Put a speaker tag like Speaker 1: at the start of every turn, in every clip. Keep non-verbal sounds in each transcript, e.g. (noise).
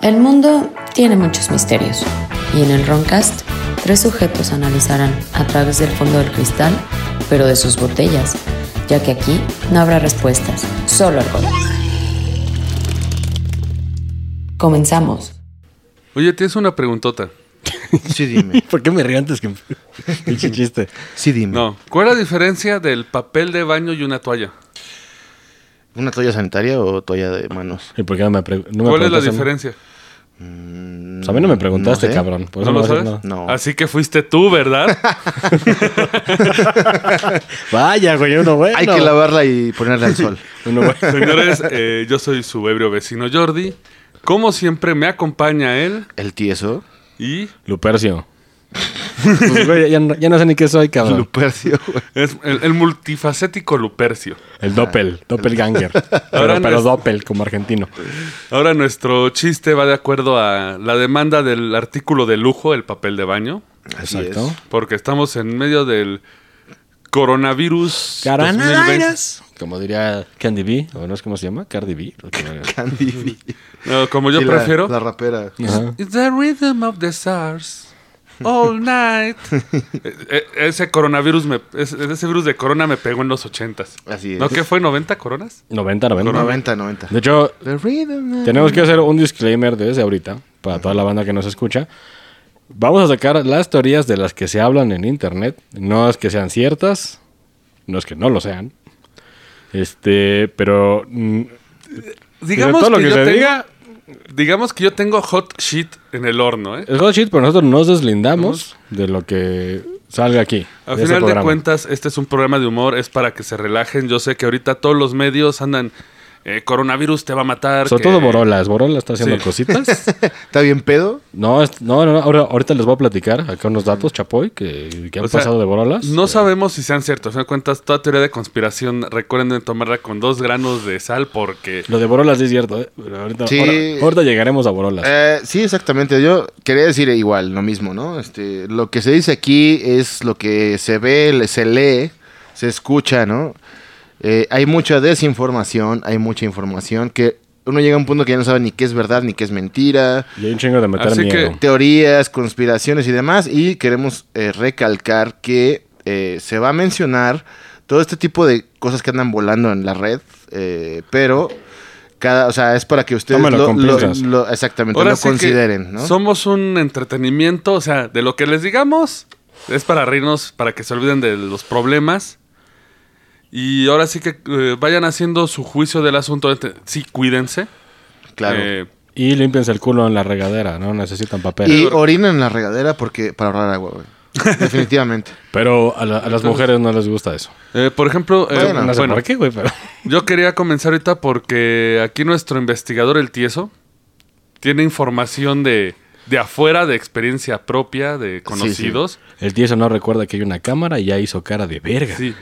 Speaker 1: El mundo tiene muchos misterios y en el Roncast tres sujetos analizarán a través del fondo del cristal, pero de sus botellas, ya que aquí no habrá respuestas, solo alcohol. Comenzamos.
Speaker 2: Oye, tienes una preguntota.
Speaker 3: Sí, dime.
Speaker 4: ¿Por qué me río antes que (laughs) pinche chiste?
Speaker 3: Sí, dime.
Speaker 2: No. ¿Cuál es la diferencia del papel de baño y una toalla?
Speaker 3: ¿Una toalla sanitaria o toalla de manos?
Speaker 4: ¿Y por qué no me, pre- no me
Speaker 2: ¿Cuál es la
Speaker 4: preguntas a mí?
Speaker 2: diferencia?
Speaker 3: Mm,
Speaker 4: Pues a mí no me preguntaste,
Speaker 3: no sé.
Speaker 4: cabrón. Por
Speaker 2: ¿No
Speaker 4: me
Speaker 2: lo
Speaker 4: vas a-
Speaker 2: sabes?
Speaker 4: no.
Speaker 3: No.
Speaker 2: Así que fuiste tú, ¿verdad? (laughs)
Speaker 4: Vaya, güey, uno bueno.
Speaker 3: Hay que lavarla y ponerla al sol.
Speaker 4: Uno bueno.
Speaker 2: Señores, eh, yo soy su ebrio vecino Jordi. Como siempre, me acompaña él
Speaker 3: El tieso,
Speaker 2: y
Speaker 4: Lupercio. Pues, güey, ya, no- ya no sé ni qué soy, cabrón.
Speaker 3: Lupercio, güey.
Speaker 2: es el, el multifacético Lupercio.
Speaker 4: El doppel,
Speaker 2: (laughs)
Speaker 4: doppelganger.
Speaker 2: Ahora
Speaker 4: pero,
Speaker 2: no
Speaker 4: pero
Speaker 2: es-
Speaker 4: doppel, como argentino.
Speaker 2: Ahora nuestro chiste va de acuerdo a la demanda del artículo de lujo, el papel de baño,
Speaker 3: (laughs) Así
Speaker 4: Exacto.
Speaker 3: es.
Speaker 2: porque estamos en medio del coronavirus. 2020.
Speaker 4: Coronavirus. Como diría Candy B, o no es cómo se llama, Cardi B. (laughs) o como-
Speaker 3: Candy B.
Speaker 2: No, como yo
Speaker 3: Sí, la-
Speaker 2: Pues prefiero.
Speaker 3: La, rapera.
Speaker 4: Ajá.
Speaker 2: It's the rhythm of the stars. (laughs) All night. E- e- ese coronavirus, me, ese, ese virus de corona me pegó en los ochentas.
Speaker 3: Así es.
Speaker 2: ¿No qué fue? ¿90 coronas?
Speaker 4: 90, 90.
Speaker 3: 90, 90.
Speaker 4: De hecho,
Speaker 3: The rhythm. eh.
Speaker 4: Tenemos que hacer un disclaimer desde ahorita para toda la banda que nos escucha. Vamos a sacar las teorías de las que se hablan en internet. No es que sean ciertas, no es que no lo sean. Este, pero mm,
Speaker 2: Digamos que,
Speaker 4: todo lo que
Speaker 2: yo
Speaker 4: se
Speaker 2: tengo,
Speaker 4: diga-
Speaker 2: digamos que yo tengo hot shit en el horno, ¿eh?
Speaker 4: es hot shit, pero nosotros nos deslindamos de lo que salga aquí.
Speaker 2: Al
Speaker 4: de este
Speaker 2: final de
Speaker 4: programa.
Speaker 2: cuentas, este es un programa de humor, es para que se relajen. Yo sé que ahorita todos los medios andan, eh, coronavirus te va a matar.
Speaker 4: sobre
Speaker 2: que-
Speaker 4: todo Borolas, Borolas está haciendo
Speaker 2: Sí. (laughs)
Speaker 3: (laughs)
Speaker 4: cositas.
Speaker 3: ¿Está bien pedo?
Speaker 4: No, es- no, no, no, ahora- ahorita les voy a platicar acá unos datos, Chapoy, que, que han
Speaker 2: O sea,
Speaker 4: pasado de Borolas.
Speaker 2: No sabemos si sean ciertos. Al final de cuentas, toda teoría de conspiración, recuerden tomarla con dos granos de sal porque...
Speaker 4: Lo de Borolas sí es cierto, ¿eh? Pero ahorita,
Speaker 3: Sí.
Speaker 4: ahora- ahorita llegaremos a Borolas.
Speaker 3: Eh, sí, exactamente. Yo quería decir igual, lo mismo, ¿no? Este, lo que se dice aquí es lo que se ve, le- se lee, se escucha, ¿no? Eh, hay mucha desinformación, hay mucha información que uno llega a un punto que ya no sabe ni qué es verdad ni qué es mentira.
Speaker 4: Y hay un chingo de meter
Speaker 2: Así
Speaker 4: miedo.
Speaker 2: que-
Speaker 3: teorías, conspiraciones y demás. Y queremos eh, recalcar que eh, se va a mencionar todo este tipo de cosas que andan volando en la red, eh, pero cada, o sea, es para que ustedes
Speaker 4: Tómalo con pinzas.
Speaker 3: lo- exactamente lo
Speaker 2: sí que
Speaker 3: consideren, ¿no?
Speaker 2: Somos un entretenimiento, o sea, de lo que les digamos es para reírnos, para que se olviden de los problemas. Y ahora sí que eh, vayan haciendo su juicio del asunto. Este- Sí, cuídense.
Speaker 3: claro.
Speaker 2: Eh,
Speaker 4: Y límpiense el culo en la regadera, no necesitan papel.
Speaker 3: y orina en la regadera porque para ahorrar agua,
Speaker 2: (laughs)
Speaker 3: güey. Definitivamente.
Speaker 4: Pero a, la- a las mujeres no les gusta eso.
Speaker 2: eh, por ejemplo, eh,
Speaker 3: Bueno,
Speaker 4: No sé
Speaker 2: bueno,
Speaker 4: por qué, güey, pero...
Speaker 2: yo quería comenzar ahorita porque aquí nuestro investigador, el tieso, tiene información de, de afuera, de experiencia propia, de conocidos.
Speaker 4: (laughs) El tieso no recuerda que hay una cámara y ya hizo cara de verga.
Speaker 2: Sí.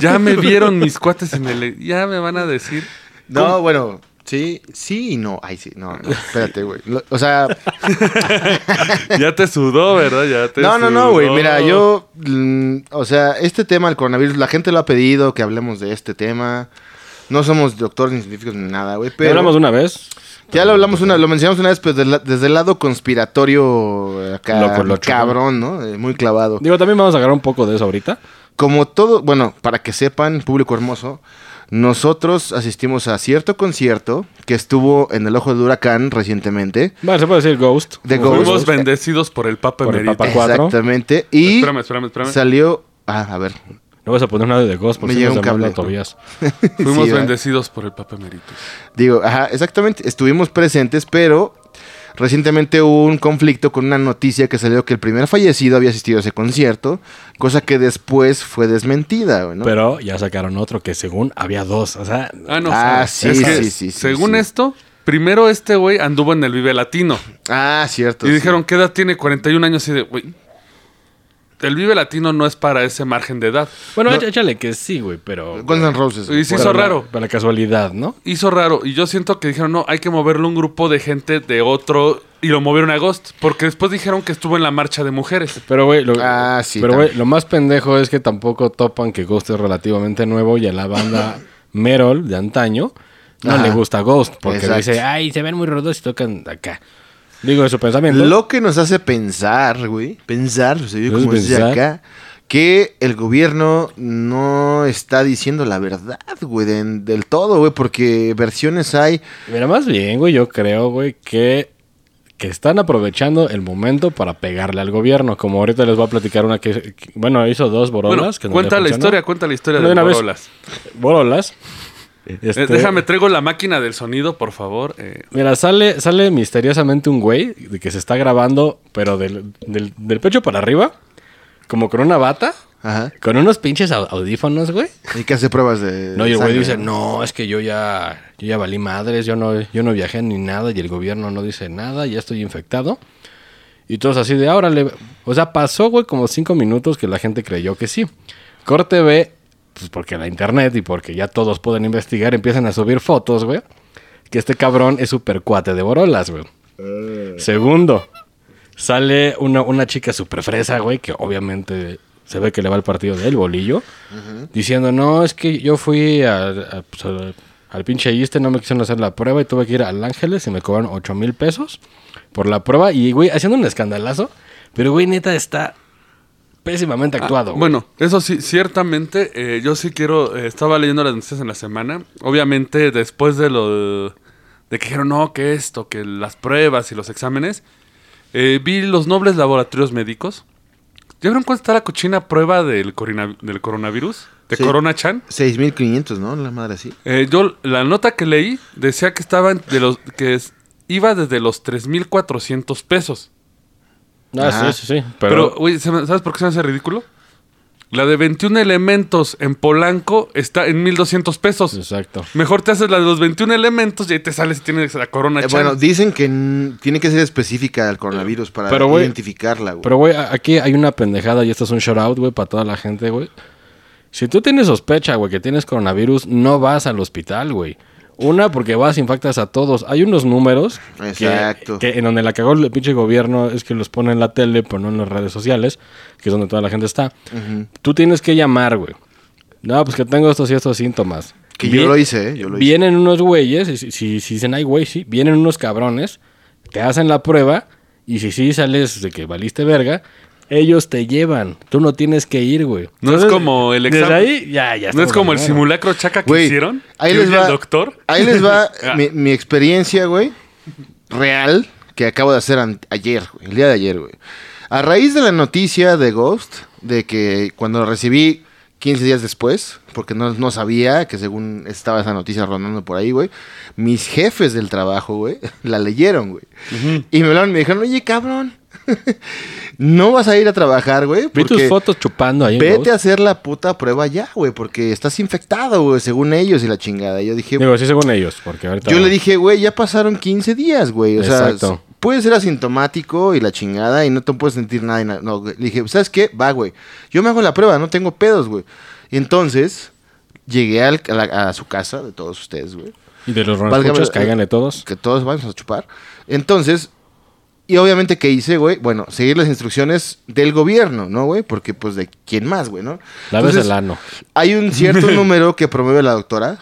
Speaker 2: Ya me vieron mis cuates en el... Ya me van a decir...
Speaker 3: No, bueno, sí, sí y no. Ay, sí, no, no, espérate, güey. Lo- O sea,
Speaker 2: Ya te sudó, ¿verdad? Ya te
Speaker 3: No, no, no,
Speaker 2: sudó.
Speaker 3: güey. Mira, yo. mm, o sea, este tema, el coronavirus, la gente lo ha pedido que hablemos de este tema. No somos doctores ni científicos ni nada, güey.
Speaker 4: ¿Ya
Speaker 3: Pero
Speaker 4: hablamos una vez.
Speaker 3: ya lo hablamos una, lo mencionamos una vez, pero desde, la- desde el lado conspiratorio eh, acá,
Speaker 4: Loco, loco.
Speaker 3: cabrón, ¿no? Eh, muy clavado.
Speaker 4: Digo, también vamos a agarrar un poco de eso ahorita.
Speaker 3: Como todo, bueno, para que sepan, público hermoso, nosotros asistimos a cierto concierto que estuvo en el ojo del huracán recientemente.
Speaker 4: Bueno, se puede decir Ghost.
Speaker 3: De
Speaker 4: Como
Speaker 3: Ghost.
Speaker 2: Fuimos bendecidos por el Papa
Speaker 4: Por el
Speaker 2: Emerita.
Speaker 4: Papa. cuatro.
Speaker 3: Exactamente. Y
Speaker 2: Espérame, espérame, espérame.
Speaker 3: salió. Ah, a ver.
Speaker 4: fuimos- No vas a poner nada de Ghost
Speaker 3: Me
Speaker 4: porque
Speaker 3: llega
Speaker 4: nos
Speaker 3: un
Speaker 4: demanda
Speaker 3: cable.
Speaker 4: Tobías.
Speaker 2: Fuimos
Speaker 3: Sí, ¿verdad?
Speaker 2: bendecidos por el Papa Emerita.
Speaker 3: Digo, ajá, exactamente, estuvimos presentes, pero recientemente hubo un conflicto con una noticia que salió que el primer fallecido había asistido a ese concierto, cosa que después fue desmentida, güey, ¿no?
Speaker 4: Pero ya sacaron otro que según había dos. O sea,
Speaker 2: Ah, no.
Speaker 3: Ah,
Speaker 2: sabes.
Speaker 3: sí,
Speaker 2: Es que,
Speaker 3: sí, sí, sí,
Speaker 2: Según
Speaker 3: sí.
Speaker 2: esto, primero este güey anduvo en el Vive Latino.
Speaker 3: ah, cierto.
Speaker 2: y
Speaker 3: sí.
Speaker 2: dijeron, ¿qué edad tiene? 41 años. Y de, güey, el Vive Latino no es para ese margen de edad.
Speaker 4: bueno, éch- échale que sí, güey, pero...
Speaker 3: Guns N'
Speaker 2: Y sí,
Speaker 3: Roses. güey.
Speaker 4: pero
Speaker 2: hizo
Speaker 4: no,
Speaker 2: raro.
Speaker 4: Para la casualidad, ¿no?
Speaker 2: Hizo raro. Y yo siento que dijeron, no, hay que moverle un grupo de gente de otro. Y lo movieron a Ghost. Porque después dijeron que estuvo en la marcha de mujeres.
Speaker 4: Pero, güey, lo,
Speaker 3: Ah, sí,
Speaker 4: pero, güey,
Speaker 3: también.
Speaker 4: lo más pendejo es
Speaker 3: (coughs)
Speaker 4: que tampoco topan que Ghost es relativamente nuevo y a la banda Merol de antaño no
Speaker 3: Ajá.
Speaker 4: le gusta Ghost porque
Speaker 3: Exacto.
Speaker 4: dice, ay, se ven muy rudos y tocan acá. Digo, en su pensamiento.
Speaker 3: Lo que nos hace pensar, güey, pensar, o sea, yo
Speaker 4: Nos
Speaker 3: como
Speaker 4: hace
Speaker 3: se dice
Speaker 4: pensar.
Speaker 3: acá, que el gobierno no está diciendo la verdad, güey, de- del todo, güey, porque versiones hay.
Speaker 4: Mira, más bien, güey, yo creo, güey, que, que están aprovechando el momento para pegarle al gobierno. Como ahorita les voy a platicar una que, que- bueno, hizo dos
Speaker 2: Bueno,
Speaker 4: borolas. que no le
Speaker 2: cuenta la
Speaker 4: funcionó.
Speaker 2: historia, cuenta la historia
Speaker 4: No,
Speaker 2: de
Speaker 4: una vez.
Speaker 2: Borolas.
Speaker 4: Borolas.
Speaker 2: Eh,
Speaker 4: Este,
Speaker 2: déjame, traigo la máquina del sonido, por favor. eh.
Speaker 4: Mira, sale, sale misteriosamente un güey de que se está grabando, pero del, del- del pecho para arriba, como con una bata,
Speaker 3: Ajá.
Speaker 4: con unos pinches au- audífonos, güey.
Speaker 3: Y que hace pruebas de.
Speaker 4: No, y el güey
Speaker 3: sangre,
Speaker 4: dice, no, es que yo ya, yo ya valí madres, yo no, yo no viajé ni nada, y el gobierno no dice nada, ya estoy infectado. Y todos así de, ahora le... O sea, pasó, güey, como cinco minutos que la gente creyó que sí. Corte B, pues porque la internet y porque ya todos pueden investigar, empiezan a subir fotos, güey. Que este cabrón es súper cuate de borolas, güey. Segundo, sale una, una chica súper fresa, güey, que obviamente se ve que le va el partido del bolillo, diciendo, no, es que yo fui al- al- pues, al- al pinche ISTE, no me quisieron hacer la prueba y tuve que ir al Ángeles y me cobraron 8 mil pesos por la prueba y, güey, haciendo un escandalazo, pero, güey, neta está pésimamente actuado.
Speaker 2: Ah,
Speaker 4: güey.
Speaker 2: bueno, eso sí, ciertamente, eh, yo sí quiero, eh, estaba leyendo las noticias en la semana, obviamente después de lo de, que dijeron, no, que esto, que las pruebas y los exámenes, eh, vi los nobles laboratorios médicos. ¿Ya vieron cuánto está la cochina prueba del, corina- del coronavirus? ¿De
Speaker 3: Sí.
Speaker 2: Corona Chan?
Speaker 3: 6.500, ¿no? La madre así.
Speaker 2: Eh, yo, la nota que leí decía que estaban de los, que es- iba desde los 3,400 pesos.
Speaker 4: Ah,
Speaker 3: Ajá.
Speaker 4: sí, sí, sí.
Speaker 2: Pero, güey, ¿se me- ¿sabes por qué se me hace ridículo? La de 21 elementos en Polanco está en 1200 pesos.
Speaker 4: Exacto.
Speaker 2: Mejor te haces la de los 21 elementos y ahí te sales y tienes la corona.
Speaker 3: Eh,
Speaker 2: Chan.
Speaker 3: bueno, dicen que n- tiene que ser específica del coronavirus para
Speaker 4: Pero, güey,
Speaker 3: identificarla, güey.
Speaker 4: Pero, güey, a- aquí hay una pendejada y esto es un shout out, güey, para toda la gente, güey. Si tú tienes sospecha, güey, que tienes coronavirus, no vas al hospital, güey. Una, porque vas, infectas a todos. Hay unos números que-
Speaker 3: Exacto.
Speaker 4: Que, en donde la cagó el pinche gobierno es que los pone en la tele, pero no en las redes sociales, que es donde toda la gente está. Tú tienes que llamar, güey. No, pues que tengo estos y estos síntomas.
Speaker 3: Que yo
Speaker 4: Vie-
Speaker 3: lo hice, ¿eh? Yo lo hice.
Speaker 4: Vienen unos güeyes, y si, si- si dicen, ay, güey, sí, vienen unos cabrones, te hacen la prueba, y si sí sales de que valiste verga, ellos te llevan. Tú no tienes que ir, güey.
Speaker 2: No es como el
Speaker 4: desde
Speaker 2: examen.
Speaker 4: ahí, ya,
Speaker 2: ¿No es
Speaker 4: ya estamos
Speaker 2: como el
Speaker 4: hablando.
Speaker 2: simulacro chaca que
Speaker 3: Güey,
Speaker 2: hicieron?
Speaker 3: ahí
Speaker 2: ¿Que
Speaker 3: les
Speaker 2: huye
Speaker 3: va-
Speaker 2: el doctor?
Speaker 3: Ahí les va
Speaker 2: (laughs) Ah,
Speaker 3: mi, mi experiencia, güey, real, que acabo de hacer an- ayer, güey, el día de ayer, güey. A raíz de la noticia de Ghost, de que cuando la recibí 15 días después, porque no, no sabía que según estaba esa noticia rondando por ahí, güey, mis jefes del trabajo, güey, (laughs) la leyeron, güey. Y me hablaron y me dijeron, oye, cabrón, (laughs) no vas a ir a trabajar, güey.
Speaker 4: Vi tus
Speaker 3: porque-
Speaker 4: fotos chupando ahí. en Ghost.
Speaker 3: Vete a hacer la puta prueba ya, güey, porque estás infectado, güey, según ellos y la chingada. Yo dije,
Speaker 4: Digo, sí, según ellos, porque ahorita...
Speaker 3: yo le dije, güey, ya pasaron 15 días, güey. O sea,
Speaker 4: Exacto.
Speaker 3: s- puedes ser asintomático y la chingada y no te puedes sentir nada. y na- no, güey. le dije, ¿sabes qué? Va, güey. Yo me hago la prueba, no tengo pedos, güey. Y entonces llegué al- a, la- a su casa de todos ustedes, güey.
Speaker 4: Y de los
Speaker 3: Válgame,
Speaker 4: escuchas,
Speaker 3: eh,
Speaker 4: cáiganle todos.
Speaker 3: Que todos vamos a chupar. Entonces, y obviamente, ¿qué hice, güey? Bueno, seguir las instrucciones del gobierno, ¿no, güey? Porque, pues, ¿de quién más, güey, no?
Speaker 4: Laves
Speaker 3: Entonces,
Speaker 4: el ano.
Speaker 3: hay un cierto
Speaker 4: (laughs)
Speaker 3: número que promueve la doctora.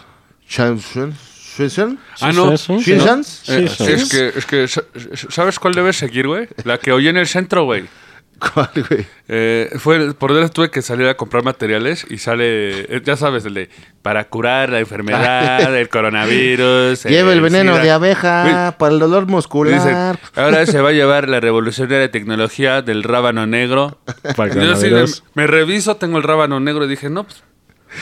Speaker 3: Chan- Shuen- Shuen-
Speaker 2: Ah, no.
Speaker 4: Sí, sí, sí.
Speaker 3: Shuen-
Speaker 2: Eh,
Speaker 4: Sí, sí.
Speaker 2: es que, es que, sa- ¿sabes cuál debes seguir, güey? La que oí en el centro, güey.
Speaker 3: ¿Cuál, güey?
Speaker 2: Eh, fue, por eso tuve que salir a comprar materiales y sale, eh, ya sabes, el de para curar la enfermedad, el coronavirus.
Speaker 3: (laughs) Lleva el veneno
Speaker 2: SIDA".
Speaker 3: de abeja para el dolor
Speaker 2: Güey, dicen,
Speaker 3: muscular.
Speaker 2: ahora se va a llevar
Speaker 3: (laughs)
Speaker 2: la revolucionaria tecnología del rábano negro.
Speaker 4: (laughs) Para el
Speaker 2: Yo sí me,
Speaker 4: coronavirus.
Speaker 2: me reviso, tengo el rábano negro y dije, no, pues,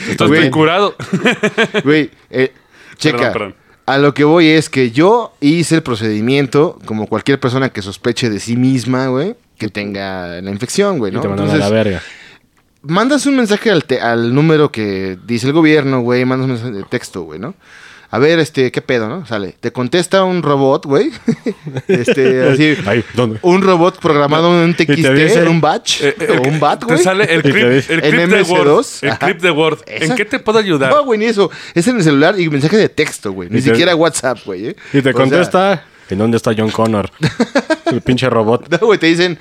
Speaker 2: estoy
Speaker 3: Güey.
Speaker 2: bien
Speaker 3: (laughs)
Speaker 2: curado. (laughs)
Speaker 3: Güey, eh, checa.
Speaker 2: perdón.
Speaker 3: A lo que voy es que yo hice el procedimiento como cualquier persona que sospeche de sí misma, güey, que tenga la infección, güey,
Speaker 4: Y
Speaker 3: ¿no?
Speaker 4: te mandan a la
Speaker 3: Entonces,
Speaker 4: verga.
Speaker 3: mandas un mensaje al, te- al número que dice el gobierno, güey, mandas un mensaje de texto, güey, ¿no? A ver, este, ¿qué pedo, no? Sale, te contesta un robot, güey. (laughs) este,
Speaker 4: (laughs)
Speaker 3: así.
Speaker 4: Ahí, ¿dónde?
Speaker 3: Un robot programado en un TXT,
Speaker 4: dice-
Speaker 3: en un batch,
Speaker 2: Eh, eh,
Speaker 3: o un bat,
Speaker 2: Te
Speaker 3: güey.
Speaker 2: sale el
Speaker 4: Y te
Speaker 2: clip,
Speaker 4: dice-
Speaker 2: el clip
Speaker 3: En
Speaker 2: de
Speaker 3: MS2,
Speaker 2: Word. El
Speaker 3: ajá.
Speaker 2: clip de Word. ¿En
Speaker 3: Exacto.
Speaker 2: qué te puedo ayudar?
Speaker 3: No, güey, ni eso. Es en el celular y mensaje de texto, güey. Ni
Speaker 4: Y te-
Speaker 3: siquiera WhatsApp, güey. ¿eh?
Speaker 4: Y te
Speaker 3: O sea,
Speaker 4: contesta, ¿en dónde está John Connor? el pinche robot.
Speaker 3: (laughs) no, güey, te dicen,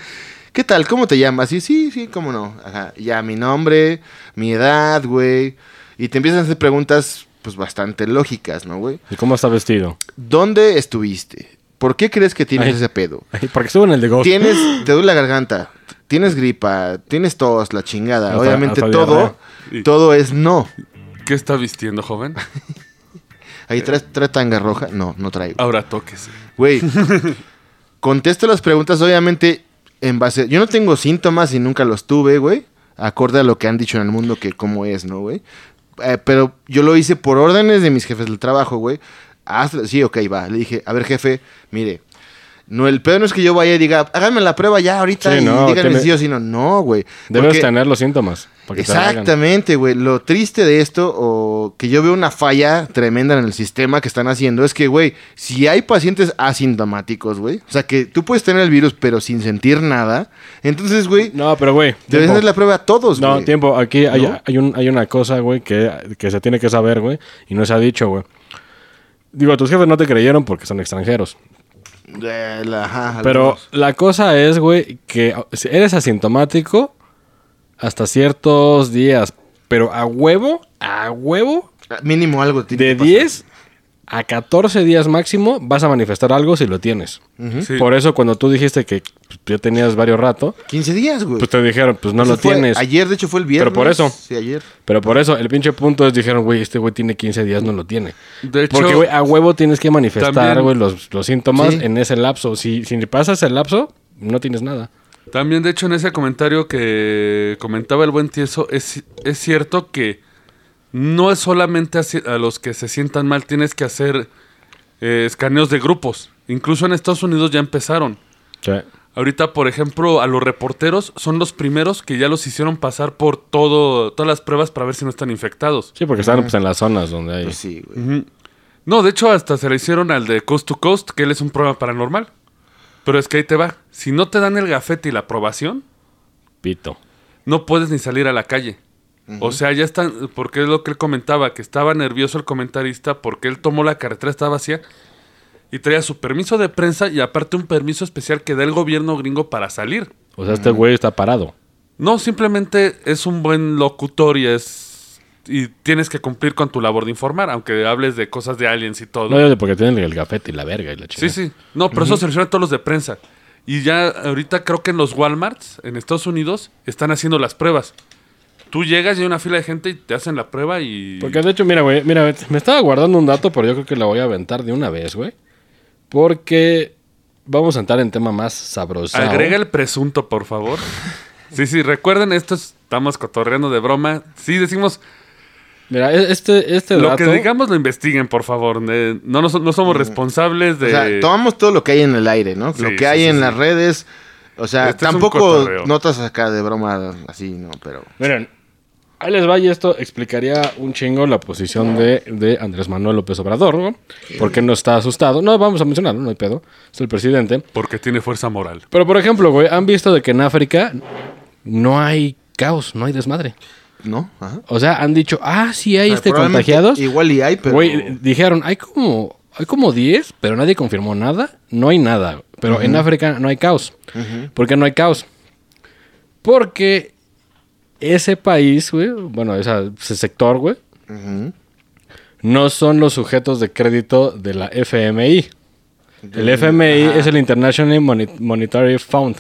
Speaker 3: ¿qué tal? ¿Cómo te llamas? Y sí, sí, cómo no. Ajá. Ya, mi nombre, mi edad, güey. Y te empiezan a hacer preguntas, pues bastante lógicas, ¿no, güey?
Speaker 4: ¿Y cómo está vestido?
Speaker 3: ¿Dónde estuviste? ¿Por qué crees que tienes
Speaker 4: Ay. Oh.
Speaker 3: ese pedo?
Speaker 4: Ay, Porque estuvo en el de Ghost. (gasps)
Speaker 3: Tienes, te duele la garganta, tienes gripa, tienes tos, la chingada.
Speaker 4: Hasta-
Speaker 3: Obviamente
Speaker 4: hasta
Speaker 3: todo,
Speaker 2: diarrea.
Speaker 3: todo es no.
Speaker 2: ¿Qué está vistiendo, joven?
Speaker 3: Ahí traes, traes tanga roja. No, no traigo.
Speaker 2: Ahora tóquese.
Speaker 4: (laughs)
Speaker 3: Güey, contesto las preguntas, obviamente, en base. Yo no tengo síntomas y nunca los tuve, güey. Acorde a lo que han dicho en el mundo que cómo es, ¿no, güey? Eh, pero yo lo hice por órdenes de mis jefes del trabajo, güey. Hasta- sí, ok, va. Le dije, a ver, jefe, mire. No, el pedo no es que yo vaya y diga, háganme la prueba ya ahorita
Speaker 4: Sí,
Speaker 3: y
Speaker 4: no,
Speaker 3: díganme
Speaker 4: tiene-
Speaker 3: si sí o si no. No, güey.
Speaker 4: Debes
Speaker 3: Porque-
Speaker 4: tener los síntomas. para que te la hagan.
Speaker 3: Exactamente, güey. Lo triste de esto, o que yo veo una falla tremenda en el sistema que están haciendo, es que, güey, si hay pacientes asintomáticos, güey, o sea, que tú puedes tener el virus pero sin sentir nada, entonces, güey,
Speaker 4: No, pero güey.
Speaker 3: debes
Speaker 4: tiempo.
Speaker 3: hacer la prueba a todos, güey.
Speaker 4: No, tiempo. Aquí hay,
Speaker 3: ¿No?
Speaker 4: hay un- hay una cosa, güey, que, que se tiene que saber, güey. Y no se ha dicho, güey. Digo, tus jefes no te creyeron porque son extranjeros.
Speaker 3: Eh, la- ajá,
Speaker 4: Pero
Speaker 3: algunos.
Speaker 4: la cosa es, güey, que ah, si eres asintomático hasta ciertos días. Pero a huevo, a huevo,
Speaker 3: Mínimo algo. tiene
Speaker 4: de
Speaker 3: que pasar.
Speaker 4: 10 a 14 días máximo vas a manifestar algo si lo tienes.
Speaker 2: Sí.
Speaker 4: Por eso cuando tú dijiste que pues, ya tenías varios rato,
Speaker 3: 15 días, güey.
Speaker 4: pues te dijeron, pues no
Speaker 3: Eso
Speaker 4: lo
Speaker 3: fue
Speaker 4: tienes.
Speaker 3: Ayer, de hecho, fue el viernes.
Speaker 4: Pero por eso.
Speaker 3: Sí, ayer.
Speaker 4: Pero por eso, el pinche punto es, dijeron, güey, este güey tiene 15 días, no lo tiene.
Speaker 2: De hecho,
Speaker 4: Porque, güey, a huevo tienes que manifestar,
Speaker 2: también-
Speaker 4: güey, los, los síntomas
Speaker 3: Sí.
Speaker 4: en ese lapso. Si, si pasas el lapso, no tienes nada.
Speaker 2: También, de hecho, en ese comentario que comentaba el buen tieso, es, es cierto que no es solamente así- a los que se sientan mal, tienes que hacer eh, escaneos de grupos. Incluso en Estados Unidos ya empezaron. Ahorita, por ejemplo, a los reporteros son los primeros que ya los hicieron pasar por todo, todas las pruebas para ver si no están infectados.
Speaker 4: Sí, porque están pues, en las zonas donde hay...
Speaker 3: Pues sí, güey.
Speaker 2: No, de hecho, hasta se le hicieron al de Coast to Coast, que él es un programa paranormal. Pero es que ahí te va. Si no te dan el gafete y la aprobación,
Speaker 4: Pito.
Speaker 2: no puedes ni salir a la calle. O sea, ya están, porque es lo que él comentaba, que estaba nervioso el comentarista porque él tomó la carretera, estaba vacía, y traía su permiso de prensa y aparte un permiso especial que da el gobierno gringo para salir.
Speaker 4: O sea, este güey está parado.
Speaker 2: No, simplemente es un buen locutor y es... Y tienes que cumplir con tu labor de informar, aunque hables de cosas de aliens y todo.
Speaker 4: No, yo de porque tienen el gafete y la verga y la chica.
Speaker 2: Sí, sí. No, pero eso se refiere a todos los de prensa. Y ya ahorita creo que en los Walmarts, en Estados Unidos, están haciendo las pruebas. Tú llegas y hay una fila de gente y te hacen la prueba y...
Speaker 4: Porque de hecho, mira, güey, mira, me estaba guardando un dato, pero yo creo que la voy a aventar de una vez, güey. Porque vamos a entrar en tema más sabroso.
Speaker 2: Agrega el presunto, por favor. sí, sí, recuerden, esto es- estamos cotorreando de broma. Sí, decimos,
Speaker 4: Mira, e- este, este
Speaker 2: lo
Speaker 4: dato...
Speaker 2: que digamos lo investiguen, por favor. Eh, No, no, so- no somos responsables de...
Speaker 3: O sea, tomamos todo lo que hay en el aire, ¿no?
Speaker 2: Este, Sí,
Speaker 3: lo
Speaker 2: sí,
Speaker 3: que hay
Speaker 2: sí,
Speaker 3: en
Speaker 2: sí.
Speaker 3: las redes. O sea,
Speaker 2: Este es un
Speaker 3: tampoco
Speaker 2: cotorreo.
Speaker 3: notas acá de broma así, ¿no? Pero.
Speaker 4: Miren, ahí les va y esto explicaría un chingo la posición de, de Andrés Manuel López Obrador, ¿no? ¿Por qué no está asustado? No, vamos a mencionarlo, no hay pedo. Es el presidente.
Speaker 2: Porque tiene fuerza moral.
Speaker 4: Pero, por ejemplo, güey, han visto de que en África no hay caos, no hay desmadre.
Speaker 3: ¿No? Ajá.
Speaker 4: O sea, han dicho, ah, sí
Speaker 3: O
Speaker 4: hay
Speaker 3: sea,
Speaker 4: este
Speaker 3: probablemente
Speaker 4: contagiados.
Speaker 3: Igual y hay, pero.
Speaker 4: Güey, dijeron, hay como, hay como 10, pero nadie confirmó nada. No hay nada. Pero en África no hay caos. ¿Por qué no hay caos? Porque ese país, güey, bueno, esa- ese sector, güey,
Speaker 3: Ujú.
Speaker 4: no son los sujetos de crédito de la FMI. El FMI es el International Moni- Monetary Fund.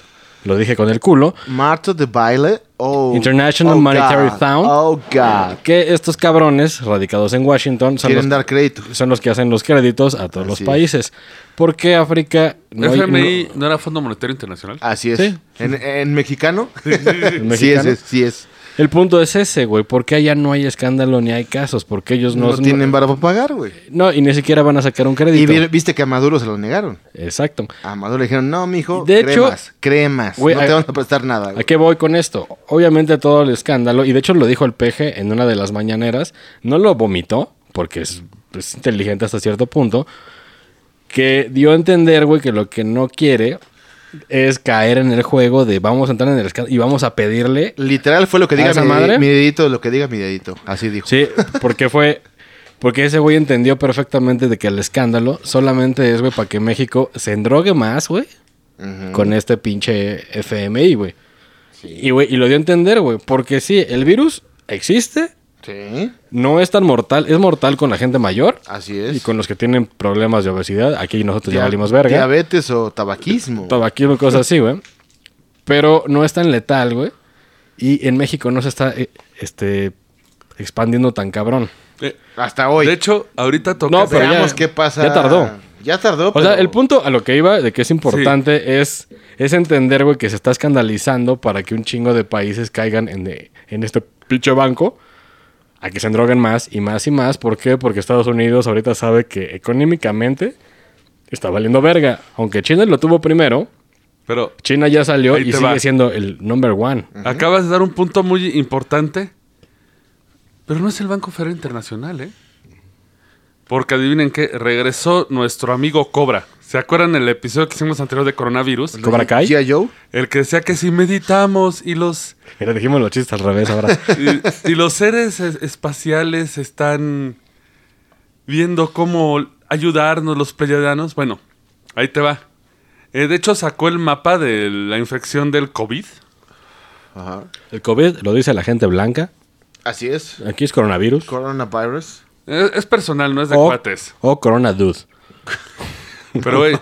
Speaker 4: Lo dije con el culo.
Speaker 3: Marta de baile. Oh.
Speaker 4: International
Speaker 3: oh,
Speaker 4: Monetary
Speaker 3: God.
Speaker 4: Fund.
Speaker 3: Oh, God.
Speaker 4: Que estos cabrones radicados en Washington son
Speaker 3: Quieren
Speaker 4: los
Speaker 3: dar crédito.
Speaker 4: son los que hacen los créditos a todos
Speaker 3: Así es.
Speaker 4: los países. Porque África no hay-
Speaker 2: FMI no... era Fondo Monetario Internacional.
Speaker 3: Así es.
Speaker 4: Sí.
Speaker 3: ¿En,
Speaker 2: (laughs)
Speaker 3: en mexicano?
Speaker 4: no-
Speaker 3: sí, es,
Speaker 4: mexicano.
Speaker 3: es- sí es.
Speaker 4: El punto es ese, güey. Porque allá no hay escándalo ni hay casos. Porque ellos Pues no,
Speaker 3: No, tienen para pagar, güey.
Speaker 4: no, y ni siquiera van a sacar un
Speaker 3: Y
Speaker 4: crédito.
Speaker 3: vi- viste que a Maduro se lo negaron.
Speaker 4: Exacto.
Speaker 3: A Maduro le dijeron, no, mijo,
Speaker 4: De hecho-
Speaker 3: cremas, cremas.
Speaker 4: Güey,
Speaker 3: no
Speaker 4: a-
Speaker 3: te vamos a prestar nada.
Speaker 4: ¿A
Speaker 3: güey.
Speaker 4: qué voy con esto? Obviamente todo el escándalo, y de hecho lo dijo el peje en una de las mañaneras, no lo vomitó, porque es, es inteligente hasta cierto punto, que dio a entender, güey, que lo que no quiere es caer en el juego de vamos a entrar en el escándalo y vamos a pedirle
Speaker 3: Literal fue lo que
Speaker 4: ¿A
Speaker 3: diga
Speaker 4: esa
Speaker 3: mi,
Speaker 4: madre?
Speaker 3: mi dedito, lo que diga mi dedito. Así dijo.
Speaker 4: Sí, porque fue. Porque ese güey entendió perfectamente de que el escándalo solamente es, güey, para que México se endrogue más, güey,
Speaker 3: Ujú.
Speaker 4: con este pinche FMI, güey. Y, güey, y lo dio a entender, güey, porque sí, el virus existe,
Speaker 3: Sí,
Speaker 4: No es tan mortal, es mortal con la gente mayor
Speaker 3: así
Speaker 4: y
Speaker 3: es.
Speaker 4: con los que tienen problemas de obesidad. Aquí nosotros ya
Speaker 3: Dia-
Speaker 4: valimos verga.
Speaker 3: Diabetes o tabaquismo.
Speaker 4: tabaquismo y cosas así, güey. Pero no es tan letal, güey. Y en México no se está eh, este, expandiendo tan cabrón.
Speaker 2: Eh,
Speaker 3: Hasta hoy.
Speaker 2: de hecho, ahorita toca.
Speaker 4: No, pero ya-
Speaker 3: Veamos qué pasa.
Speaker 4: ya tardó.
Speaker 3: Ya tardó.
Speaker 4: O sea,
Speaker 3: pero-
Speaker 4: el punto a lo que iba de que es importante es, es entender, güey, que se está escandalizando para que un chingo de países caigan en, de- en este pinche banco a que se droguen más y más y más. ¿Por qué? Porque Estados Unidos ahorita sabe que económicamente está valiendo verga. Aunque China lo tuvo primero,
Speaker 2: Pero
Speaker 4: China ya salió
Speaker 2: Ahí
Speaker 4: y
Speaker 2: te
Speaker 4: sigue
Speaker 2: va.
Speaker 4: siendo el number one.
Speaker 2: acabas de dar un punto muy importante. Pero no es el Banco Ferro Internacional, ¿eh? Porque adivinen qué, regresó nuestro amigo Cobra. ¿Se acuerdan el episodio que hicimos anterior de coronavirus?
Speaker 4: Cobra Kai.
Speaker 3: G.I. Joe.
Speaker 2: El que decía que si meditamos y los
Speaker 4: Mira, dijimos los chistes al revés ahora.
Speaker 2: y, y los seres es- espaciales están viendo cómo ayudarnos los pleyadanos. Bueno, ahí te va. Eh, de hecho, sacó el mapa de la infección del COVID.
Speaker 3: Ajá.
Speaker 4: (laughs) El COVID lo dice la gente blanca.
Speaker 3: Así es.
Speaker 4: Aquí es coronavirus.
Speaker 3: Coronavirus.
Speaker 2: Eh, es personal, no es de
Speaker 4: o,
Speaker 2: cuates.
Speaker 4: o Corona Dude.
Speaker 2: Pero, (laughs) güey,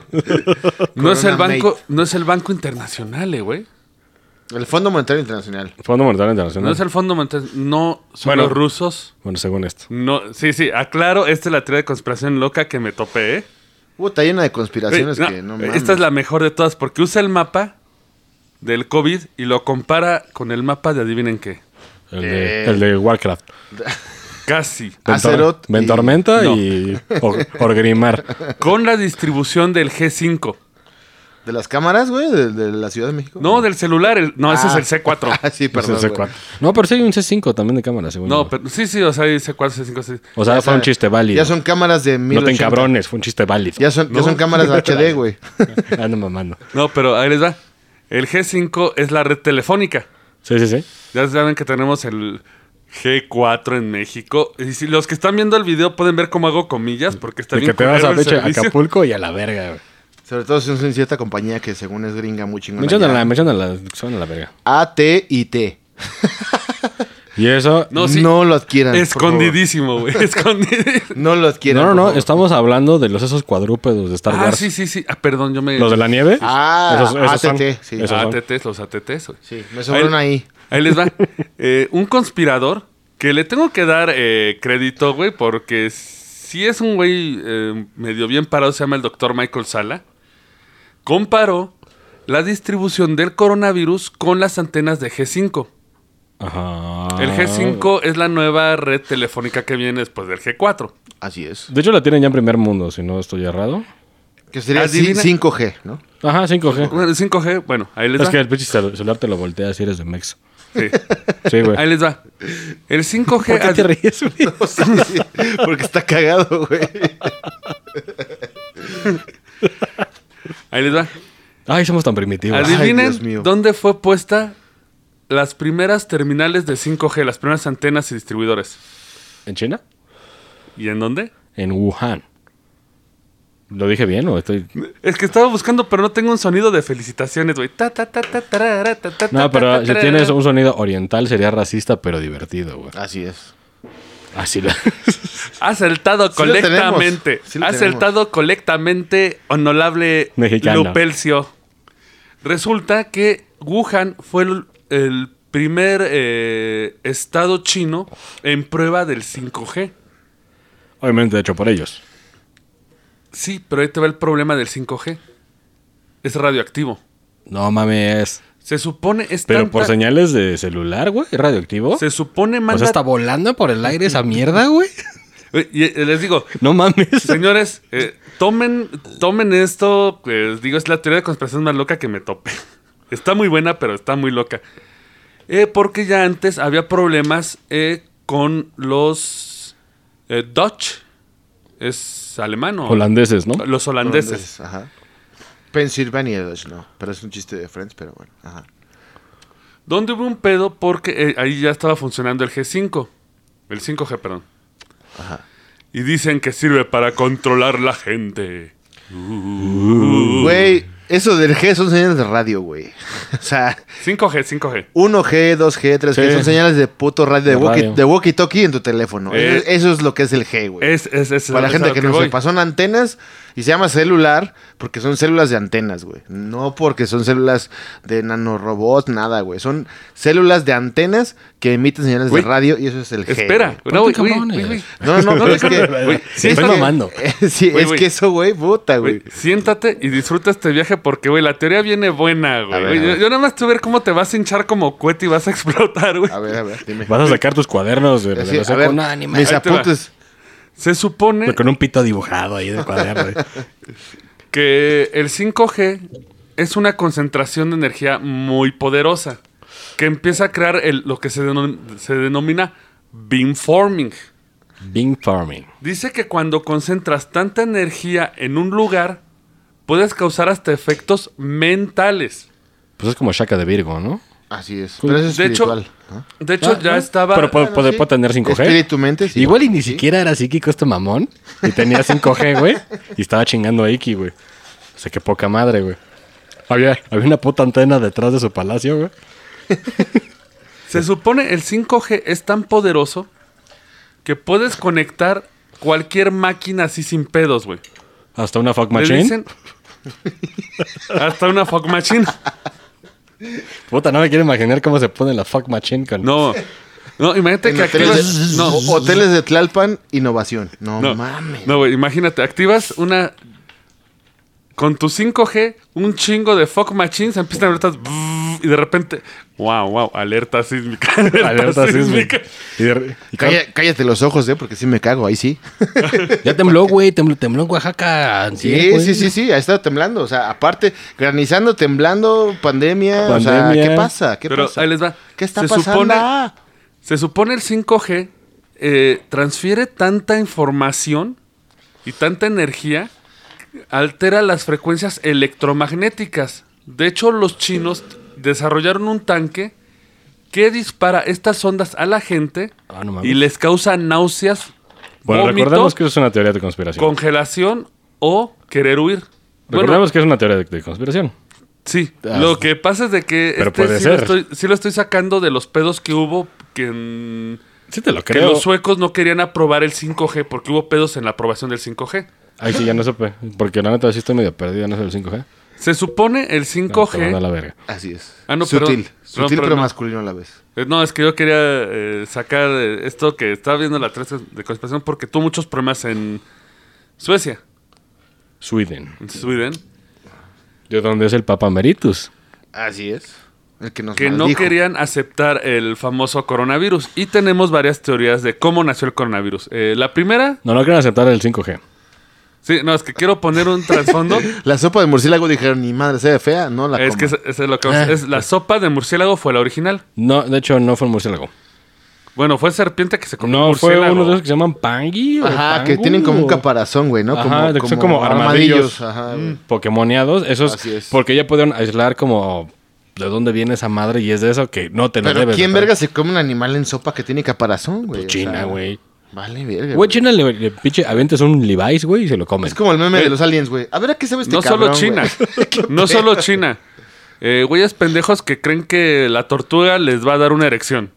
Speaker 2: no, es el
Speaker 3: Corona
Speaker 2: banco, no es el Banco Internacional, eh, güey.
Speaker 3: El Fondo Monetario Internacional.
Speaker 4: Fondo Monetario Internacional.
Speaker 2: No es el Fondo Monetario. No son
Speaker 4: Bueno.
Speaker 2: los rusos.
Speaker 4: Bueno, según esto.
Speaker 2: No, sí, sí, aclaro, esta es la teoría de conspiración loca que me topé, ¿eh?
Speaker 3: Hubo llena de conspiraciones
Speaker 2: Güey,
Speaker 3: que no
Speaker 2: no,
Speaker 3: mames.
Speaker 2: esta es la mejor de todas porque usa el mapa del COVID y lo compara con el mapa de adivinen qué.
Speaker 4: El,
Speaker 3: Eh.
Speaker 4: de, el de Warcraft.
Speaker 2: Casi.
Speaker 3: Azeroth y-
Speaker 4: Ventormenta
Speaker 2: No.
Speaker 4: y Or- Orgrimmar.
Speaker 3: (laughs)
Speaker 2: Con la distribución del G5.
Speaker 3: ¿De las cámaras, güey? De, de la Ciudad de México?
Speaker 2: No, del celular. el- no, ese es el
Speaker 3: (laughs) Ah,
Speaker 2: C4.
Speaker 3: sí,
Speaker 4: Es el
Speaker 3: perdón.
Speaker 4: C4. No, pero sí hay un C5 también de cámara, según
Speaker 2: No,
Speaker 4: yo.
Speaker 2: pero sí, sí, o sea, hay C4, C5, C5.
Speaker 4: O sea, fue un chiste válido.
Speaker 3: Ya son cámaras de
Speaker 4: no
Speaker 3: 1080.
Speaker 4: te encabrones, fue un chiste válido. Ah,
Speaker 3: Ya son, ya
Speaker 2: (laughs)
Speaker 3: son cámaras HD,
Speaker 4: (laughs)
Speaker 3: güey.
Speaker 4: Ando mamando.
Speaker 2: No, pero ahí les va. El G5 es la red telefónica.
Speaker 4: Sí, sí, sí.
Speaker 2: Ya saben que tenemos el G4 en México. Y si los que están viendo el video pueden ver cómo hago comillas, porque está
Speaker 4: De
Speaker 2: bien
Speaker 4: que te vas
Speaker 2: culero
Speaker 4: a
Speaker 2: el
Speaker 4: pinche
Speaker 2: servicio.
Speaker 4: Acapulco y a la verga, güey.
Speaker 3: Sobre todo si es en cierta compañía que según es gringa muy chingona.
Speaker 4: Menciónala,
Speaker 3: ya.
Speaker 4: menciónala, suena la verga.
Speaker 3: A, T y T.
Speaker 4: Y eso.
Speaker 2: No, sí.
Speaker 3: No lo adquieran. por
Speaker 2: Escondidísimo,
Speaker 4: (laughs)
Speaker 2: güey. Escondidísimo.
Speaker 3: favor. No lo adquieran.
Speaker 4: No, no,
Speaker 3: por
Speaker 4: no,
Speaker 3: favor.
Speaker 4: estamos hablando de los esos cuadrúpedos de Star
Speaker 2: Ah,
Speaker 4: Wars.
Speaker 2: sí, sí, sí. Ah, perdón, yo me.
Speaker 4: ¿Los de la nieve?
Speaker 3: Ah,
Speaker 4: son-
Speaker 3: ATT, sí.
Speaker 4: esos son.
Speaker 2: ATTs, los ATTs. güey.
Speaker 3: Sí, me sobraron ahí.
Speaker 2: Ahí les
Speaker 4: (laughs)
Speaker 2: va. Eh, un conspirador que le tengo que dar eh, crédito, güey, porque si es un güey eh, medio bien parado, se llama el doctor Michael Sala. Comparó la distribución del coronavirus con las antenas de G5.
Speaker 4: Ajá.
Speaker 2: El G5 es la nueva red telefónica que viene después del G4.
Speaker 3: Así es.
Speaker 4: De hecho, la tienen ya en primer mundo, si no estoy errado.
Speaker 3: Que sería sí,
Speaker 2: Adivina-
Speaker 3: 5G, ¿no?
Speaker 4: Ajá, 5G.
Speaker 2: Bueno, el 5G, bueno, ahí les
Speaker 4: Es
Speaker 2: va.
Speaker 4: que el pinche cel- celular te lo voltea si eres de Mex.
Speaker 2: Sí.
Speaker 4: (laughs) Sí, güey.
Speaker 2: Ahí les va. El 5G. (laughs)
Speaker 4: ¿Por qué te
Speaker 2: ad-
Speaker 4: ríes, güey?
Speaker 3: O sea, sí, porque está cagado, güey.
Speaker 2: Ahí les va.
Speaker 4: Ay, somos tan primitivos.
Speaker 3: Así-
Speaker 2: Adivinen
Speaker 3: Dios mío.
Speaker 2: dónde fue puesta las primeras terminales de 5G, las primeras antenas y distribuidores.
Speaker 4: ¿En China?
Speaker 2: ¿Y en dónde?
Speaker 4: En Wuhan. ¿Lo dije bien o estoy...?
Speaker 2: Es que estaba buscando, pero no tengo un sonido de felicitaciones, güey. Ta, ta, ta, ta, tarara, ta, ta,
Speaker 4: No,
Speaker 2: ta, ta,
Speaker 4: pero si
Speaker 2: tarara.
Speaker 4: tienes un sonido oriental sería racista, pero divertido, güey.
Speaker 3: Así es.
Speaker 4: Así lo... (laughs)
Speaker 2: Acertado
Speaker 3: lo tenemos.
Speaker 2: colectamente.
Speaker 3: Sí lo
Speaker 2: acertado colectamente, honorable
Speaker 4: Mexicano.
Speaker 2: Lupelcio. Resulta que Wuhan fue el, el primer eh, estado chino en prueba del 5G.
Speaker 4: Obviamente hecho por ellos.
Speaker 2: Sí, pero ahí te va el problema del 5G. Es radioactivo.
Speaker 4: No mames.
Speaker 2: Se supone es
Speaker 4: Pero
Speaker 2: tanta-
Speaker 4: por señales de celular, güey, radioactivo.
Speaker 2: Se supone
Speaker 4: O
Speaker 2: manda...
Speaker 4: sea, está volando por el aire esa mierda, güey. (laughs)
Speaker 2: Y, eh, les digo,
Speaker 4: No mames.
Speaker 2: señores, eh, tomen, tomen esto. Les digo, es la teoría de conspiración más loca que me tope. (laughs) Está muy buena, pero está muy loca. Eh, porque ya antes había problemas eh, con los eh, Dutch. Es alemán o...
Speaker 4: Holandeses, ¿no?
Speaker 2: Los holandeses.
Speaker 3: Holandeses, Ajá. Pennsylvania Dutch, no. Pero es un chiste de Friends, pero bueno. Ajá.
Speaker 2: Donde hubo un pedo porque eh, ahí ya estaba funcionando el G5. El 5G, perdón.
Speaker 3: Ajá.
Speaker 2: Y dicen que sirve para controlar la gente.
Speaker 3: Güey, Eso del G son señales de radio, güey. (laughs) O sea,
Speaker 2: 5G, 5G.
Speaker 3: 1G, 2G, 3G
Speaker 4: Sí.
Speaker 3: son señales de puto radio, de,
Speaker 4: De radio.
Speaker 3: walkie- de walkie-talkie en tu teléfono.
Speaker 2: Eh.
Speaker 3: Eso, eso es lo que es el G, güey.
Speaker 2: Es, es, es,
Speaker 3: Para la
Speaker 2: es a
Speaker 3: gente
Speaker 2: lo
Speaker 3: que no
Speaker 2: voy.
Speaker 3: sepa, son antenas y se llama celular porque son células de antenas, güey. No porque son células de nanorobots, nada, güey. Son células de antenas que emiten señales
Speaker 2: Güey.
Speaker 3: de radio y eso es el G.
Speaker 2: Espera,
Speaker 3: güey.
Speaker 2: no, güey,
Speaker 4: Ponte
Speaker 2: güey,
Speaker 4: cabrones.
Speaker 2: güey, güey.
Speaker 3: No, no,
Speaker 2: (laughs)
Speaker 3: no, es que.
Speaker 2: Güey,
Speaker 4: sí,
Speaker 3: es
Speaker 4: estoy
Speaker 3: que-
Speaker 4: mamando.
Speaker 3: (laughs) Sí,
Speaker 2: Güey,
Speaker 3: es
Speaker 2: güey.
Speaker 3: que eso, güey, puta,
Speaker 2: Güey,
Speaker 3: güey.
Speaker 2: siéntate y disfruta este viaje porque, güey, la teoría viene buena, güey.
Speaker 3: A ver,
Speaker 2: Güey,
Speaker 3: a
Speaker 2: yo,
Speaker 3: ver.
Speaker 2: yo nada más te ver cómo te vas a hinchar como cohete y vas a (laughs) explotar, güey.
Speaker 3: A ver, a ver, dime.
Speaker 4: Vas a sacar tus cuadernos de
Speaker 3: Así, a
Speaker 4: relación
Speaker 3: ver,
Speaker 4: con anime.
Speaker 3: mis
Speaker 2: Ahí te va.
Speaker 3: apuntes.
Speaker 2: Se supone
Speaker 4: Con un pito dibujado ahí de cuaderno. güey.
Speaker 2: que el 5G es una concentración de energía muy poderosa que empieza a crear el- lo que se, denom- se denomina beamforming.
Speaker 4: (laughs) Bing Farming.
Speaker 2: Dice que cuando concentras tanta energía en un lugar, puedes causar hasta efectos mentales.
Speaker 4: Pues es como Shaka de Virgo, ¿no?
Speaker 3: Así es. Pero eso es
Speaker 2: De hecho,
Speaker 3: espiritual. ¿no?
Speaker 2: de hecho
Speaker 4: Ah,
Speaker 2: ya
Speaker 4: ah,
Speaker 2: estaba...
Speaker 4: Pero puede,
Speaker 3: bueno,
Speaker 4: puede-
Speaker 3: sí.
Speaker 4: puede tener 5G.
Speaker 3: Espíritu-mente, sí.
Speaker 4: Igual y ni siquiera era psíquico este mamón. Y tenía 5G, güey. Y estaba chingando a Iki, güey. O sea, qué poca madre, güey. Había, había una puta antena detrás de su palacio, güey.
Speaker 2: Se supone el 5G es tan poderoso que puedes conectar cualquier máquina así sin pedos, güey.
Speaker 4: Hasta una fuck
Speaker 2: Le
Speaker 4: machine.
Speaker 2: dicen- (laughs) Hasta una fuck machine.
Speaker 4: Puta, no me quiero imaginar cómo se pone la fuck machine con...
Speaker 2: No. No, imagínate
Speaker 3: En
Speaker 2: que
Speaker 3: hoteles,
Speaker 2: activas.
Speaker 3: de,
Speaker 2: No,
Speaker 4: (laughs)
Speaker 3: o- hoteles de Tlalpan, innovación. "Oh, No,
Speaker 2: no,
Speaker 3: mames.
Speaker 2: no, güey, imagínate, activas una. Con tu 5G, un chingo de fuck machines empiezan a alertas. Y de repente. ¡Wow, wow! Alerta sísmica. (laughs) Alerta,
Speaker 4: Alerta sísmica.
Speaker 2: sísmica.
Speaker 4: Y de- y claro,
Speaker 3: Calla- cállate los ojos, ¿eh? Porque sí me cago, ahí sí.
Speaker 4: ya tembló, güey. Tembló, tembló en Oaxaca. antier,
Speaker 3: Sí,
Speaker 4: güey.
Speaker 3: sí, sí, sí, ha estado temblando. O sea, aparte, granizando, temblando, pandemia. O sea,
Speaker 4: Pandemia.
Speaker 3: ¿qué pasa? ¿Qué
Speaker 2: Pero
Speaker 3: pasa?
Speaker 2: ahí les va.
Speaker 3: ¿Qué está
Speaker 2: Se
Speaker 3: pasando?
Speaker 2: supone- Se supone el 5G eh, transfiere tanta información y tanta energía, altera las frecuencias electromagnéticas. De hecho, los chinos desarrollaron un tanque que dispara estas ondas a la gente
Speaker 4: Ah, no mames.
Speaker 2: y les causa náuseas,
Speaker 4: Bueno,
Speaker 2: vómito,
Speaker 4: recordemos que eso es una teoría de conspiración.
Speaker 2: congelación o querer huir. Bueno,
Speaker 4: Recordemos que es una teoría de, de conspiración.
Speaker 2: Sí,
Speaker 4: Ah.
Speaker 2: lo que pasa es de que este
Speaker 4: Pero puede
Speaker 2: sí,
Speaker 4: ser.
Speaker 2: Lo estoy, sí lo estoy sacando de los pedos que hubo que en-
Speaker 4: Sí te lo
Speaker 2: que
Speaker 4: creo.
Speaker 2: los suecos no querían aprobar el 5G porque hubo pedos en la aprobación del 5G.
Speaker 4: Ay, sí, ya no supe. Porque la neta sí estoy medio perdido en eso del 5G.
Speaker 2: Se supone el
Speaker 4: No, te
Speaker 2: 5G.
Speaker 4: manda a la verga.
Speaker 3: Así es.
Speaker 2: Ah, no, perdón.
Speaker 3: Sutil.
Speaker 2: No,
Speaker 3: Sutil, pero
Speaker 2: perdón.
Speaker 3: masculino a la vez.
Speaker 2: Eh, No, es que yo quería eh, sacar eh, esto que estaba viendo la 3 de conspiración porque tuvo muchos problemas en Suecia,
Speaker 4: Sweden.
Speaker 2: en Sweden,
Speaker 4: De donde es el Papa Meritus.
Speaker 3: Así es. El que nos
Speaker 2: que no
Speaker 3: maldijo.
Speaker 2: querían aceptar el famoso coronavirus. Y tenemos varias teorías de cómo nació el coronavirus. Eh, la primera,
Speaker 4: No, no quieren aceptar el 5G.
Speaker 2: sí, no, es que quiero poner un
Speaker 4: (laughs)
Speaker 2: trasfondo.
Speaker 3: La sopa de murciélago dijeron, ni madre, se ve fea, no la
Speaker 2: es que
Speaker 3: coma".
Speaker 2: es, es lo que vamos a-
Speaker 4: Ah.
Speaker 2: es la sopa de murciélago fue la original.
Speaker 4: No, de hecho, no fue el murciélago.
Speaker 2: Bueno, fue serpiente que se comió
Speaker 4: No,
Speaker 2: un murciélago.
Speaker 4: fue uno de esos que se llaman Pangi. o
Speaker 3: Ajá,
Speaker 4: Pangu,
Speaker 3: que tienen como un
Speaker 4: o
Speaker 3: caparazón, güey, ¿no?
Speaker 4: Ajá, de que son como armadillos. Mm.
Speaker 3: Ajá, güey.
Speaker 4: Pokemoneados. Esos.
Speaker 3: Así es.
Speaker 4: Porque ya pudieron aislar como de dónde viene esa madre y es de eso que no te lo
Speaker 3: Pero
Speaker 4: debes.
Speaker 3: ¿quién
Speaker 4: de- Pues
Speaker 3: verga se come un animal en sopa que tiene caparazón, güey? O sea,
Speaker 4: China, güey.
Speaker 3: Vale, verga.
Speaker 4: Güey,
Speaker 3: güey.
Speaker 4: China le, le pinche avientes un Levi's, güey, y se lo comen.
Speaker 3: Es como el meme
Speaker 2: Eh,
Speaker 3: de los aliens, güey. A ver, ¿a qué sabe este
Speaker 2: no
Speaker 3: cabrón,
Speaker 2: solo China, (laughs)
Speaker 3: güey? (laughs) Qué
Speaker 2: no solo China. Eh, güeyes pendejos que creen que la tortuga les va a dar una erección.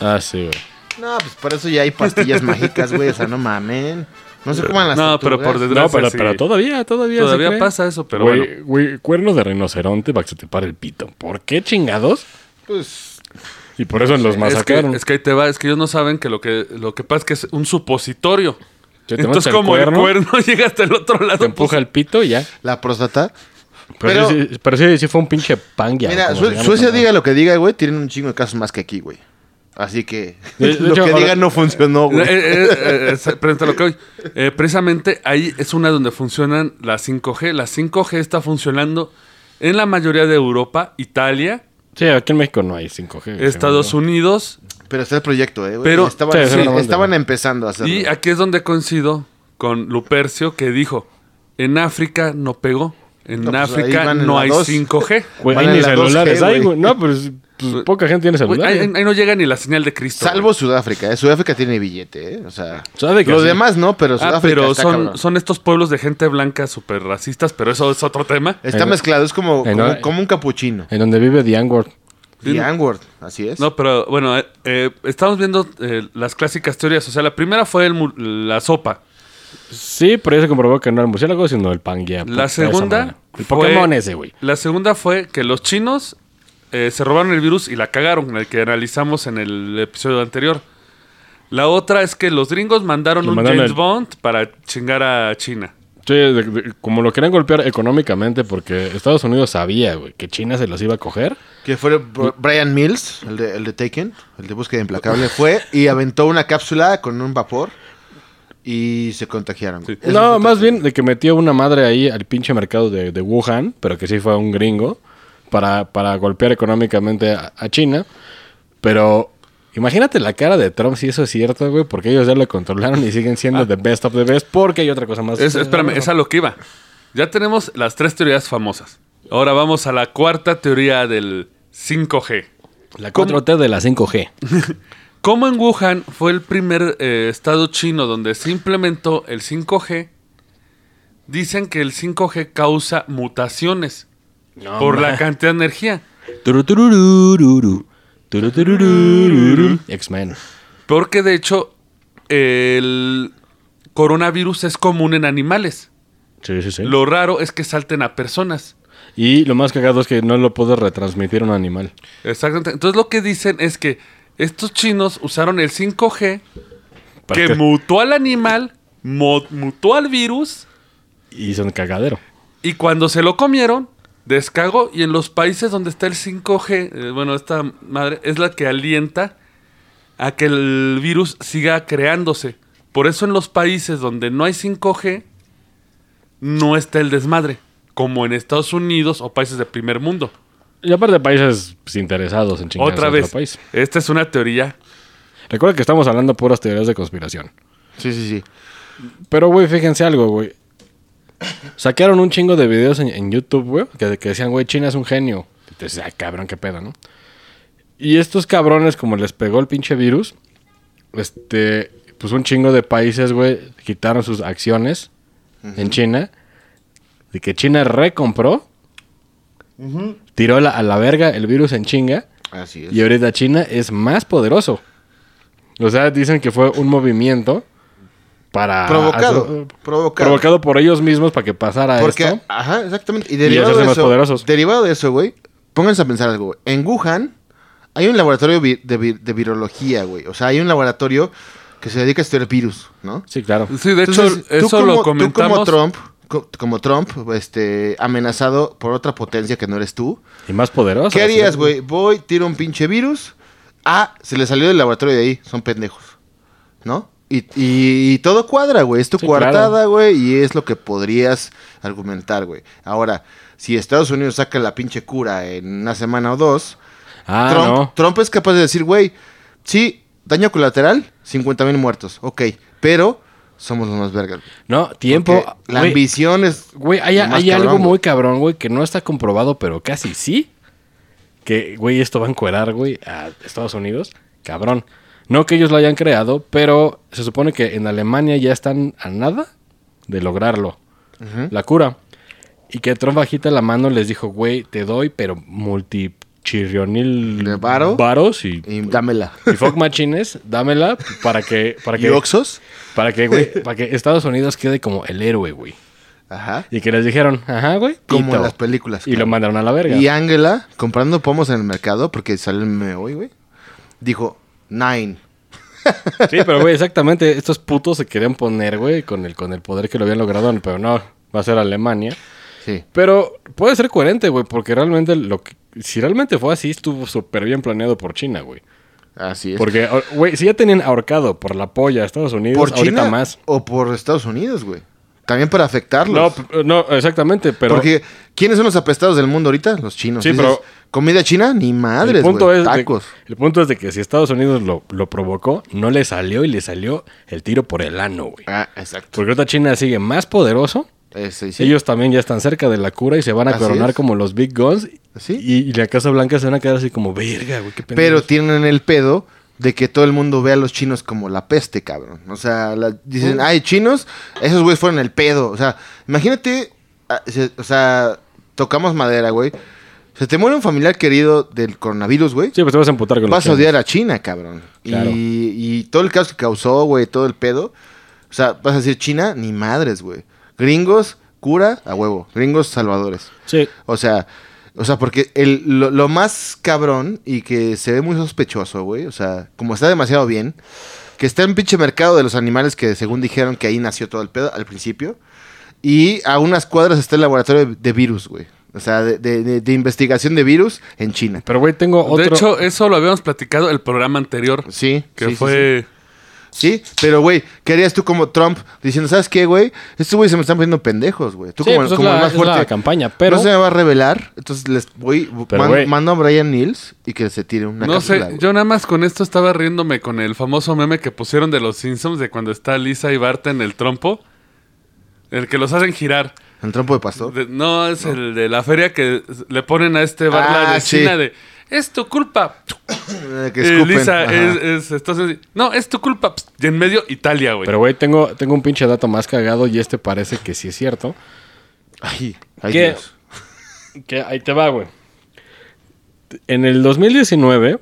Speaker 4: Ah, sí, güey.
Speaker 3: No, pues por eso ya hay pastillas mágicas, güey. O sea, no mamen. No se coman las
Speaker 2: No, pero por
Speaker 3: tortugas.
Speaker 2: desgracia
Speaker 4: No, pero,
Speaker 2: sí.
Speaker 4: pero todavía, todavía. se
Speaker 2: Todavía
Speaker 4: cree.
Speaker 2: pasa eso, pero
Speaker 4: Güey,
Speaker 2: bueno.
Speaker 4: güey, cuernos de rinoceronte para que se te pare el pito. ¿Por qué chingados?
Speaker 3: Pues,
Speaker 4: Y por eso los
Speaker 2: Es que,
Speaker 4: masacraron.
Speaker 2: es que ahí te va, es que ellos no saben que lo que, lo que pasa es que es un supositorio.
Speaker 4: Te metes
Speaker 2: Entonces,
Speaker 4: el
Speaker 2: como
Speaker 4: cuerno,
Speaker 2: el cuerno (laughs) pues, llega hasta el otro lado,
Speaker 4: te empuja el pito y ya.
Speaker 3: la próstata.
Speaker 4: Pero,
Speaker 3: Pero-
Speaker 4: sí, pero sí, sí fue un pinche pangia.
Speaker 3: Mira,
Speaker 4: como
Speaker 3: Sue-
Speaker 4: se llama
Speaker 3: Suecia
Speaker 4: esa
Speaker 3: diga lo que diga, güey, tienen un chingo de casos más que aquí, güey. Así que
Speaker 4: De-
Speaker 3: (laughs)
Speaker 4: de
Speaker 3: lo
Speaker 4: hecho,
Speaker 3: que
Speaker 4: ahora-
Speaker 3: diga no funcionó,
Speaker 2: Eh,
Speaker 3: güey.
Speaker 2: eh, eh, eh, se- presenta lo que hoy. Eh, precisamente ahí es una donde funcionan las 5G. La 5G está funcionando en la mayoría de Europa, Italia,
Speaker 4: madre. Sí, aquí en México no hay 5G.
Speaker 2: Estados
Speaker 4: seguro.
Speaker 2: Unidos.
Speaker 3: Pero está el proyecto, eh, güey.
Speaker 2: Pero-
Speaker 3: estaban,
Speaker 4: Sí,
Speaker 3: sí,
Speaker 4: seguramente.
Speaker 3: estaban empezando a hacerlo.
Speaker 2: Y aquí es donde coincido con Lupercio que dijo, en África no pegó, en
Speaker 3: No, pues, ahí
Speaker 2: África
Speaker 3: van en
Speaker 2: no
Speaker 3: la
Speaker 2: hay
Speaker 3: dos.
Speaker 2: 5G.
Speaker 4: Güey,
Speaker 3: Van
Speaker 4: ahí
Speaker 3: (laughs) en
Speaker 4: ni
Speaker 3: la 2G,
Speaker 4: celulares hay,
Speaker 3: güey.
Speaker 4: güey. No, pero es- pues, pues, poca gente tiene
Speaker 2: Güey,
Speaker 4: celular.
Speaker 2: ahí,
Speaker 4: güey.
Speaker 2: ahí no llega ni la señal de Cristo.
Speaker 3: eh. Salvo
Speaker 2: güey.
Speaker 3: Sudáfrica, ¿eh? Sudáfrica tiene billete, ¿eh? O sea,
Speaker 4: Sabe que
Speaker 3: los
Speaker 4: sí.
Speaker 3: demás no, pero
Speaker 2: Ah,
Speaker 3: Sudáfrica
Speaker 2: pero
Speaker 3: está
Speaker 2: son,
Speaker 3: cabrón.
Speaker 2: son estos pueblos de gente blanca súper racistas, pero eso es otro tema.
Speaker 3: Está
Speaker 4: En-
Speaker 3: mezclado, es como,
Speaker 4: en-
Speaker 3: como, como un capuchino.
Speaker 4: En donde vive The Angward.
Speaker 3: Y Angward, así es.
Speaker 2: Eh, No, pero bueno, eh, eh, estamos viendo eh, las clásicas teorías. O sea, la primera fue el mu- la sopa.
Speaker 4: Sí, pero ya se comprobó que no era el murciélago, sino el Pangea.
Speaker 2: La
Speaker 4: Esa madre.
Speaker 2: segunda.
Speaker 4: El
Speaker 2: fue-
Speaker 4: Pokémon ese, güey.
Speaker 2: La segunda fue que los chinos eh, se robaron el virus y la cagaron, el que analizamos en el episodio anterior. La otra es que los gringos mandaron
Speaker 4: Le
Speaker 2: un
Speaker 4: mandaron
Speaker 2: James
Speaker 4: el-
Speaker 2: Bond para chingar a China.
Speaker 4: Sí, de- de- como lo querían golpear económicamente porque Estados Unidos sabía, güey, que China se los iba a coger.
Speaker 3: Que fue Br- Brian Mills, el de, el de Taken, el de Búsqueda Implacable, fue y aventó una cápsula con un vapor y se contagiaron.
Speaker 2: Sí.
Speaker 3: Eso
Speaker 4: no,
Speaker 3: fue
Speaker 4: más
Speaker 3: todo.
Speaker 4: bien de que metió una madre ahí al pinche mercado de, de Wuhan, pero que sí fue un gringo, para, para golpear económicamente a, a China. Pero imagínate la cara de Trump si eso es cierto, güey, porque ellos ya lo controlaron y siguen siendo the best of the best porque hay otra cosa más.
Speaker 2: Ah. Es- espérame, es a lo que iba. Ya tenemos las tres teorías famosas. Ahora vamos a la cuarta teoría del 5G.
Speaker 4: La 4T de la 5G.
Speaker 2: Como en Wuhan fue el primer eh, estado chino donde se implementó el 5G, dicen que el 5G causa mutaciones
Speaker 4: Ah,
Speaker 2: por la cantidad de energía.
Speaker 4: Turutururururu. Turutururururu. X-Men.
Speaker 2: Porque de hecho el coronavirus es común en animales.
Speaker 4: Sí, sí, sí.
Speaker 2: Lo raro es que salten a personas.
Speaker 4: Y lo más cagado es que no lo puedo retransmitir a un animal.
Speaker 2: Exactamente. Entonces lo que dicen es que estos chinos usaron el 5G
Speaker 4: Para
Speaker 2: que
Speaker 4: que-
Speaker 2: mutó al animal, mo- mutó al virus
Speaker 4: Y son cagadero.
Speaker 2: y cuando se lo comieron, descagó y en los países donde está el 5G, eh, bueno, esta madre es la que alienta a que el virus siga creándose. Por eso en los países donde no hay 5G, no está el desmadre, como en Estados Unidos o países de primer mundo.
Speaker 4: Y aparte países pues, interesados en chingarse
Speaker 2: Otra
Speaker 4: a
Speaker 2: vez,
Speaker 4: otro país.
Speaker 2: esta es una teoría.
Speaker 4: Recuerda que estamos hablando puras teorías de conspiración.
Speaker 3: Sí, sí, sí.
Speaker 4: Pero, güey, fíjense algo, güey. Sacaron un chingo de videos en, en YouTube, güey, que, que decían, güey, China es un genio. Entonces, ah, cabrón, qué pedo, ¿no? Y estos cabrones, como les pegó el pinche virus, este, pues un chingo de países, güey, quitaron sus acciones en China. De que China recompró, tiró la- a la verga el virus en chinga.
Speaker 3: Así es.
Speaker 4: Y ahorita China es más poderoso. O sea, dicen que fue un movimiento para...
Speaker 3: Provocado,
Speaker 4: eh,
Speaker 3: provocado.
Speaker 4: provocado por ellos mismos para que pasara
Speaker 3: Porque,
Speaker 4: esto.
Speaker 3: ajá, exactamente. Y
Speaker 4: ellos se
Speaker 3: derivado,
Speaker 4: hacen
Speaker 3: de,
Speaker 4: más
Speaker 3: eso,
Speaker 4: poderosos.
Speaker 3: derivado de eso, güey, pónganse a pensar algo. güey. En Wuhan hay un laboratorio vi- de, vi- de virología, güey. O sea, hay un laboratorio que se dedica a estudiar virus, ¿no?
Speaker 4: Sí, claro.
Speaker 2: Sí, de
Speaker 3: Entonces,
Speaker 2: hecho, eso
Speaker 3: tú como,
Speaker 2: lo
Speaker 3: tú como
Speaker 2: comentamos.
Speaker 3: Trump, co- como Trump, este, amenazado por otra potencia que no eres tú.
Speaker 4: Y más poderoso.
Speaker 3: ¿Qué harías, güey? Voy, tiro un pinche virus. Ah, se le salió del laboratorio de ahí. Son pendejos. ¿No? Y, y- y todo cuadra, güey. Es tu
Speaker 4: Sí,
Speaker 3: coartada,
Speaker 4: claro.
Speaker 3: güey. Y es lo que podrías argumentar, güey. Ahora, si Estados Unidos saca la pinche cura en una semana o dos,
Speaker 4: Ah,
Speaker 3: Trump,
Speaker 4: no.
Speaker 3: Trump es capaz de decir, güey, sí, daño colateral, 50 mil muertos. Ok, pero somos los más vergas. güey.
Speaker 4: No, tiempo...
Speaker 3: Porque La
Speaker 4: güey,
Speaker 3: ambición es.
Speaker 4: Güey, hay,
Speaker 3: lo más
Speaker 4: hay algo
Speaker 3: cabrón, güey.
Speaker 4: muy cabrón, güey, que no está comprobado, pero casi sí. Que, güey, esto va a encuerar, güey, a Estados Unidos. Cabrón. No que ellos lo hayan creado, pero se supone que en Alemania ya están a nada de lograrlo. La cura. Y que Trump bajita la mano les dijo, güey, te doy, pero multichirrionil...
Speaker 3: ¿De varo?
Speaker 4: Varos y...
Speaker 3: Y
Speaker 4: (laughs)
Speaker 3: dámela.
Speaker 4: Y fuck machines, dámela para que... Para
Speaker 3: ¿Y
Speaker 4: que
Speaker 3: Oxos?
Speaker 4: Para que, güey, para que Estados Unidos quede como el héroe, güey.
Speaker 3: Ajá.
Speaker 4: Y que les dijeron, ajá, güey.
Speaker 3: Como
Speaker 4: pito".
Speaker 3: en las películas.
Speaker 4: Y lo
Speaker 3: cabrón.
Speaker 4: mandaron a la verga.
Speaker 3: Y Ángela, comprando pomos en el mercado, porque sale el meme hoy, güey, dijo, nine.
Speaker 4: Sí, pero güey, exactamente. Estos putos se querían poner, güey, con el, con el poder que lo habían logrado, pero no, va a ser Alemania.
Speaker 3: Sí.
Speaker 4: Pero puede ser coherente, güey, porque realmente lo que, si realmente fue así, estuvo súper bien planeado por China, güey.
Speaker 3: Así es.
Speaker 4: Porque, o- güey, si ya tenían ahorcado por la polla a Estados Unidos,
Speaker 3: ¿Por
Speaker 4: ahorita
Speaker 3: China
Speaker 4: más.
Speaker 3: o por Estados Unidos, güey? También para afectarlos.
Speaker 4: No, p- no, exactamente, pero
Speaker 3: Porque, ¿quiénes son los apestados del mundo ahorita? Los chinos.
Speaker 4: Sí, pero-
Speaker 3: ¿Comida china? Ni
Speaker 4: el
Speaker 3: madres,
Speaker 4: punto,
Speaker 3: güey.
Speaker 4: es de,
Speaker 3: Tacos.
Speaker 4: el punto es de que si Estados Unidos lo, lo provocó, no le salió y le salió el tiro por el ano, güey.
Speaker 3: Ah, exacto.
Speaker 4: Porque ahorita China sigue más poderoso
Speaker 3: Ese, sí.
Speaker 4: Ellos también ya están cerca de la cura y se van a
Speaker 3: Así
Speaker 4: coronar
Speaker 3: es.
Speaker 4: como los Big Guns.
Speaker 3: Sí.
Speaker 4: Y, y la Casa Blanca se van a quedar así como, verga, güey, qué
Speaker 3: Pero
Speaker 4: pendejos".
Speaker 3: tienen el pedo de que todo el mundo ve a los chinos como la peste, cabrón. O sea, la- dicen, ay, chinos, esos güeyes fueron el pedo. O sea, imagínate, ah, se- o sea, tocamos madera, güey. Se te muere un familiar querido del coronavirus, güey.
Speaker 4: Sí, pues te vas a emputar con
Speaker 3: Vas a
Speaker 4: los
Speaker 3: odiar a China, cabrón.
Speaker 4: Claro.
Speaker 3: Y, y todo el caos que causó, güey, todo el pedo. O sea, vas a decir China, ni madres, güey. Gringos, cura, a huevo. Gringos, salvadores.
Speaker 4: chinos. Sí.
Speaker 3: O sea, o sea, porque el, lo, lo más cabrón y que se ve muy sospechoso, güey. O sea, como está demasiado bien, que está en pinche mercado de los animales que según dijeron que ahí nació todo el pedo al principio. Y a unas cuadras está el laboratorio de, de virus, güey. O sea, de, de- de- de investigación de virus en China.
Speaker 4: Pero, güey, tengo otro...
Speaker 2: De hecho, eso lo habíamos platicado el programa anterior.
Speaker 3: Sí.
Speaker 2: Que
Speaker 3: sí, sí, sí.
Speaker 2: fue.
Speaker 3: Sí, pero güey, ¿qué harías tú como Trump diciendo, ¿sabes qué, güey? Estos güeyes se me están poniendo pendejos, güey. Tú
Speaker 4: Sí,
Speaker 3: como,
Speaker 4: pues es
Speaker 3: como
Speaker 4: la-
Speaker 3: el más
Speaker 4: es la
Speaker 3: fuerte.
Speaker 4: campaña, pero-
Speaker 3: No se me va a revelar, entonces les voy.
Speaker 4: Pero,
Speaker 3: man-
Speaker 4: güey.
Speaker 3: mando a Brian Niels y que se tire una
Speaker 2: No sé,
Speaker 3: cápsula, güey.
Speaker 2: yo nada más con esto estaba riéndome con el famoso meme que pusieron de los Simpsons de cuando está Lisa y Bart en el trompo. El que los hacen girar.
Speaker 3: El trompo de pastor.
Speaker 2: De- no, es el de la feria que le ponen a este Bart la
Speaker 3: Ah,
Speaker 2: de
Speaker 3: sí.
Speaker 2: China de. Es tu culpa.
Speaker 3: Eh, que
Speaker 2: Eh,
Speaker 3: escupen.
Speaker 2: Lisa,
Speaker 3: Ajá.
Speaker 2: es, es- estás así, No, es tu culpa. Psst, Y en medio, Italia, güey.
Speaker 4: Pero, güey, tengo, tengo un pinche dato más cagado y este parece que sí es cierto.
Speaker 3: Ay, ay,
Speaker 4: ¿Qué?
Speaker 3: Dios.
Speaker 4: Que ahí te va, güey. En el 2019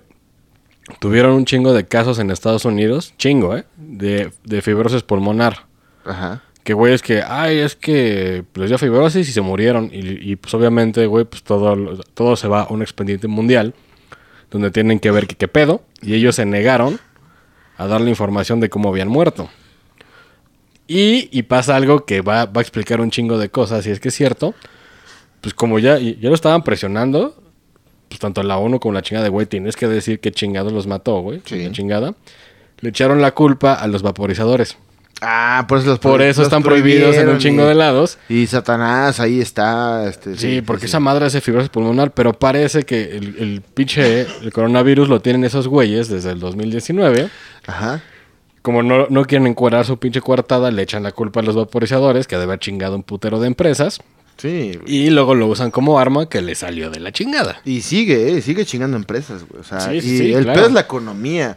Speaker 4: tuvieron un chingo de casos en Estados Unidos, chingo, ¿eh? De, de fibrosis pulmonar.
Speaker 3: Ajá.
Speaker 4: Que, güey, es que, ay, es que les dio fibrosis y se murieron. Y, y, pues obviamente, güey, pues todo, lo- todo se va a un expediente mundial donde tienen que ver qué- qué pedo. Y ellos se negaron a dar la información de cómo habían muerto. Y, y pasa algo que va, va a explicar un chingo de cosas, y es que es cierto. Pues como ya, ya lo estaban presionando, pues tanto la ONU como la chingada de, güey, tienes que decir qué chingado los mató, güey.
Speaker 3: Sí.
Speaker 4: La chingada. Le echaron la culpa a los vaporizadores.
Speaker 3: Ah, por eso los
Speaker 4: Por
Speaker 3: prohi-
Speaker 4: eso
Speaker 3: los
Speaker 4: están prohibidos en un
Speaker 3: prohibieron
Speaker 4: chingo
Speaker 3: y-
Speaker 4: de lados.
Speaker 3: Y Satanás, ahí está. Este,
Speaker 4: Sí, porque
Speaker 3: sí.
Speaker 4: esa madre hace fibrosis pulmonar, pero parece que el, el pinche el coronavirus lo tienen esos güeyes desde el 2019.
Speaker 3: Ajá.
Speaker 4: Como no, no quieren encuadrar su pinche coartada, le echan la culpa a los vaporizadores, que ha de haber chingado un putero de empresas,
Speaker 3: Sí, güey.
Speaker 4: y luego lo usan como arma que le salió de la chingada.
Speaker 3: Y sigue, eh, sigue chingando empresas, güey. O sea,
Speaker 4: Sí,
Speaker 3: y
Speaker 4: sí, sí,
Speaker 3: el
Speaker 4: claro.
Speaker 3: pedo es la economía.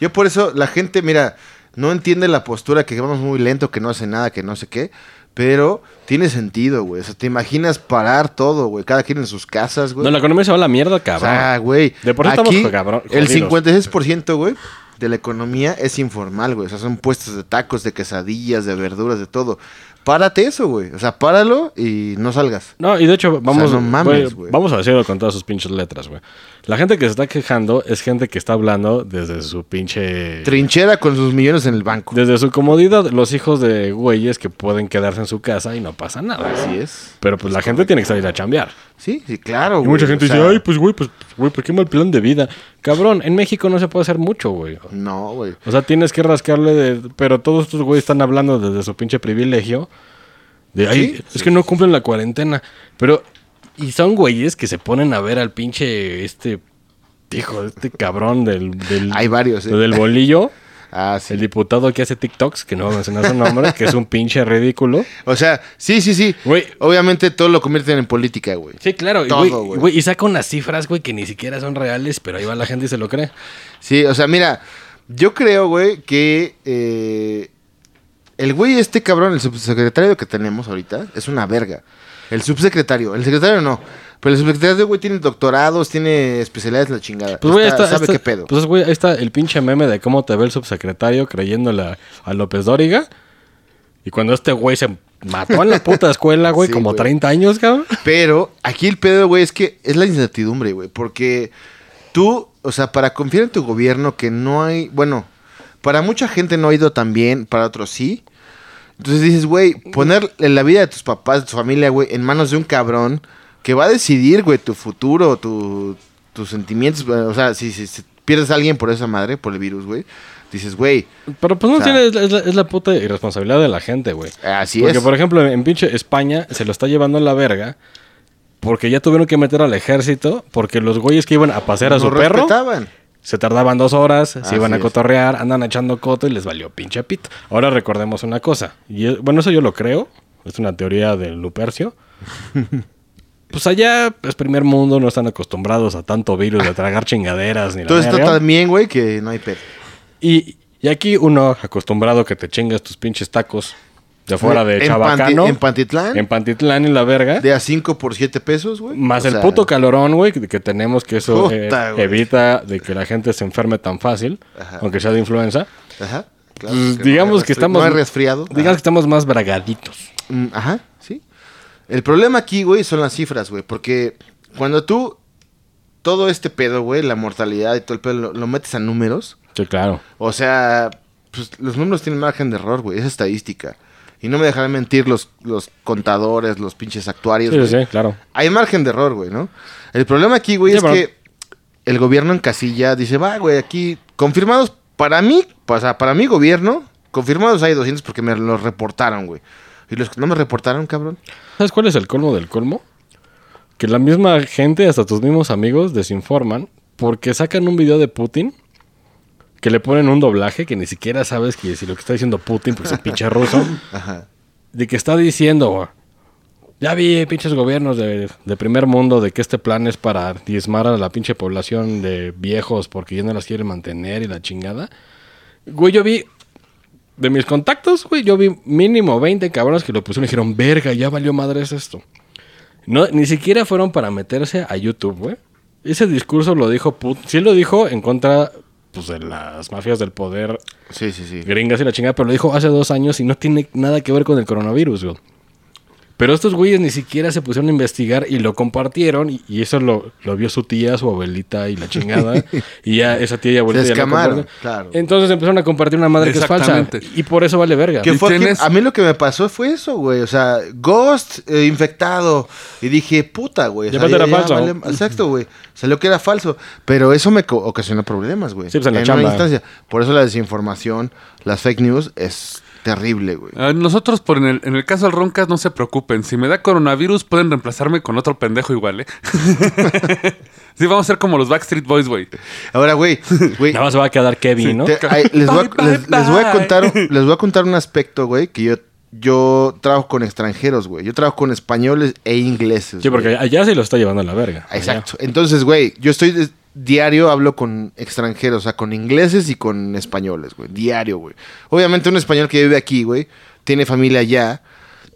Speaker 3: Yo por eso, la gente, mira, no entiende la postura que vamos muy lento, que no hace nada, que no sé qué. Pero tiene sentido, güey. O sea, te imaginas parar todo, güey. Cada quien en sus casas, güey.
Speaker 4: No, la economía se va a la mierda,
Speaker 3: o
Speaker 4: cabrón.
Speaker 3: sea, güey.
Speaker 4: De por sí estamos
Speaker 3: aquí,
Speaker 4: cabrón-
Speaker 3: el
Speaker 4: jodidos.
Speaker 3: 56%, güey, de la economía es informal, güey. O sea, son puestos de tacos, de quesadillas, de verduras, de todo. Párate eso, güey. O sea, páralo y no salgas.
Speaker 4: No, y de hecho, vamos,
Speaker 3: no mames,
Speaker 4: güey,
Speaker 3: güey.
Speaker 4: vamos a decirlo con todas sus pinches letras, güey. La gente que se está quejando es gente que está hablando desde su pinche...
Speaker 3: Trinchera con sus millones en el banco.
Speaker 4: Desde su comodidad, los hijos de güeyes que pueden quedarse en su casa y no pasa nada.
Speaker 3: Así es.
Speaker 4: Pero pues la gente tiene que salir a chambear.
Speaker 3: Sí, sí, claro,
Speaker 4: Y
Speaker 3: güey.
Speaker 4: mucha gente
Speaker 3: O sea,
Speaker 4: dice, ay, pues güey, pues güey, ¿por qué mal plan de vida? Cabrón, en México no se puede hacer mucho, güey.
Speaker 3: No, güey.
Speaker 4: O sea, tienes que rascarle de... Pero todos estos güeyes están hablando desde su pinche privilegio. De, ay,
Speaker 3: Sí,
Speaker 4: es que no cumplen la cuarentena. Pero... Y son güeyes que se ponen a ver al pinche este... Hijo, este cabrón del... del
Speaker 3: Hay varios, ¿eh?
Speaker 4: Del bolillo. (laughs)
Speaker 3: Ah,
Speaker 4: El
Speaker 3: sí.
Speaker 4: diputado que hace TikToks, que no voy a mencionar su nombre, que es un pinche ridículo.
Speaker 3: O sea, sí, sí, sí.
Speaker 4: Güey.
Speaker 3: Obviamente todo lo convierten en política, güey.
Speaker 4: Sí, claro.
Speaker 3: y Todo, güey- güey.
Speaker 4: y saca unas cifras, güey, que ni siquiera son reales, pero ahí va la gente y se lo cree.
Speaker 3: Sí, o sea, mira, yo creo, güey, que eh, el güey este cabrón, el subsecretario que tenemos ahorita, es una verga. El subsecretario, el secretario no. Pero el subsecretario, güey, tiene doctorados, tiene especialidades en la chingada.
Speaker 4: Pues, güey, ahí
Speaker 3: Está-
Speaker 4: está,
Speaker 3: sabe
Speaker 4: está-
Speaker 3: qué pedo.
Speaker 4: Pues, güey, ahí está el pinche meme de cómo te ve el subsecretario creyéndole a, a López Dóriga. Y cuando este güey se mató en la puta escuela,
Speaker 3: (laughs)
Speaker 4: güey,
Speaker 3: Sí,
Speaker 4: como
Speaker 3: güey.
Speaker 4: 30 años, cabrón.
Speaker 3: Pero aquí el pedo, güey, es que es la incertidumbre, güey. Porque tú, o sea, para confiar en tu gobierno que no hay. Bueno, para mucha gente no ha ido tan bien, para otros sí. Entonces dices, güey, poner la vida de tus papás, de tu familia, güey, en manos de un cabrón que va a decidir, güey, tu futuro, tu- tus sentimientos. bueno, O sea, si, si- si pierdes a alguien por esa madre, por el virus, güey, dices, güey,
Speaker 4: Pero pues no
Speaker 3: O sea-
Speaker 4: tiene, es la, es la- es la puta irresponsabilidad de la gente, güey.
Speaker 3: así
Speaker 4: Porque,
Speaker 3: es.
Speaker 4: por ejemplo, en pinche España se lo está llevando la verga. Porque ya tuvieron que meter al ejército. Porque los güeyes que iban a pasear a
Speaker 3: No
Speaker 4: su perro.
Speaker 3: respetaban.
Speaker 4: Se tardaban dos horas, se
Speaker 3: Así
Speaker 4: iban a
Speaker 3: es.
Speaker 4: cotorrear, andan echando coto y les valió pinche pito. Ahora recordemos una cosa. Y es- bueno, eso yo lo creo. es una teoría
Speaker 3: (laughs)
Speaker 4: de Lupercio. Pues allá es primer mundo, no están acostumbrados a tanto virus, a tragar chingaderas ni la
Speaker 3: Entonces está
Speaker 4: verga.
Speaker 3: tan bien, güey, que no hay pedo.
Speaker 4: Y, y aquí uno acostumbrado que te chingas tus pinches tacos de afuera de
Speaker 3: En
Speaker 4: Chabacano.
Speaker 3: Panti- en Pantitlán.
Speaker 4: En Pantitlán y la verga.
Speaker 3: De a 5 por 7 pesos, güey.
Speaker 4: ¿Eh? Más
Speaker 3: O
Speaker 4: el
Speaker 3: sea,
Speaker 4: puto calorón, güey, que que tenemos que eso eh,
Speaker 3: Puta, güey.
Speaker 4: evita de que la gente se enferme tan fácil,
Speaker 3: Ajá.
Speaker 4: aunque sea de influenza.
Speaker 3: Ajá. claro,
Speaker 4: Pues,
Speaker 3: no
Speaker 4: digamos
Speaker 3: hay
Speaker 4: que
Speaker 3: resfri-
Speaker 4: estamos...
Speaker 3: No hay resfriado.
Speaker 4: Digamos que estamos más bragaditos.
Speaker 3: Mm, Ajá, sí. El problema aquí, güey, son las cifras, güey. Porque cuando tú. Todo este pedo, güey, la mortalidad y todo el pedo, lo, lo metes a números.
Speaker 4: Sí, claro.
Speaker 3: O sea, pues, los números tienen margen de error, güey. Es estadística. Y no me dejarán mentir los, los contadores, los pinches actuarios.
Speaker 4: Sí,
Speaker 3: güey.
Speaker 4: sí, claro.
Speaker 3: Hay margen de error, güey, ¿no? El problema aquí, güey,
Speaker 4: Sí,
Speaker 3: es
Speaker 4: pero-
Speaker 3: que el gobierno en casilla dice, va, güey, aquí confirmados para mí, o sea, para mi gobierno, confirmados hay 200 porque me los reportaron, güey. Y los que no me reportaron, cabrón.
Speaker 4: ¿Sabes cuál es el colmo del colmo? Que la misma gente, hasta tus mismos amigos, desinforman porque sacan un video de Putin que le ponen un doblaje que ni siquiera sabes que si lo que está diciendo Putin, porque es un pinche ruso, de que está diciendo, "Oh, ya vi pinches gobiernos de, de primer mundo de que este plan es para diezmar a la pinche población de viejos porque ya no las quieren mantener y la chingada. Güey, yo vi de mis contactos, güey, yo vi mínimo 20 cabrones que lo pusieron y dijeron, verga, ya valió madres esto. No, ni siquiera fueron para meterse a YouTube, güey. Ese discurso lo dijo Putin. Sí lo dijo en contra pues, de las mafias del poder
Speaker 3: Sí, sí, sí.
Speaker 4: gringas y la chingada, pero lo dijo hace dos años y no tiene nada que ver con el coronavirus, güey. Pero estos güeyes ni siquiera se pusieron a investigar y lo compartieron y, y eso lo, lo vio su tía, su abuelita y
Speaker 3: (laughs)
Speaker 4: la chingada. y ya esa tía y abuelita
Speaker 3: Se
Speaker 4: ya lo
Speaker 3: escamaron,
Speaker 4: compartió.
Speaker 3: claro.
Speaker 4: Entonces empezaron a compartir una madre que es falsa.
Speaker 2: Exactamente.
Speaker 4: Y por eso vale verga.
Speaker 3: Que
Speaker 2: ¿Y
Speaker 3: fue aquí-
Speaker 2: tienes-
Speaker 3: a mí lo que me pasó fue eso, güey. O sea, Ghost eh, infectado. Y dije, puta, güey. o
Speaker 4: Y
Speaker 3: sea,
Speaker 4: aparte era falso.
Speaker 3: exacto, güey. Salió que era falso. Pero eso me co- ocasionó problemas, güey.
Speaker 4: Sí, pues, en la
Speaker 3: una
Speaker 4: chamba.
Speaker 3: instancia. Por eso la desinformación, las fake news, es terrible, güey.
Speaker 2: A Ah, Nosotros, por en, el, en el caso del Roncas, no se preocupen. Si me da coronavirus, pueden reemplazarme con otro pendejo igual, ¿eh? (laughs) sí, vamos a ser como los Backstreet Boys, güey.
Speaker 3: Ahora, güey, güey,
Speaker 4: Nada más se va a quedar Kevin, ¿no?
Speaker 3: te- ay, les, voy a,
Speaker 2: Bye, bye,
Speaker 3: les- les voy a
Speaker 2: bye.
Speaker 3: contar, les voy a contar un aspecto, güey, que yo, yo trabajo con extranjeros, güey. Yo trabajo con españoles e ingleses.
Speaker 4: Sí,
Speaker 3: güey.
Speaker 4: porque allá se lo está llevando a la verga.
Speaker 3: Ah, Exacto. Entonces, güey, yo estoy de- diario, hablo con extranjeros, o sea, con ingleses y con españoles, güey. Diario, güey. Obviamente un español que vive aquí, güey, tiene familia allá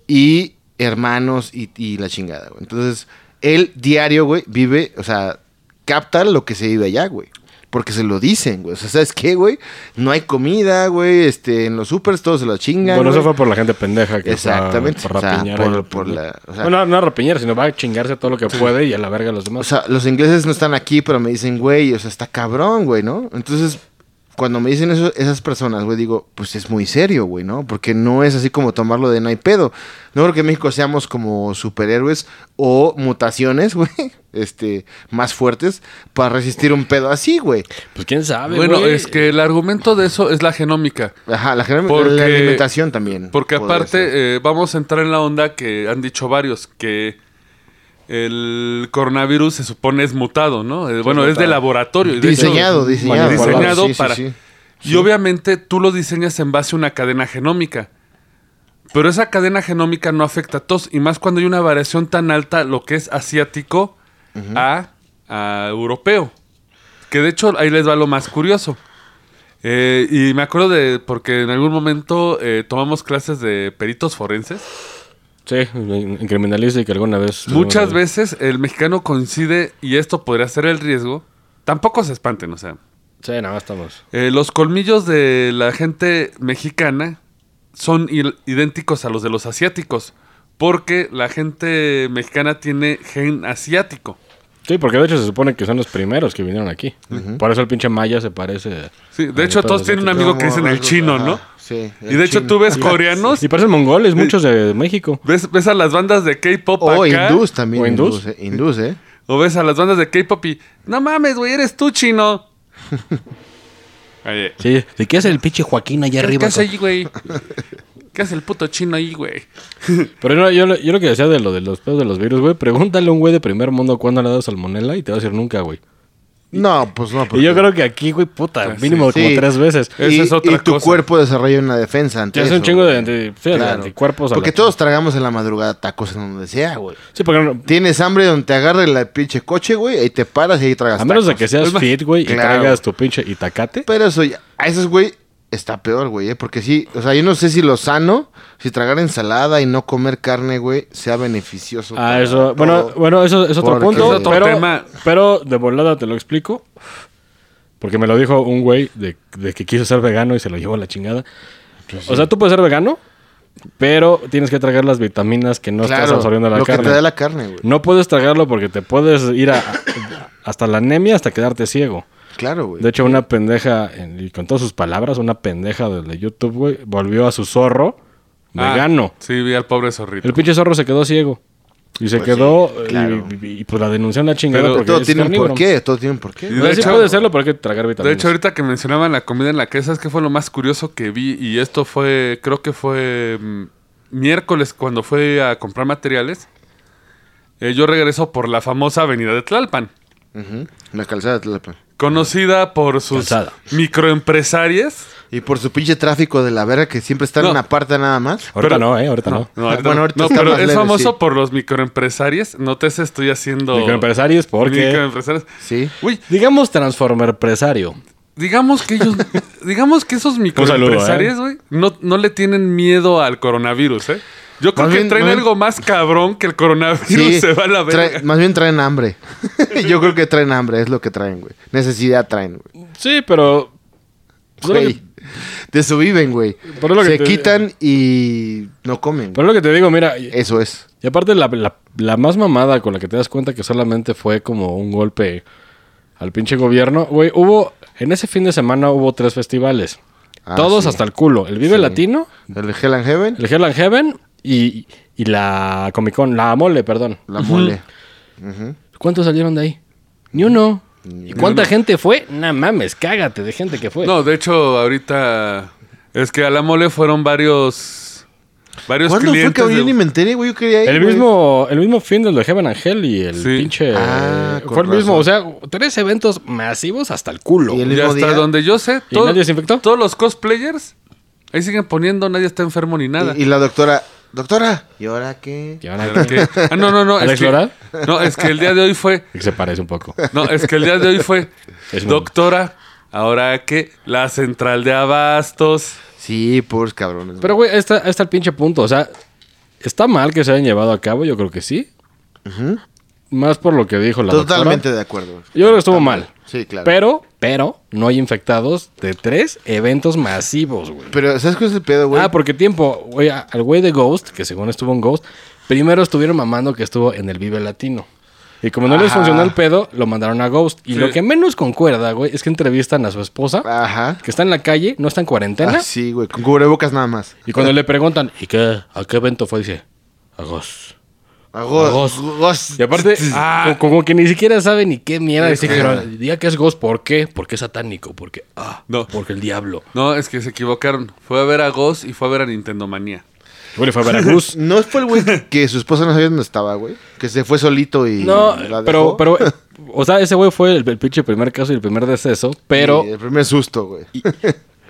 Speaker 3: y hermanos y, y la chingada, güey. Entonces, él diario, güey, vive, o sea, capta lo que se vive allá, güey. Porque se lo dicen, güey. O sea, ¿sabes qué, güey? No hay comida, güey. Este, en los supers todos se lo chingan.
Speaker 4: Bueno, eso
Speaker 3: güey.
Speaker 4: fue por la gente pendeja que fue a-
Speaker 3: Exactamente.
Speaker 4: por
Speaker 3: O sea,
Speaker 4: rapiñar.
Speaker 3: por-
Speaker 4: ahí.
Speaker 3: por la- o sea-
Speaker 4: Bueno, no a rapiñar, sino va a chingarse todo lo que puede y a la verga a los
Speaker 3: O
Speaker 4: demás.
Speaker 3: sea, los ingleses no están aquí, pero me dicen, güey, o sea, está cabrón, güey, ¿no? Entonces, cuando me dicen eso, esas personas, güey, digo, pues es muy serio, güey, ¿no? Porque no es así como tomarlo de no hay pedo. No creo que en México seamos como superhéroes o mutaciones, (laughs) güey, este, más fuertes para resistir un pedo así, güey.
Speaker 4: pues quién sabe,
Speaker 2: Bueno,
Speaker 4: güey?
Speaker 2: es que el argumento de eso es la genómica.
Speaker 3: Ajá, la, genom-
Speaker 2: Porque-
Speaker 3: la alimentación también.
Speaker 2: Porque
Speaker 3: podría ser.
Speaker 2: aparte, eh, vamos a entrar en la onda que han dicho varios, que el coronavirus se supone es mutado, ¿no? Eh, bueno, es de laboratorio. y de hecho-
Speaker 3: diseñado, diseñado.
Speaker 2: diseñado
Speaker 3: Sí, sí,
Speaker 2: para...
Speaker 3: sí.
Speaker 2: Y obviamente tú lo diseñas en base a una cadena genómica. Pero esa cadena genómica no afecta a todos, y más cuando hay una variación tan alta, lo que es asiático a, a europeo. Que de hecho ahí les va lo más curioso. Eh, y me acuerdo de, porque en algún momento eh, tomamos clases de peritos forenses.
Speaker 4: Sí, en en criminalística alguna vez.
Speaker 2: Muchas
Speaker 4: alguna
Speaker 2: veces el mexicano coincide, y esto podría ser el riesgo, tampoco se espanten, o sea,
Speaker 4: Sí, nada más estamos.
Speaker 2: Eh, los colmillos de la gente mexicana son il- idénticos a los de los asiáticos, porque la gente mexicana tiene gen asiático.
Speaker 4: Sí, porque de hecho se supone que son los primeros que vinieron aquí. Por eso el pinche maya se parece.
Speaker 2: Sí, de
Speaker 4: al
Speaker 2: hecho,
Speaker 4: de
Speaker 2: todos
Speaker 4: los
Speaker 2: tienen un
Speaker 4: otros.
Speaker 2: amigo que dicen el
Speaker 3: Ajá,
Speaker 2: chino, ¿no?
Speaker 3: Sí.
Speaker 2: Y de hecho, tú ves coreanos,
Speaker 4: Y parecen mongoles, muchos de México.
Speaker 2: ves, ves a las bandas de K-pop
Speaker 3: O
Speaker 2: acá,
Speaker 3: hindús también.
Speaker 4: ¿O hindús?
Speaker 3: eh, hindús, ¿eh?
Speaker 2: o ves a las bandas de K-pop y, no mames, güey, eres tú chino. Oye,
Speaker 4: Sí, ¿de qué hace el pinche Joaquín allá
Speaker 2: ¿qué,
Speaker 4: arriba?
Speaker 2: qué hace ahí, güey? ¿Qué hace el puto chino ahí, güey?
Speaker 4: Pero yo, yo, lo- yo lo que decía de lo de los pedos de los virus, güey, pregúntale a un güey de primer mundo cuándo le ha dado salmonela y te va a decir nunca, güey.
Speaker 3: No, pues no.
Speaker 4: Y yo creo que aquí, güey, puta, mínimo
Speaker 3: sí.
Speaker 4: como
Speaker 3: Sí.
Speaker 4: tres veces.
Speaker 2: Esa
Speaker 3: y,
Speaker 2: es otra
Speaker 3: y tu
Speaker 2: cosa.
Speaker 3: cuerpo desarrolla una defensa ante
Speaker 4: Ya es un
Speaker 3: eso,
Speaker 4: chingo de,
Speaker 3: güey.
Speaker 4: anti- sí, de
Speaker 3: Claro.
Speaker 4: anticuerpos. a
Speaker 3: Porque
Speaker 4: la-
Speaker 3: todos tragamos en la madrugada tacos en donde sea, güey.
Speaker 4: Sí, porque no-
Speaker 3: Tienes hambre donde te agarre la pinche coche, güey, y te paras y ahí tragas
Speaker 4: a menos de
Speaker 3: tacos.
Speaker 4: que seas
Speaker 2: Es más-
Speaker 4: fit, güey, y
Speaker 3: Claro.
Speaker 4: traigas tu pinche itacate.
Speaker 3: Pero eso ya, a esos, güey, está peor, güey, ¿eh? Porque sí, o sea, yo no sé si lo sano, si tragar ensalada y no comer carne, güey, sea beneficioso.
Speaker 4: Ah,
Speaker 3: para
Speaker 4: eso. Bueno,
Speaker 3: todo.
Speaker 4: bueno, eso es otro
Speaker 3: Porque-
Speaker 4: punto.
Speaker 2: Es otro
Speaker 4: pero,
Speaker 2: tema.
Speaker 4: pero de volada te lo explico. Porque me lo dijo un güey de, de que quiso ser vegano y se lo llevó a la chingada.
Speaker 3: Pues
Speaker 4: O sea, tú puedes ser vegano, pero tienes que tragar las vitaminas que no estás
Speaker 3: claro,
Speaker 4: absorbiendo la
Speaker 3: lo
Speaker 4: carne.
Speaker 3: que te da la carne, güey.
Speaker 4: No puedes tragarlo porque te puedes ir a- hasta la anemia hasta quedarte ciego.
Speaker 3: Claro, güey.
Speaker 4: De hecho, una pendeja, en- y con todas sus palabras, una pendeja de de YouTube, güey, volvió a su zorro
Speaker 2: Ah,
Speaker 4: vegano.
Speaker 2: Sí, vi al pobre zorrito.
Speaker 4: El pinche zorro se quedó ciego. Y se
Speaker 3: Pues
Speaker 4: quedó. eh,
Speaker 3: sí, claro.
Speaker 4: y, y- y, pues la denunciaron la chingada.
Speaker 2: Pero
Speaker 4: porque
Speaker 3: Todo
Speaker 4: es
Speaker 3: tiene un
Speaker 4: carnívoro.
Speaker 3: porqué, todo tiene un porqué.
Speaker 2: Y
Speaker 4: Pero
Speaker 2: de
Speaker 4: sí
Speaker 2: hecho-
Speaker 4: puede serlo, pero hay que tragar
Speaker 2: De
Speaker 4: vitaminas.
Speaker 2: hecho, ahorita que mencionaban la comida en la que ¿sabes qué fue lo más curioso que vi? Y esto fue, creo que fue mm, miércoles cuando fui a comprar materiales. Eh, yo regreso por la famosa avenida de Tlalpan,
Speaker 3: Ujú, La calzada de Tlalpan.
Speaker 2: conocida por sus
Speaker 4: Calzada.
Speaker 2: microempresarias.
Speaker 3: Y por su pinche tráfico de la verga que siempre está
Speaker 2: No.
Speaker 3: en una parte nada más.
Speaker 4: Ahorita
Speaker 2: Pero-
Speaker 4: no, ¿eh? Ahorita no.
Speaker 2: No, ahorita-
Speaker 3: Ah, Bueno, ahorita
Speaker 2: no,
Speaker 3: está
Speaker 2: pero
Speaker 3: más
Speaker 2: es
Speaker 3: leve,
Speaker 2: famoso
Speaker 3: sí.
Speaker 2: por los microempresarias. No te sé, estoy haciendo...
Speaker 4: Microempresarios, porque.
Speaker 2: Microempresarias.
Speaker 4: (laughs)
Speaker 3: Sí.
Speaker 2: Uy,
Speaker 4: Digamos transformer empresario.
Speaker 2: digamos que
Speaker 4: (laughs)
Speaker 2: ellos... digamos que esos
Speaker 4: ¿eh?
Speaker 2: microempresarios, güey, no, no le tienen miedo al coronavirus, ¿eh? Yo creo
Speaker 3: Más
Speaker 2: que
Speaker 3: bien-
Speaker 2: traen
Speaker 3: más bien-
Speaker 2: algo más cabrón que el coronavirus (laughs)
Speaker 3: Sí,
Speaker 2: se va a la verga.
Speaker 3: trae- más bien traen hambre. (laughs) Yo creo que traen hambre, es lo que traen, güey. Necesidad traen, güey.
Speaker 4: Sí, pero. pues, es lo
Speaker 3: Güey,
Speaker 4: que-
Speaker 3: Desubiven, güey.
Speaker 4: Pero es lo
Speaker 3: Se
Speaker 4: que te-
Speaker 3: quitan y no comen.
Speaker 4: Pero es lo que te digo, mira. Y
Speaker 3: Eso es.
Speaker 4: y aparte, la, la- la más mamada con la que te das cuenta que solamente fue como un golpe al pinche gobierno. Güey, hubo. En ese fin de semana hubo tres festivales.
Speaker 3: Ah,
Speaker 4: Todos
Speaker 3: sí.
Speaker 4: hasta el culo. El Vive
Speaker 3: Sí.
Speaker 4: Latino,
Speaker 3: El Hell and Heaven,
Speaker 4: el Hell and Heaven y, y la Comic Con, la Mole, perdón.
Speaker 3: la mole.
Speaker 4: ¿Cuántos salieron de ahí? Ni uno. ¿Y cuánta gente fue? No mames, cágate de gente que fue.
Speaker 2: No, de hecho, ahorita es que a la mole fueron varios. Varios
Speaker 3: ¿Cuándo fue que
Speaker 2: clientes.
Speaker 3: yo
Speaker 2: de-
Speaker 3: ni me enteré, güey? Yo quería ir.
Speaker 4: el,
Speaker 3: güey.
Speaker 4: mismo, el mismo fin del de Heaven Angel y el
Speaker 2: Sí.
Speaker 4: pinche.
Speaker 3: Ah, con
Speaker 4: fue el mismo, o sea,
Speaker 3: razón.
Speaker 4: tres eventos masivos hasta el culo.
Speaker 3: Y el-
Speaker 2: y
Speaker 3: mismo
Speaker 2: hasta
Speaker 3: día.
Speaker 2: donde yo sé,
Speaker 4: ¿Y nadie se infectó?
Speaker 2: todos los cosplayers ahí siguen poniendo, nadie está enfermo ni nada.
Speaker 3: Y, y la doctora, doctora, ¿y ahora (laughs) qué?
Speaker 4: Y ahora
Speaker 2: ¿Verdad que- Ah, no, no, no.
Speaker 4: ¿Alex
Speaker 2: es que,
Speaker 4: Lora?
Speaker 2: no, es que el día de hoy fue.
Speaker 4: que se parece un poco.
Speaker 2: No, es que el día de hoy fue.
Speaker 4: (laughs) Es un-
Speaker 2: doctora, ahora que la central de abastos.
Speaker 3: Sí, pobres cabrones.
Speaker 4: Pero, güey, está, está el pinche punto. O sea, ¿está mal que se hayan llevado a cabo? Yo creo que sí. Más por lo que dijo la
Speaker 3: güey. Totalmente
Speaker 4: doctora.
Speaker 3: de acuerdo. güey.
Speaker 4: Yo creo que estuvo mal.
Speaker 3: Sí, claro.
Speaker 4: Pero, pero, no hay infectados de tres eventos masivos, güey.
Speaker 3: Pero, ¿sabes cuál es el pedo, güey?
Speaker 4: Ah, porque tiempo, güey, a- al güey de Ghost, que según estuvo en Ghost, primero estuvieron mamando que estuvo en el Vive Latino. Y como no les
Speaker 3: Ajá.
Speaker 4: funcionó el pedo, lo mandaron a Ghost. Y
Speaker 2: Sí.
Speaker 4: lo que menos concuerda, güey, es que entrevistan a su esposa,
Speaker 3: Ajá.
Speaker 4: que está en la calle, no está en cuarentena.
Speaker 3: Ah, sí, güey. Con cubrebocas nada más.
Speaker 4: Y cuando le preguntan, ¿y qué? ¿A qué evento fue? Dice, a Ghost.
Speaker 3: Agos,
Speaker 4: Agos. Y aparte,
Speaker 3: (laughs)
Speaker 2: Ah.
Speaker 4: co- como que ni siquiera sabe ni qué mierda decir.
Speaker 3: claro.
Speaker 4: Pero diga que es Ghost, ¿por qué? Porque es satánico, porque, ah,
Speaker 2: No.
Speaker 4: porque el diablo.
Speaker 2: No, es que se equivocaron. Fue a ver a Ghost y fue a ver a Nintendo Manía.
Speaker 4: Bueno, fue a
Speaker 3: (laughs)
Speaker 4: Veracruz.
Speaker 3: ¿No fue el güey que- que su esposa no sabía dónde estaba, güey? Que se fue solito y
Speaker 4: no,
Speaker 3: la dejó.
Speaker 4: pero, pero, o sea, ese güey fue el, el pinche primer caso y el primer deceso, pero,
Speaker 3: Sí, el primer susto, güey.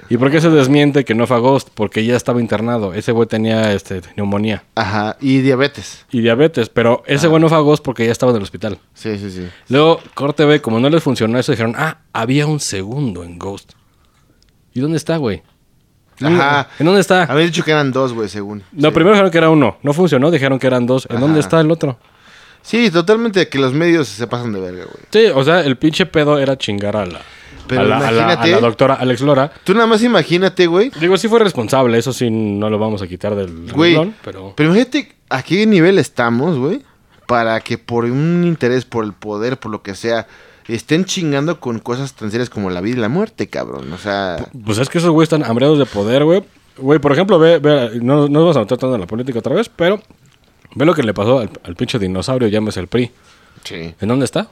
Speaker 4: ¿y por qué se desmiente que no fue a Ghost? Porque ya estaba internado, ese güey tenía este, neumonía
Speaker 3: Ajá. Y diabetes.
Speaker 4: y diabetes, pero ese güey no fue a Ghost porque ya estaba en el hospital.
Speaker 3: Sí, sí, sí.
Speaker 4: Luego, corte B, como no les funcionó eso, dijeron, ah, había un segundo en Ghost. ¿Y dónde está, güey?
Speaker 3: Ajá.
Speaker 4: ¿En dónde está?
Speaker 3: Habían dicho que eran dos, güey, según.
Speaker 4: No,
Speaker 3: sí.
Speaker 4: primero dijeron que era uno. No funcionó, dijeron que eran dos. ¿En dónde
Speaker 3: Ajá.
Speaker 4: está el otro?
Speaker 3: Sí, totalmente que los medios se pasan de verga, güey.
Speaker 4: Sí, o sea, el pinche pedo era chingar a la,
Speaker 3: Pero
Speaker 4: a la, a la- a la
Speaker 3: imagínate-
Speaker 4: doctora Alex Lora.
Speaker 3: Tú nada más imagínate, güey.
Speaker 4: Digo, sí fue responsable, eso sí no lo vamos a quitar del
Speaker 3: Güey,
Speaker 4: renglón, pero...
Speaker 3: pero imagínate a qué nivel estamos, güey. Para que por un interés, por el poder, por lo que sea, estén chingando con cosas tan serias como la vida y la muerte, cabrón. O sea,
Speaker 4: Pues es que esos güeyes están hambreados de poder, güey. Güey, por ejemplo, ve, ve no, no nos vamos a meter tanto en la política otra vez, pero ve lo que le pasó al, al pinche dinosaurio, llámese el PRI.
Speaker 3: sí.
Speaker 4: ¿En dónde está?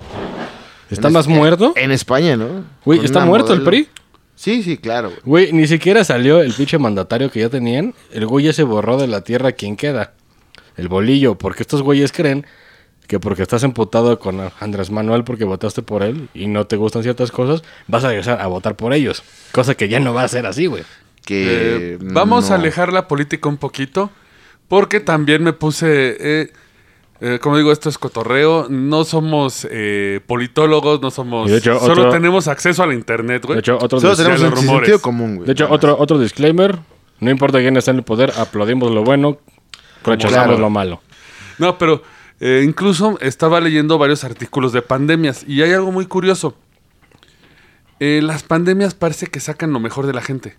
Speaker 4: ¿Está
Speaker 3: En
Speaker 4: más
Speaker 3: es-
Speaker 4: muerto?
Speaker 3: En España, ¿no?
Speaker 4: Güey,
Speaker 3: Con
Speaker 4: ¿está
Speaker 3: una
Speaker 4: muerto el
Speaker 3: modelo.
Speaker 4: PRI?
Speaker 3: Sí, sí, claro. güey.
Speaker 4: Güey, ni siquiera salió el pinche mandatario que ya tenían. El güey ya se borró de la tierra. ¿Quién queda? El bolillo. Porque estos güeyes creen que porque estás emputado con Andrés Manuel porque votaste por él y no te gustan ciertas cosas, vas a regresar a votar por ellos. Cosa que ya no va a ser así, güey.
Speaker 3: Que
Speaker 2: Eh, vamos
Speaker 3: no.
Speaker 2: a alejar la política un poquito, porque también me puse, eh, eh, como digo, esto es cotorreo, no somos eh, politólogos, no somos...
Speaker 4: Y de hecho,
Speaker 2: solo
Speaker 4: otro-
Speaker 2: tenemos acceso al Internet, güey.
Speaker 4: De hecho, otro,
Speaker 3: Solo
Speaker 4: dis-
Speaker 3: tenemos
Speaker 2: los
Speaker 3: un
Speaker 2: rumores.
Speaker 3: sentido común, güey.
Speaker 4: de hecho,
Speaker 3: Nada
Speaker 4: otro, otro disclaimer. No importa quién está en el poder, aplaudimos lo bueno, rechazamos
Speaker 3: Claro.
Speaker 4: lo malo.
Speaker 2: No, pero eh, incluso estaba leyendo varios artículos de pandemias y hay algo muy curioso. Eh, las pandemias parece que sacan lo mejor de la gente.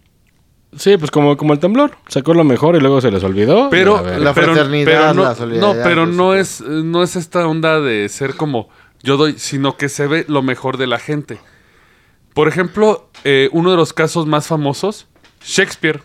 Speaker 4: Sí, pues como, como el temblor. Sacó lo mejor y luego se les olvidó.
Speaker 2: Pero
Speaker 4: A ver.
Speaker 3: La
Speaker 2: pero-
Speaker 3: fraternidad,
Speaker 2: pero no,
Speaker 3: la solidaridad,
Speaker 2: No, pero
Speaker 3: todo
Speaker 2: no
Speaker 3: eso.
Speaker 2: es, eh, no es esta onda de ser como yo doy, sino que se ve lo mejor de la gente. Por ejemplo, eh, uno de los casos más famosos, Shakespeare,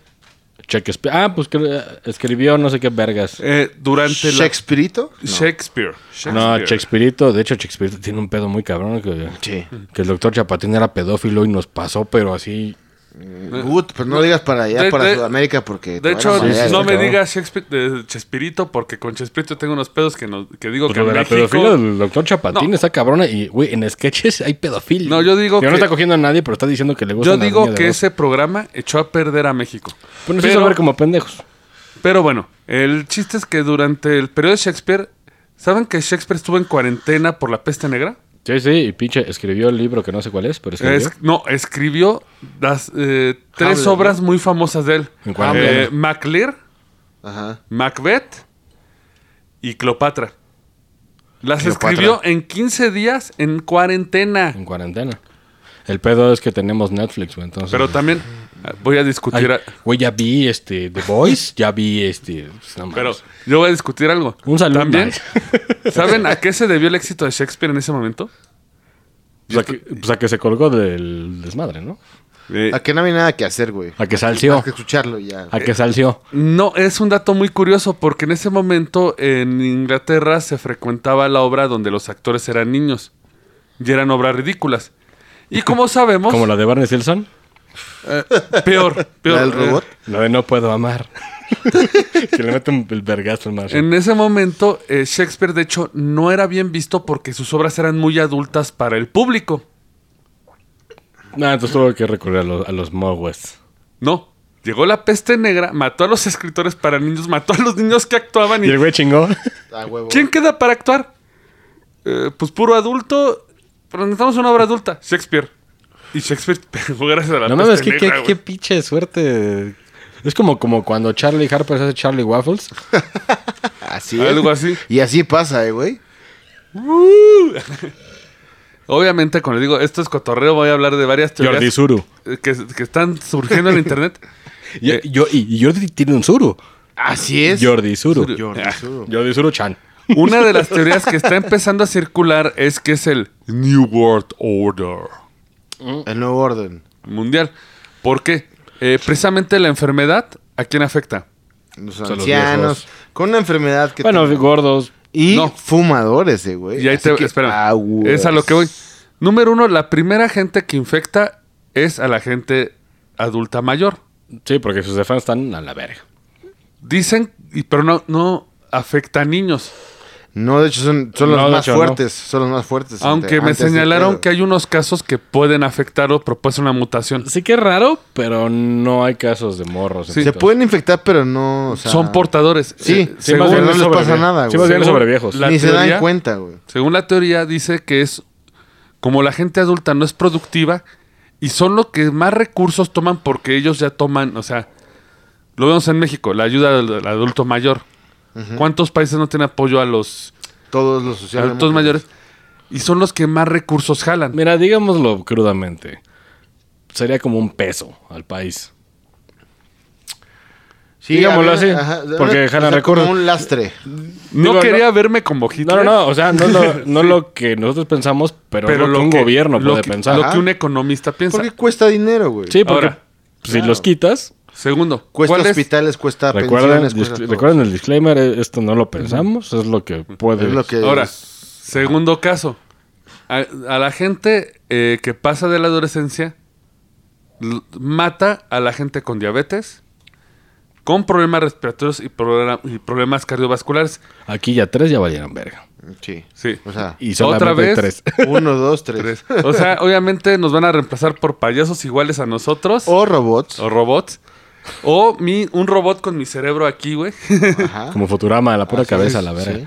Speaker 4: Shakespeare- Ah, pues que- escribió no sé qué vergas.
Speaker 2: eh,
Speaker 3: más.
Speaker 2: durante la...
Speaker 3: ¿Shakespeareito? No.
Speaker 2: Shakespeare.
Speaker 4: No, Shakespeareito, de hecho Shakespeare tiene un pedo muy cabrón que,
Speaker 3: Sí.
Speaker 4: que el doctor Chapatín era pedófilo y nos pasó, pero así
Speaker 3: Gut, pero pues no digas para allá,
Speaker 2: De-
Speaker 3: para
Speaker 2: de-
Speaker 3: Sudamérica, porque...
Speaker 2: De hecho,
Speaker 4: sí, sí,
Speaker 2: no
Speaker 4: sí,
Speaker 2: me
Speaker 4: cabrón.
Speaker 2: digas Shakespeare de Chespirito, porque con Chespirito tengo unos pedos que, no- que digo
Speaker 4: Pues
Speaker 2: que
Speaker 4: lo de la
Speaker 2: México-
Speaker 4: pedofilia del doctor Chapatín
Speaker 2: No.
Speaker 4: está cabrona y, güey, en sketches hay pedofilia.
Speaker 2: No, yo digo
Speaker 4: no
Speaker 2: que-
Speaker 4: está cogiendo a nadie, pero está diciendo que le gusta
Speaker 2: Yo digo que ese programa echó a perder a México.
Speaker 4: Pues nos hizo
Speaker 2: pero,
Speaker 4: ver como pendejos.
Speaker 2: pero bueno, el chiste es que durante el periodo de Shakespeare, ¿saben que Shakespeare estuvo en cuarentena por la peste negra?
Speaker 4: Sí, sí, y pinche escribió el libro que no sé cuál es, pero escribió.
Speaker 2: Es- no, escribió las, eh, tres
Speaker 3: Hamlet, ¿no?
Speaker 2: obras muy famosas de él.
Speaker 4: En cuarentena.
Speaker 2: Eh, Maclear,
Speaker 3: Ajá.
Speaker 2: Macbeth y Cleopatra. Las
Speaker 3: Cleopatra.
Speaker 2: escribió en 15 días en cuarentena.
Speaker 4: En cuarentena. El pedo es que tenemos Netflix, güey, entonces.
Speaker 2: Pero también eh, voy a
Speaker 4: Ay,
Speaker 2: discutir. a-
Speaker 4: Güey, ya vi este The Voice, ya vi este. pues, no mames.
Speaker 2: pero yo voy a discutir algo.
Speaker 4: Un saludo.
Speaker 2: También,
Speaker 4: Nice.
Speaker 2: (laughs) ¿saben a qué se debió el éxito de Shakespeare en ese momento?
Speaker 4: Pues a que, pues a que se colgó del desmadre, ¿no?
Speaker 2: Eh,
Speaker 3: A que no había nada que hacer, güey.
Speaker 4: A que salció.
Speaker 3: Hay que escucharlo y ya.
Speaker 4: A que salció.
Speaker 2: no, es un dato muy curioso porque en ese momento en Inglaterra se frecuentaba la obra donde los actores eran niños y eran obras ridículas. Y
Speaker 4: (laughs)
Speaker 2: como sabemos,
Speaker 4: Como la de Barney Stinson.
Speaker 2: peor, peor.
Speaker 3: ¿La del
Speaker 2: eh,
Speaker 3: robot?
Speaker 4: La de No Puedo (laughs) Amar. que le meten el vergazo al macho.
Speaker 2: En ese momento, eh, Shakespeare, de hecho, no era bien visto porque sus obras eran muy adultas para el público.
Speaker 4: Nah, entonces tuvo que recurrir a los, a los Mowes.
Speaker 2: No. Llegó la peste negra, mató a los escritores para niños, mató a los niños que actuaban.
Speaker 4: Y el
Speaker 2: Y...
Speaker 4: güey chingó.
Speaker 3: A huevo.
Speaker 2: ¿Quién queda para actuar? Eh, pues puro adulto. Pero necesitamos una obra adulta. Shakespeare. Y Shakespeare (laughs) pegó gracias a la
Speaker 4: No
Speaker 2: peste
Speaker 4: mames, qué, qué,
Speaker 2: negra.
Speaker 4: qué
Speaker 2: güey.
Speaker 4: pinche suerte. Es como, como cuando Charlie Harper se hace Charlie Waffles.
Speaker 3: Así
Speaker 2: Algo
Speaker 3: es.
Speaker 2: así.
Speaker 3: Y así pasa, eh, güey.
Speaker 2: Obviamente, cuando digo esto es cotorreo, voy a hablar de varias
Speaker 4: Jordi
Speaker 2: teorías
Speaker 4: Suru.
Speaker 2: eh, que, que están surgiendo en internet.
Speaker 4: Yo,
Speaker 2: Eh.
Speaker 4: yo- y, y Jordi tiene un Suru.
Speaker 3: Así es.
Speaker 4: Jordi Suru.
Speaker 3: Jordi
Speaker 2: Ah.
Speaker 3: Suru.
Speaker 4: Jordi Suru Chan.
Speaker 2: Una de las teorías que está empezando a circular es que es el New World Order.
Speaker 3: El nuevo orden.
Speaker 2: mundial. ¿Por qué? Eh, precisamente la enfermedad, ¿a quién afecta?
Speaker 3: Los
Speaker 4: los
Speaker 3: ancianos.
Speaker 4: viejos.
Speaker 3: Con una enfermedad que...
Speaker 4: Bueno,
Speaker 3: te-
Speaker 4: gordos.
Speaker 3: Y
Speaker 2: no.
Speaker 3: fumadores, eh, güey.
Speaker 2: Y ahí
Speaker 3: Así
Speaker 2: te,
Speaker 3: que ah,
Speaker 2: espérame.
Speaker 3: aguas.
Speaker 2: Es a lo que voy. Número uno, la primera gente que infecta es a la gente adulta mayor.
Speaker 4: Sí, porque sus fans están a la verga.
Speaker 2: Dicen, y- pero no, no afecta a niños.
Speaker 3: No, de hecho, son, son
Speaker 4: No,
Speaker 3: los
Speaker 4: de
Speaker 3: más
Speaker 4: hecho, no.
Speaker 3: fuertes. Son los más fuertes.
Speaker 2: Aunque
Speaker 3: ante-
Speaker 2: me
Speaker 3: antes de
Speaker 2: señalaron
Speaker 3: todo.
Speaker 2: que hay unos casos que pueden afectar o propuesta una mutación.
Speaker 4: Sí que es raro, pero no hay casos de morros.
Speaker 2: Sí.
Speaker 3: Se pueden infectar, pero no... o sea,
Speaker 2: Son portadores.
Speaker 3: Sí,
Speaker 2: Eh,
Speaker 4: Sí,
Speaker 2: según-
Speaker 4: más bien
Speaker 3: no les
Speaker 4: sobre-
Speaker 3: pasa nada,
Speaker 4: Sí,
Speaker 3: güey.
Speaker 4: más bien
Speaker 2: Según
Speaker 4: sobre viejos.
Speaker 2: la
Speaker 3: Ni se
Speaker 2: teoría-
Speaker 3: dan cuenta, güey.
Speaker 2: Según la teoría, dice que es como la gente adulta no es productiva y son los que más recursos toman porque ellos ya toman, o sea, lo vemos en México, la ayuda al, al adulto mayor. ¿Cuántos países no tienen apoyo a los
Speaker 3: Todos los sociales.
Speaker 2: adultos mayores? Y son los que más recursos jalan.
Speaker 4: Mira, digámoslo crudamente. Sería como un peso al país.
Speaker 3: Sí,
Speaker 4: Digámoslo
Speaker 3: a
Speaker 4: así, porque
Speaker 3: o sea,
Speaker 4: dejaron recursos.
Speaker 3: Como un lastre.
Speaker 2: No
Speaker 4: Digo,
Speaker 2: quería verme como Hitler.
Speaker 4: No, no, no. O sea, no, lo, no lo que nosotros pensamos, pero,
Speaker 2: Pero
Speaker 4: lo, que un gobierno
Speaker 2: lo
Speaker 4: puede
Speaker 2: que-
Speaker 4: pensar.
Speaker 2: Lo que un economista piensa.
Speaker 3: Ah. Porque cuesta dinero, güey.
Speaker 4: Sí, porque
Speaker 2: Ahora.
Speaker 4: si los quitas,
Speaker 2: Segundo,
Speaker 3: Cuesta
Speaker 2: ¿cuál es?
Speaker 3: hospitales, cuesta
Speaker 4: recuerden,
Speaker 3: pensiones,
Speaker 4: dis-
Speaker 3: cuesta todo.
Speaker 4: recuerden el disclaimer, eh, esto no lo pensamos, es lo que puede.
Speaker 3: Es lo que...
Speaker 2: Ahora, segundo caso. A, a la gente eh, que pasa de la adolescencia l- mata a la gente con diabetes, con problemas respiratorios y, progra- y problemas cardiovasculares.
Speaker 4: Aquí ya tres ya valieron verga.
Speaker 3: Sí.
Speaker 2: Sí.
Speaker 3: O sea,
Speaker 4: Y solamente
Speaker 2: ¿Otra vez?
Speaker 4: tres.
Speaker 3: uno, dos,
Speaker 2: Tres.
Speaker 3: tres.
Speaker 2: O sea, obviamente nos van a reemplazar por payasos iguales a nosotros. O,
Speaker 3: O robots.
Speaker 2: robots. O mi, un robot con mi cerebro aquí, güey.
Speaker 3: Ajá.
Speaker 4: Como Futurama, la pura
Speaker 3: Ah. Así
Speaker 4: cabeza,
Speaker 3: es,
Speaker 4: la verga.
Speaker 3: sí.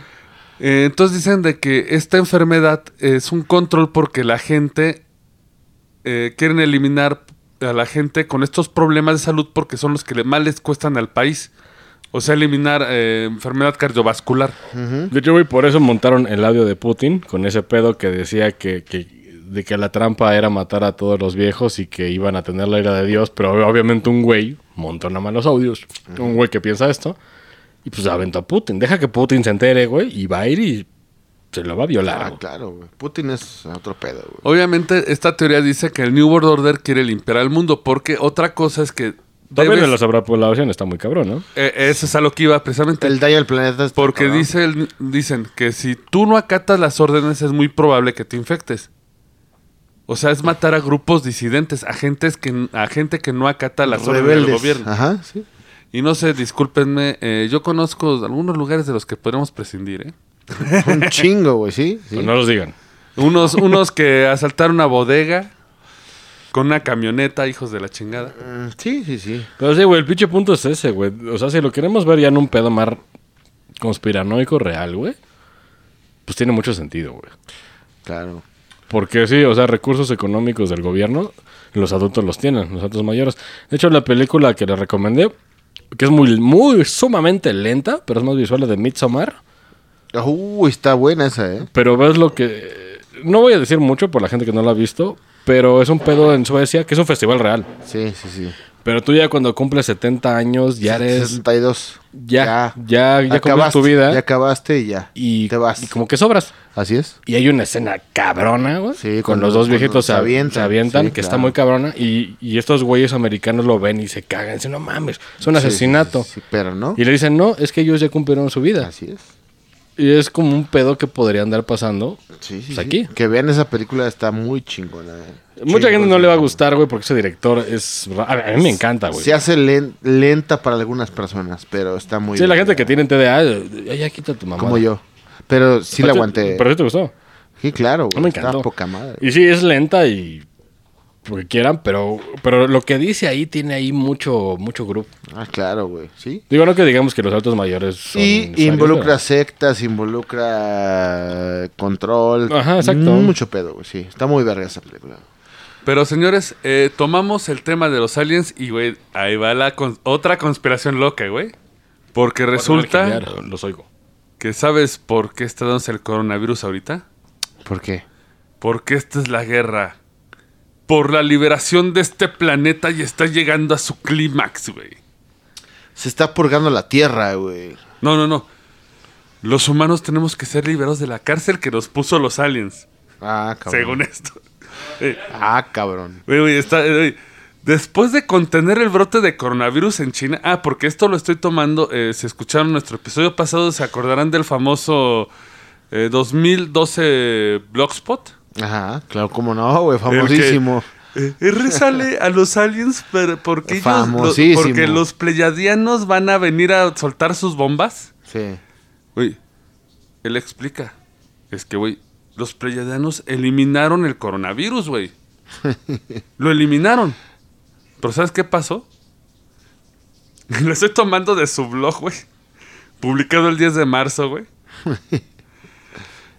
Speaker 2: Eh, entonces dicen de que esta enfermedad es un control porque la gente eh, quieren eliminar a la gente con estos problemas de salud porque son los que le- más les cuestan al país. O sea, eliminar eh, enfermedad cardiovascular.
Speaker 4: De hecho, güey, por eso montaron el audio de Putin con ese pedo que decía que, que- de que la trampa era matar a todos los viejos y que iban a tener la ira de Dios, pero obviamente un güey montó nada más los audios. Un güey que piensa esto y pues aventó a Putin. Deja que Putin se entere, güey, y va a ir y se lo va a violar.
Speaker 3: Ah,
Speaker 4: güey.
Speaker 3: claro, güey. Putin es otro pedo, güey.
Speaker 2: Obviamente, esta teoría dice que el New World Order quiere limpiar al mundo porque otra cosa es que...
Speaker 4: También
Speaker 2: debes-
Speaker 4: en la sobrepoblación está muy cabrón, ¿no?
Speaker 2: Eh, eso es a lo que iba precisamente.
Speaker 3: El daño al planeta está
Speaker 2: Porque
Speaker 3: cabrón.
Speaker 2: dice el- dicen que si tú no acatas las órdenes es muy probable que te infectes. O sea, es matar a grupos disidentes, a, gentes que, a gente que no acata las órdenes del
Speaker 3: Rebeldes.
Speaker 2: gobierno.
Speaker 3: Ajá, sí.
Speaker 2: Y no sé, discúlpenme, eh, yo conozco algunos lugares de los que podemos prescindir. ¿eh?
Speaker 3: Un chingo, güey, sí. sí.
Speaker 4: Pues no los digan.
Speaker 3: (laughs)
Speaker 2: Unos, unos que asaltaron una bodega con una camioneta, hijos de la chingada.
Speaker 3: Mm, Sí, sí, sí.
Speaker 4: Pero sí, güey, el pinche punto es ese, güey. O sea, si lo queremos ver ya en un pedo más conspiranoico real, güey, pues tiene mucho sentido, güey.
Speaker 3: Claro.
Speaker 4: Porque sí, o sea, recursos económicos del gobierno, los adultos los tienen, los adultos mayores. De hecho, la película que les recomendé, que es muy, muy sumamente lenta, pero es más visual, la de Midsommar.
Speaker 3: Uy, está buena esa, ¿eh?
Speaker 4: Pero ves lo que... No voy a decir mucho por la gente que no la ha visto, pero es un pedo en Suecia, que es un festival real.
Speaker 3: Sí, sí, sí.
Speaker 4: Pero tú ya cuando cumples 70 años, ya eres...
Speaker 3: 62.
Speaker 4: Ya, ya, ya, cumples tu vida.
Speaker 3: Ya acabaste y ya.
Speaker 4: y,
Speaker 3: te vas.
Speaker 4: y como que sobras.
Speaker 3: Así es.
Speaker 4: Y hay una escena cabrona, güey.
Speaker 3: Sí,
Speaker 4: con
Speaker 3: cuando-
Speaker 4: los dos
Speaker 3: cuando
Speaker 4: viejitos se
Speaker 3: se avientan,
Speaker 4: avientan, se avientan
Speaker 3: sí,
Speaker 4: que está
Speaker 3: claro.
Speaker 4: muy cabrona. Y, y estos güeyes americanos lo ven y se cagan. Dicen, no mames, es un
Speaker 3: Sí,
Speaker 4: asesinato.
Speaker 3: Sí, sí, sí, pero no.
Speaker 4: Y le dicen, no, es que ellos ya cumplieron su vida.
Speaker 3: Así es.
Speaker 4: Y es como un pedo que podría andar pasando.
Speaker 3: Sí, sí,
Speaker 4: Pues
Speaker 3: sí.
Speaker 4: aquí.
Speaker 3: Que vean esa película, está muy chingona. eh.
Speaker 4: Mucha gente no
Speaker 3: Chingona.
Speaker 4: le va a gustar, güey, porque ese director es... ra- A a mí me encanta, güey.
Speaker 3: Se hace len- lenta para algunas personas, pero está muy
Speaker 4: Sí, la
Speaker 3: bien.
Speaker 4: gente que tiene TDA, eh, ya quita tu mamá.
Speaker 3: Como yo. Pero sí la aguanté.
Speaker 4: Pero sí te gustó.
Speaker 3: Sí, claro,
Speaker 4: No
Speaker 3: güey.
Speaker 4: me
Speaker 3: está
Speaker 4: encantó.
Speaker 3: poca madre.
Speaker 4: Y sí, es lenta y lo que quieran, pero, pero lo que dice ahí tiene ahí mucho, mucho grupo.
Speaker 3: Ah, claro, güey. Sí.
Speaker 4: Digo, no que digamos que los altos mayores son usuarios,
Speaker 3: Y involucra
Speaker 4: pero-
Speaker 3: sectas, involucra eh, control.
Speaker 4: Ajá, exacto.
Speaker 3: Mucho pedo, güey. Sí, está muy verga esa película.
Speaker 2: Pero señores, eh, tomamos el tema de los aliens y, güey, ahí va la cons- otra conspiración loca, güey. Porque resulta
Speaker 4: Bueno, genial, Los oigo.
Speaker 2: que ¿sabes por qué está dándose el coronavirus ahorita?
Speaker 3: ¿Por qué?
Speaker 2: Porque esta es la guerra. Por la liberación de este planeta y está llegando a su clímax, güey.
Speaker 3: Se está purgando la tierra, güey.
Speaker 2: No, no, no. Los humanos tenemos que ser liberados de la cárcel que nos puso los aliens,
Speaker 3: Ah, cabrón.
Speaker 2: según esto. (laughs) Eh,
Speaker 3: Ah, cabrón.
Speaker 2: Güey, güey, está- eh, güey. Después de contener el brote de coronavirus en China, ah, porque esto lo estoy tomando, eh, si escucharon nuestro episodio pasado, se acordarán del famoso eh, 2012 Blogspot.
Speaker 3: Ajá, claro, cómo no, güey.
Speaker 2: El que,
Speaker 3: Famosísimo.
Speaker 2: eh, eh, resale a los aliens pero porque, ellos, lo-
Speaker 3: Famosísimo.
Speaker 2: porque los pleyadianos van a venir a soltar sus bombas.
Speaker 3: Sí.
Speaker 2: Güey, él explica. Es que, güey, los pleyadianos eliminaron el coronavirus, güey. Lo eliminaron. Pero ¿sabes qué pasó? (laughs) Lo estoy tomando de su blog, güey. Publicado el 10 de marzo, güey.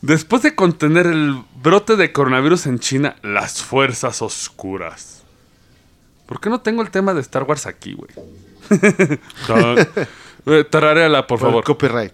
Speaker 2: Después de contener el brote de coronavirus en China, las fuerzas oscuras. ¿Por qué no tengo el tema de Star Wars aquí, güey? (laughs) Tan- Eh, Tararéala, por
Speaker 3: Por
Speaker 2: favor.
Speaker 3: copyright.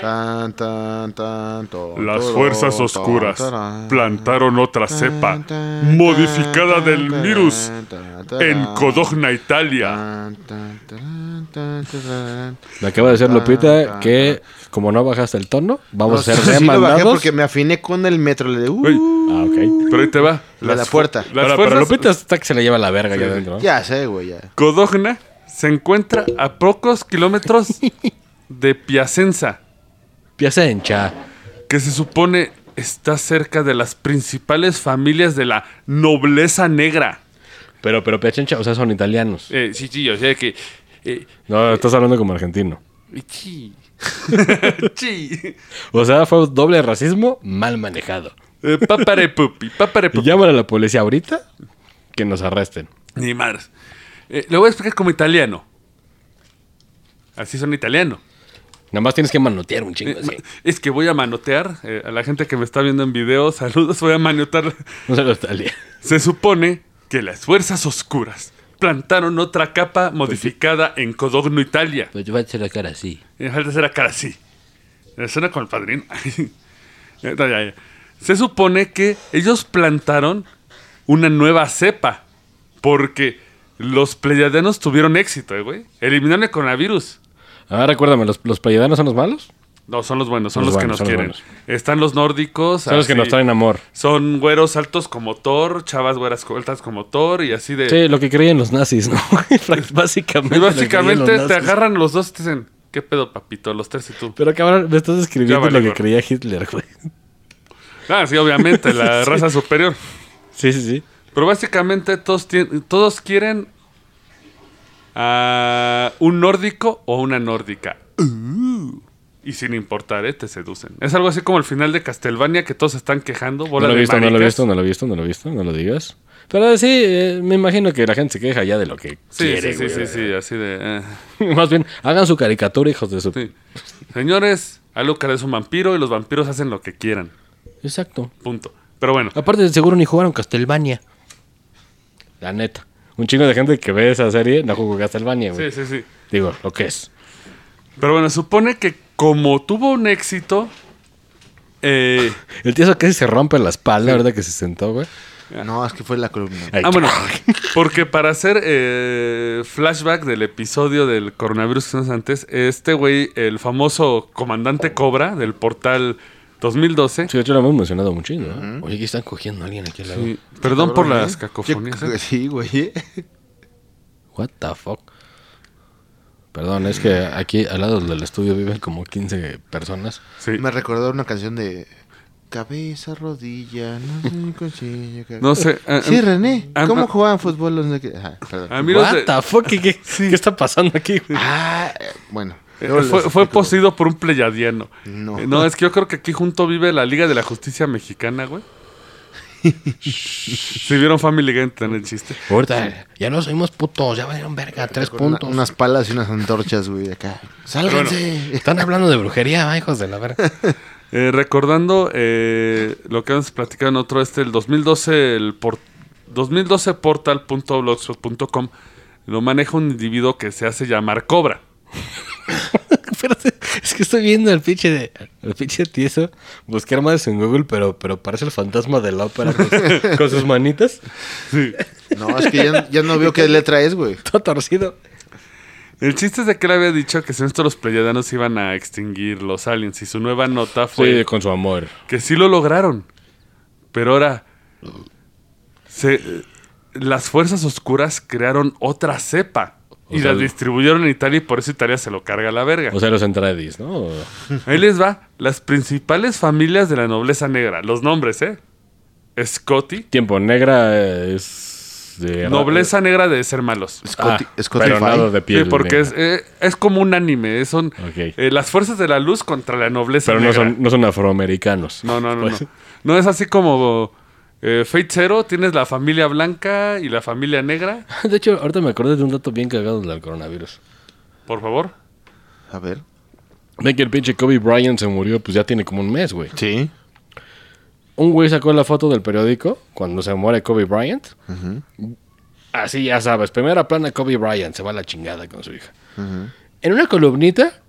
Speaker 3: Tan, tan, tan, to-
Speaker 2: Las
Speaker 3: toro,
Speaker 2: fuerzas
Speaker 3: ton,
Speaker 2: oscuras
Speaker 3: tarán.
Speaker 2: plantaron otra
Speaker 3: Tan,
Speaker 2: cepa
Speaker 3: tan,
Speaker 2: modificada
Speaker 3: tan,
Speaker 2: del
Speaker 3: tarán,
Speaker 2: virus
Speaker 3: tan,
Speaker 2: en
Speaker 3: tarán.
Speaker 2: Codogna, Italia.
Speaker 3: Tan, tan, tarán, tan, tarán.
Speaker 4: Me acaba de decir
Speaker 3: Ah,
Speaker 4: Lupita
Speaker 3: ah,
Speaker 4: que como no bajaste el tono, vamos
Speaker 3: No,
Speaker 4: a
Speaker 3: sí,
Speaker 4: ser
Speaker 3: sí lo bajé
Speaker 4: demandados.
Speaker 3: porque me afiné con el metro. Le de, uh,
Speaker 2: Güey,
Speaker 4: Ah, ok.
Speaker 2: pero ahí te va.
Speaker 3: De la
Speaker 2: fu-
Speaker 3: puerta.
Speaker 2: Las
Speaker 4: Pero, pero
Speaker 2: fuerzas
Speaker 4: Lupita está que se le lleva la verga ya adentro. ¿no?
Speaker 3: ya sé, güey, ya.
Speaker 2: Codogna se encuentra a pocos kilómetros de Piacenza,
Speaker 4: Pieza en cha.
Speaker 2: que se supone está cerca de las principales familias de la nobleza negra.
Speaker 4: Pero, pero Piacencha, o sea, son italianos.
Speaker 2: Eh, sí, sí, o sea que Eh,
Speaker 4: No, estás hablando como argentino.
Speaker 2: chi. (laughs) chi.
Speaker 4: O sea, fue doble racismo mal manejado.
Speaker 2: Eh, papare pupi, papare
Speaker 4: Y
Speaker 2: pupi.
Speaker 4: Llámale a la policía ahorita que nos arresten.
Speaker 2: Ni madres. Eh, lo voy a explicar como italiano. Así son italiano.
Speaker 4: Nada más tienes que manotear un chingo
Speaker 2: Eh,
Speaker 4: así.
Speaker 2: Es que voy a manotear eh, a la gente que me está viendo en video. Saludos, voy a manotear. (laughs)
Speaker 4: No se lo talía.
Speaker 2: Se supone que las fuerzas oscuras plantaron otra capa modificada en Codogno, Italia.
Speaker 5: Pues va a hacer la cara así.
Speaker 2: Me falta hacer la cara así. Me Suena con el padrino. (laughs) Ya, ya, ya. Se supone que ellos plantaron una nueva cepa. Porque los pleyadianos tuvieron éxito, eh, güey. Eliminaron el coronavirus.
Speaker 4: Ah, recuérdame, ¿los, los pleiadanos son los malos?
Speaker 2: No, son los buenos, son los,
Speaker 4: Los
Speaker 2: que
Speaker 4: buenos,
Speaker 2: nos
Speaker 4: son los
Speaker 2: quieren.
Speaker 4: buenos.
Speaker 2: Están los nórdicos.
Speaker 4: Son los que
Speaker 2: así.
Speaker 4: nos traen amor.
Speaker 2: Son güeros altos como Thor, chavas güeras altas como Thor y así de...
Speaker 4: Sí, lo que creían los nazis, ¿no? (laughs) básicamente.
Speaker 2: Y
Speaker 4: lo que creían los
Speaker 2: básicamente te
Speaker 4: nazis.
Speaker 2: agarran los dos y te dicen, ¿qué pedo, papito? Los tres y tú.
Speaker 4: Pero cabrón, me estás
Speaker 2: Ya
Speaker 4: escribiendo
Speaker 2: vale,
Speaker 4: lo que
Speaker 2: gorro.
Speaker 4: creía Hitler, güey. (laughs)
Speaker 2: Ah, sí, obviamente, la raza superior.
Speaker 4: Sí, sí, sí.
Speaker 2: Pero básicamente todos, tien- todos quieren a un nórdico o una nórdica. Uh. Y sin importar, ¿eh? te seducen. Es algo así como el final de Castlevania que todos están quejando.
Speaker 4: No
Speaker 2: Bola
Speaker 4: lo he
Speaker 2: de
Speaker 4: visto, no lo he
Speaker 2: maricas.
Speaker 4: visto, no lo he visto, no lo he visto, no lo digas. Pero sí, eh, me imagino que la gente se queja ya de lo que
Speaker 2: Sí,
Speaker 4: quiere,
Speaker 2: sí, sí, sí,
Speaker 4: güey.
Speaker 2: sí, así de... eh.
Speaker 4: (laughs) Más bien, hagan su caricatura, hijos de su...
Speaker 2: Sí. Señores, Alucard es un vampiro y los vampiros hacen lo que quieran.
Speaker 4: Exacto.
Speaker 2: Punto. Pero bueno,
Speaker 4: Aparte, seguro ni jugaron Castlevania. La neta. Un chingo de gente que ve esa serie no jugó Castlevania, güey.
Speaker 2: sí, sí, sí.
Speaker 4: Digo, lo que es.
Speaker 2: Pero bueno, supone que como tuvo un éxito, eh,
Speaker 4: El tío casi se rompe la espalda, ¿verdad? Que se sentó, güey.
Speaker 3: No, es que fue la columna.
Speaker 4: Ay,
Speaker 2: ah, bueno, porque para hacer eh, flashback del episodio del coronavirus que hicimos antes, este güey, el famoso comandante Cobra del portal 2012,
Speaker 4: Sí, de hecho lo hemos mencionado ¿eh? mucho, ¿no? Oye, aquí están cogiendo a alguien aquí al lado.
Speaker 2: Sí, perdón por las cacofonías,
Speaker 3: Qué-
Speaker 2: ¿eh?
Speaker 3: Sí, güey.
Speaker 4: What the fuck? Perdón, es que aquí al lado del estudio viven como 15 personas.
Speaker 2: Sí.
Speaker 3: Me recordó una canción de cabeza, rodilla, no sé, cuchillo, cabeza.
Speaker 2: No sé, ah,
Speaker 3: Sí,
Speaker 2: ah,
Speaker 3: René,
Speaker 2: ah,
Speaker 3: ¿cómo
Speaker 2: ah,
Speaker 3: jugaban fútbol los neque- Ajá, perdón.
Speaker 2: A mí los
Speaker 4: What
Speaker 2: de-
Speaker 4: the fuck? ¿Qué, qué- qué está pasando aquí? güey?
Speaker 3: Ah, eh, bueno.
Speaker 2: Eh,
Speaker 3: luego
Speaker 2: fue,
Speaker 3: les
Speaker 2: fue
Speaker 3: explico.
Speaker 2: poseído por un pleyadiano.
Speaker 3: No.
Speaker 2: Eh, no, es que yo creo que aquí junto vive la Liga de la Justicia Mexicana, güey. Si vieron Family Guy, en el chiste.
Speaker 5: Ahorita, ya no somos putos, ya valieron verga, tres
Speaker 3: Con una-
Speaker 5: puntos.
Speaker 3: unas palas y unas antorchas, güey, de acá. ¡Sálganse!
Speaker 5: Están hablando de brujería, va, hijos de la verga.
Speaker 2: Eh, recordando eh, lo que hemos platicado en otro, este, el 2012, el por, 2012 portal.blogspot.com lo maneja un individuo que se hace llamar Cobra.
Speaker 4: (laughs) Espérate, es que estoy viendo al pinche de, al pinche tieso buscar más en Google, pero, pero parece el fantasma de la ópera con, (laughs) con sus manitas.
Speaker 3: No, es que ya, ya no veo qué letra es, güey.
Speaker 4: Todo torcido.
Speaker 2: El chiste es de que él había dicho que sin esto los pleyadanos iban a extinguir los aliens y su nueva nota fue...
Speaker 4: con su amor.
Speaker 2: que sí lo lograron. Pero ahora se- las fuerzas oscuras crearon otra cepa
Speaker 4: O
Speaker 2: y
Speaker 4: sea,
Speaker 2: la distribuyeron en Italia y por eso Italia se lo carga a la verga.
Speaker 4: O sea, los entradis, ¿no?
Speaker 2: Ahí les va las principales familias de la nobleza negra, los nombres, ¿eh? Scotty,
Speaker 4: Tiempo negra es de
Speaker 2: nobleza negra de ser malos.
Speaker 3: Scotty-
Speaker 4: Ah,
Speaker 3: Scottify.
Speaker 4: pero nada de eh, piel
Speaker 2: Sí, porque
Speaker 4: negra.
Speaker 2: es, eh, es como un anime, eh, son
Speaker 4: Ok.
Speaker 2: eh, las fuerzas de la luz contra la nobleza
Speaker 4: Pero no
Speaker 2: negra.
Speaker 4: son, Pues- no son afroamericanos.
Speaker 2: No, no, no, no. No es así como eh, Fate Zero, tienes la familia blanca y la familia negra,
Speaker 4: Pues, (laughs) De hecho, ahorita me acordé de un dato bien cagado del coronavirus.
Speaker 2: por favor.
Speaker 3: A ver.
Speaker 4: Ve que el pinche Kobe Bryant se murió, pues ya tiene como un mes, güey.
Speaker 3: Sí.
Speaker 4: Un güey sacó la foto del periódico cuando se muere Kobe Bryant. Así ya sabes, primera plana Kobe Bryant, se va a la chingada con su hija. En una columnita,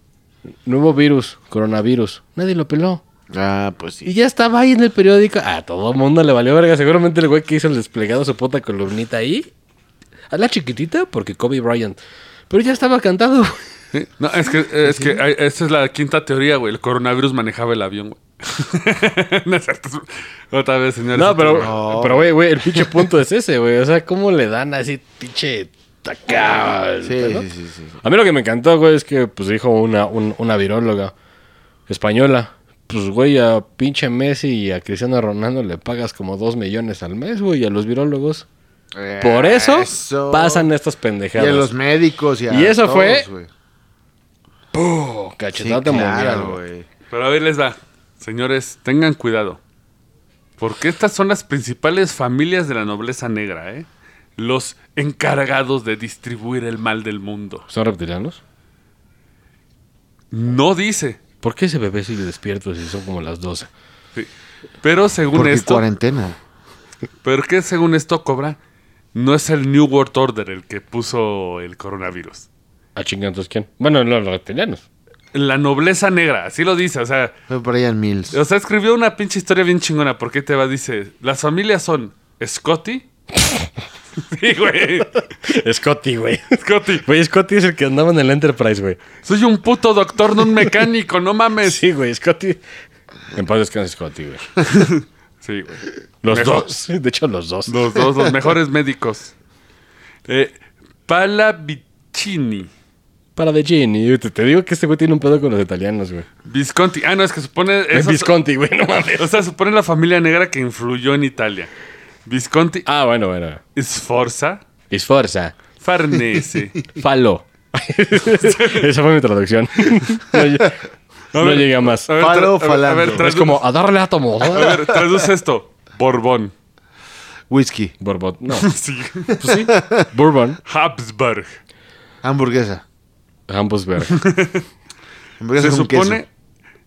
Speaker 4: nuevo virus, coronavirus. Nadie lo peló.
Speaker 3: Ah, pues sí.
Speaker 4: Y ya estaba ahí en el periódico. A todo el mundo le valió verga. Seguramente el güey que hizo el desplegado su puta columnita ahí. A la chiquitita, porque Kobe Bryant. Pero ya estaba cantado.
Speaker 2: Sí. No, es que, eh, es que ay, esa es la quinta teoría, güey. El coronavirus manejaba el avión, güey. (laughs) No es cierto. Otra vez, señores.
Speaker 4: No, pero,
Speaker 3: No.
Speaker 4: pero, güey, güey, el pinche punto es ese, güey. O sea, ¿cómo le dan así, pinche tacao?
Speaker 3: Sí, sí, sí, sí.
Speaker 4: A mí lo que me encantó, güey, es que pues dijo una, un- una viróloga española. Pues, güey, a pinche Messi y a Cristiano Ronaldo le pagas como dos millones al mes, güey, y a los virólogos. Por eso,
Speaker 3: Eso.
Speaker 4: pasan estas
Speaker 3: Y a
Speaker 4: pendejadas.
Speaker 3: los médicos y a
Speaker 4: Y eso
Speaker 3: todos,
Speaker 4: fue-
Speaker 3: güey.
Speaker 4: ¡Pum!
Speaker 3: Sí,
Speaker 4: Cachetada
Speaker 3: claro,
Speaker 4: mundial, güey.
Speaker 3: güey.
Speaker 2: Pero ahí les da. Señores, tengan cuidado. Porque estas son las principales familias de la nobleza negra, ¿eh? Los encargados de distribuir el mal del mundo.
Speaker 4: ¿Son reptilianos?
Speaker 2: No dice.
Speaker 4: ¿Por qué ese bebé sigue despierto si son como las 12?
Speaker 2: Sí. Pero según
Speaker 3: Porque
Speaker 2: esto,
Speaker 3: cuarentena.
Speaker 2: ¿pero qué según esto cobra? No es el New World Order el que puso el coronavirus.
Speaker 4: ¿A chingantos Ah, quién? Bueno, los reptilianos.
Speaker 2: La nobleza negra, así lo dice, o sea,
Speaker 3: Fue Brian Mills.
Speaker 2: O sea, escribió una pinche historia bien chingona. Porque ahí te va, dice: Las familias son Scotty. (laughs) sí, güey.
Speaker 4: (laughs) Scotty, güey. (laughs)
Speaker 2: Scotty.
Speaker 4: Güey, Scotty es el que andaba en el Enterprise, güey.
Speaker 2: Soy un puto doctor, no un mecánico, no mames. Sí,
Speaker 4: (laughs) Sí, güey, Scotty. En paz descanse Scotty, güey.
Speaker 2: güey.
Speaker 4: Los
Speaker 2: Mejor.
Speaker 4: dos. (laughs) De hecho, los dos.
Speaker 2: Los dos, los mejores médicos. Eh, Palavicini.
Speaker 4: Para de Genie. Te, te digo que este güey tiene un pedo con los italianos, güey.
Speaker 2: Visconti. Ah, no, es que supone.
Speaker 4: Es
Speaker 2: esos-
Speaker 4: Visconti, güey, (laughs) no
Speaker 2: (laughs)
Speaker 4: mames.
Speaker 2: o sea, supone la familia negra que influyó en Italia. Visconti
Speaker 4: Ah, bueno, bueno.
Speaker 2: Sforza
Speaker 4: Esforza. (laughs)
Speaker 2: Farnese.
Speaker 4: Falo. Esa fue mi traducción. (laughs) No, lle- no
Speaker 2: ver,
Speaker 4: llegué a más.
Speaker 2: A ver,
Speaker 3: Falo,
Speaker 2: tra- a ver, a ver,
Speaker 3: falando.
Speaker 2: tradu-
Speaker 4: Es como a darle átomos.
Speaker 2: a ver, traduce esto. Borbón.
Speaker 3: Whisky.
Speaker 4: Borbón. No.
Speaker 2: (laughs) Sí.
Speaker 4: Pues sí. Bourbon.
Speaker 2: Habsburg.
Speaker 3: Hamburguesa.
Speaker 4: Hamburger.
Speaker 3: Hamburguesa
Speaker 2: Se
Speaker 3: con
Speaker 2: supone.
Speaker 3: queso.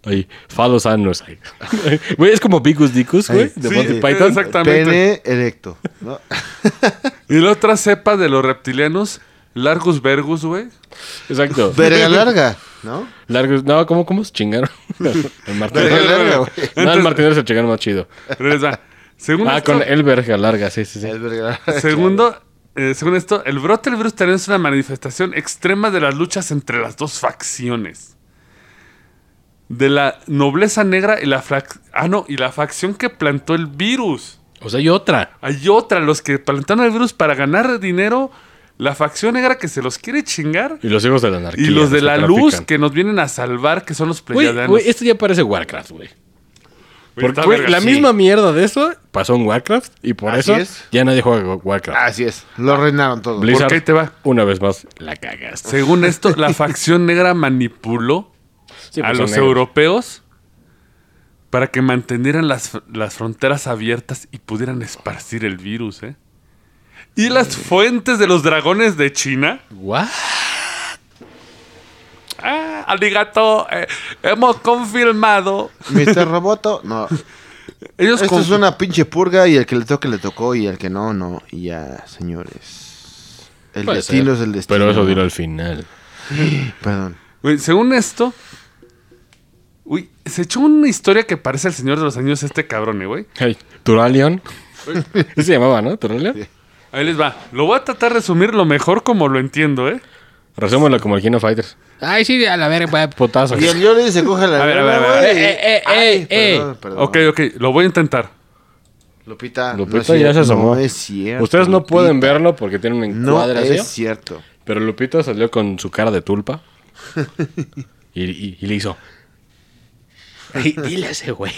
Speaker 4: Ahí. Falos anus. ahí. (laughs) Güey, es como Bicus Dicus, güey.
Speaker 3: Ahí.
Speaker 4: De
Speaker 2: Sí,
Speaker 4: Monty
Speaker 2: eh,
Speaker 4: Python.
Speaker 2: exacto. Exactamente.
Speaker 3: Pene erecto.
Speaker 2: (laughs)
Speaker 3: ¿no?
Speaker 2: Y la otra cepa de los reptilianos, Largus Vergus, güey.
Speaker 4: Exacto.
Speaker 3: Verga larga, ¿no?
Speaker 4: Largos. No, ¿cómo, cómo? Se chingaron. (laughs) El
Speaker 3: Verga
Speaker 4: Martínez.
Speaker 3: larga, güey.
Speaker 4: No, el Martínez se chingaron más chido.
Speaker 2: Pero les va. Según,
Speaker 4: Ah,
Speaker 2: esto,
Speaker 4: con el verga larga, sí, sí, sí.
Speaker 3: Es verga
Speaker 2: (laughs)
Speaker 3: larga.
Speaker 2: segundo, eh, según esto, el brote del virus italiano es una manifestación extrema de las luchas entre las dos facciones. De la nobleza negra y la, frac- ah, no, y la facción que plantó el virus.
Speaker 4: O sea, hay otra.
Speaker 2: Hay otra, los que plantaron el virus para ganar dinero, la facción negra que se los quiere chingar.
Speaker 4: Y los hijos de la anarquía.
Speaker 2: Y los de la luz
Speaker 4: trafican.
Speaker 2: que nos vienen a salvar, que son los
Speaker 4: Güey,
Speaker 2: pleyadanos.
Speaker 4: güey, esto ya parece Warcraft, güey.
Speaker 2: Güey, está
Speaker 4: Porque, güey,
Speaker 2: verga,
Speaker 4: la
Speaker 2: sí.
Speaker 4: misma mierda de eso pasó en Warcraft y por
Speaker 3: Así
Speaker 4: eso
Speaker 3: es.
Speaker 4: ya nadie juega con Warcraft.
Speaker 3: Así es. Lo reinaron todo.
Speaker 4: Blizzard,
Speaker 2: porque ahí te va.
Speaker 4: Una vez más, la cagaste.
Speaker 2: Según esto,
Speaker 4: (laughs)
Speaker 2: la facción negra manipuló
Speaker 4: Sí,
Speaker 2: a
Speaker 4: pues,
Speaker 2: los
Speaker 4: son negros.
Speaker 2: europeos para que mantuvieran las, las fronteras abiertas y pudieran esparcir el virus, ¿eh? Y las fuentes de los dragones de China.
Speaker 5: ¿What?
Speaker 2: Ah, Aligato, eh, hemos confirmado.
Speaker 3: Mr. Roboto,
Speaker 2: (laughs)
Speaker 3: no.
Speaker 2: Ellos
Speaker 3: Esto
Speaker 2: con-
Speaker 3: es una pinche purga y el que le toque le tocó y el que no, no. Y ya, señores. El
Speaker 4: Puede
Speaker 3: destino
Speaker 4: ser.
Speaker 3: es el destino.
Speaker 4: Pero eso
Speaker 3: ¿no?
Speaker 4: dirá al final.
Speaker 3: Perdón.
Speaker 2: Güey, según esto. Uy, se echó una historia que parece el Señor de los Años este cabrón, ¿eh, güey.
Speaker 4: Hey,
Speaker 3: (laughs)
Speaker 4: Turalion. se llamaba, ¿no? Turalion.
Speaker 2: Ahí les va. Lo voy a tratar de resumir lo mejor como lo entiendo, ¿eh?
Speaker 4: Resúmelo como el King of Fighters.
Speaker 5: Ay, sí, a la verga, güey.
Speaker 4: Potazo.
Speaker 3: Y el Yori se coge la.
Speaker 2: A ver, a ver, a ver, a ver.
Speaker 3: güey.
Speaker 5: Eh, eh, eh,
Speaker 3: Ay,
Speaker 5: eh,
Speaker 3: perdón, perdón.
Speaker 2: Ok, ok, lo voy a intentar.
Speaker 3: Lupita.
Speaker 4: Lupita
Speaker 3: es cier-
Speaker 4: ya se asomó.
Speaker 3: No es cierto.
Speaker 4: Ustedes no
Speaker 3: Lupita.
Speaker 4: pueden verlo ¿eh? porque tienen un
Speaker 3: No
Speaker 4: encuadre así,
Speaker 3: es cierto.
Speaker 4: Pero Lupita salió con su cara
Speaker 3: (laughs)
Speaker 4: de tulpa. y, y- y le hizo.
Speaker 5: Dile a ese güey.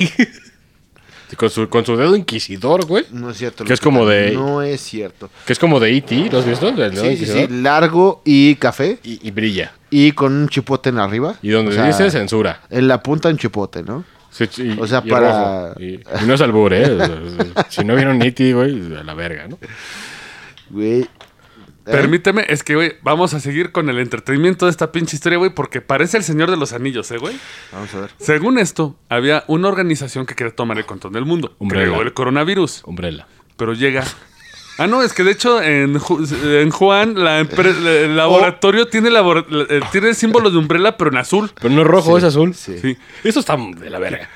Speaker 4: Con su, con su dedo inquisidor, güey.
Speaker 3: No es cierto.
Speaker 4: Que es
Speaker 3: Lupita.
Speaker 4: como de-
Speaker 3: No es cierto.
Speaker 4: Que es como de E.T., ¿lo has visto? El dedo
Speaker 3: Sí, sí, sí.
Speaker 4: inquisidor.
Speaker 3: Largo y café.
Speaker 4: Y, y brilla.
Speaker 3: Y con un chipote en arriba.
Speaker 4: Y donde
Speaker 3: O sea,
Speaker 4: dice censura.
Speaker 3: En la punta un chipote, ¿no?
Speaker 4: Sí, sí, y-
Speaker 3: o sea,
Speaker 4: y
Speaker 3: para-
Speaker 4: rojo. Y, y no es albur, ¿eh? O sea, si no vieron E.T., güey, a la verga, ¿no?
Speaker 3: Güey. ¿eh?
Speaker 2: Permíteme, es que, güey, vamos a seguir con el entretenimiento de esta pinche historia, güey, porque parece el Señor de los Anillos, ¿eh, güey?
Speaker 3: Vamos a ver.
Speaker 2: Según esto, había una organización que quería tomar el control del mundo.
Speaker 4: Umbrella.
Speaker 2: Creó el coronavirus,
Speaker 4: Umbrella.
Speaker 2: pero llega... Ah, no, es que de hecho en, Ju- en Juan la
Speaker 3: (laughs)
Speaker 2: empre- el laboratorio tiene, labor- eh, tiene el símbolo de Umbrella, pero en azul.
Speaker 4: Pero no es rojo, es azul.
Speaker 3: Sí.
Speaker 2: Sí.
Speaker 4: Eso está de la verga.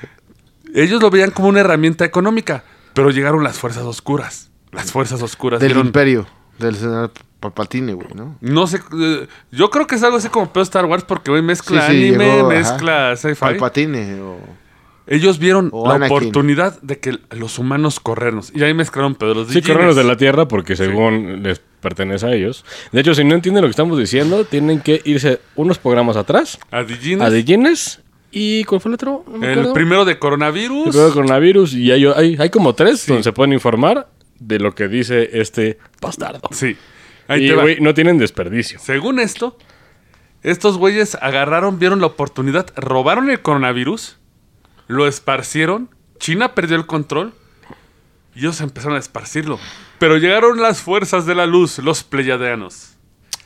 Speaker 2: Ellos lo veían como una herramienta económica, pero llegaron las fuerzas oscuras. Las fuerzas oscuras.
Speaker 3: Del
Speaker 2: dieron-
Speaker 3: imperio. Del senador Palpatine, güey, ¿no?
Speaker 2: No sé, eh, yo creo que es algo así como pedo Star Wars porque güey, mezcla
Speaker 3: Sí, sí,
Speaker 2: anime,
Speaker 3: llegó, ajá.
Speaker 2: mezcla sci-fi.
Speaker 3: Palpatine. O...
Speaker 2: Ellos vieron
Speaker 3: O
Speaker 2: la
Speaker 3: Anakin.
Speaker 2: oportunidad de que los humanos corrernos. Y ahí mezclaron pedo los
Speaker 4: Sí,
Speaker 2: Dijines.
Speaker 4: coronas de la Tierra porque según les pertenece a ellos. De hecho, si no entienden lo que estamos diciendo, tienen que irse unos programas atrás
Speaker 2: A Dijines.
Speaker 4: a de Guinness. ¿Y cuál fue el otro? No me
Speaker 2: el
Speaker 4: acuerdo.
Speaker 2: primero de
Speaker 4: El
Speaker 2: coronavirus.
Speaker 4: primero de coronavirus. Y hay, hay, hay como tres donde se pueden informar de lo que dice este bastardo.
Speaker 2: Sí. Ahí
Speaker 4: y,
Speaker 2: te va.
Speaker 4: güey, no tienen desperdicio.
Speaker 2: Según esto, estos güeyes agarraron, vieron la oportunidad, robaron el coronavirus, lo esparcieron, China perdió el control y ellos empezaron a esparcirlo. Pero llegaron las fuerzas de la luz, los pleyadeanos.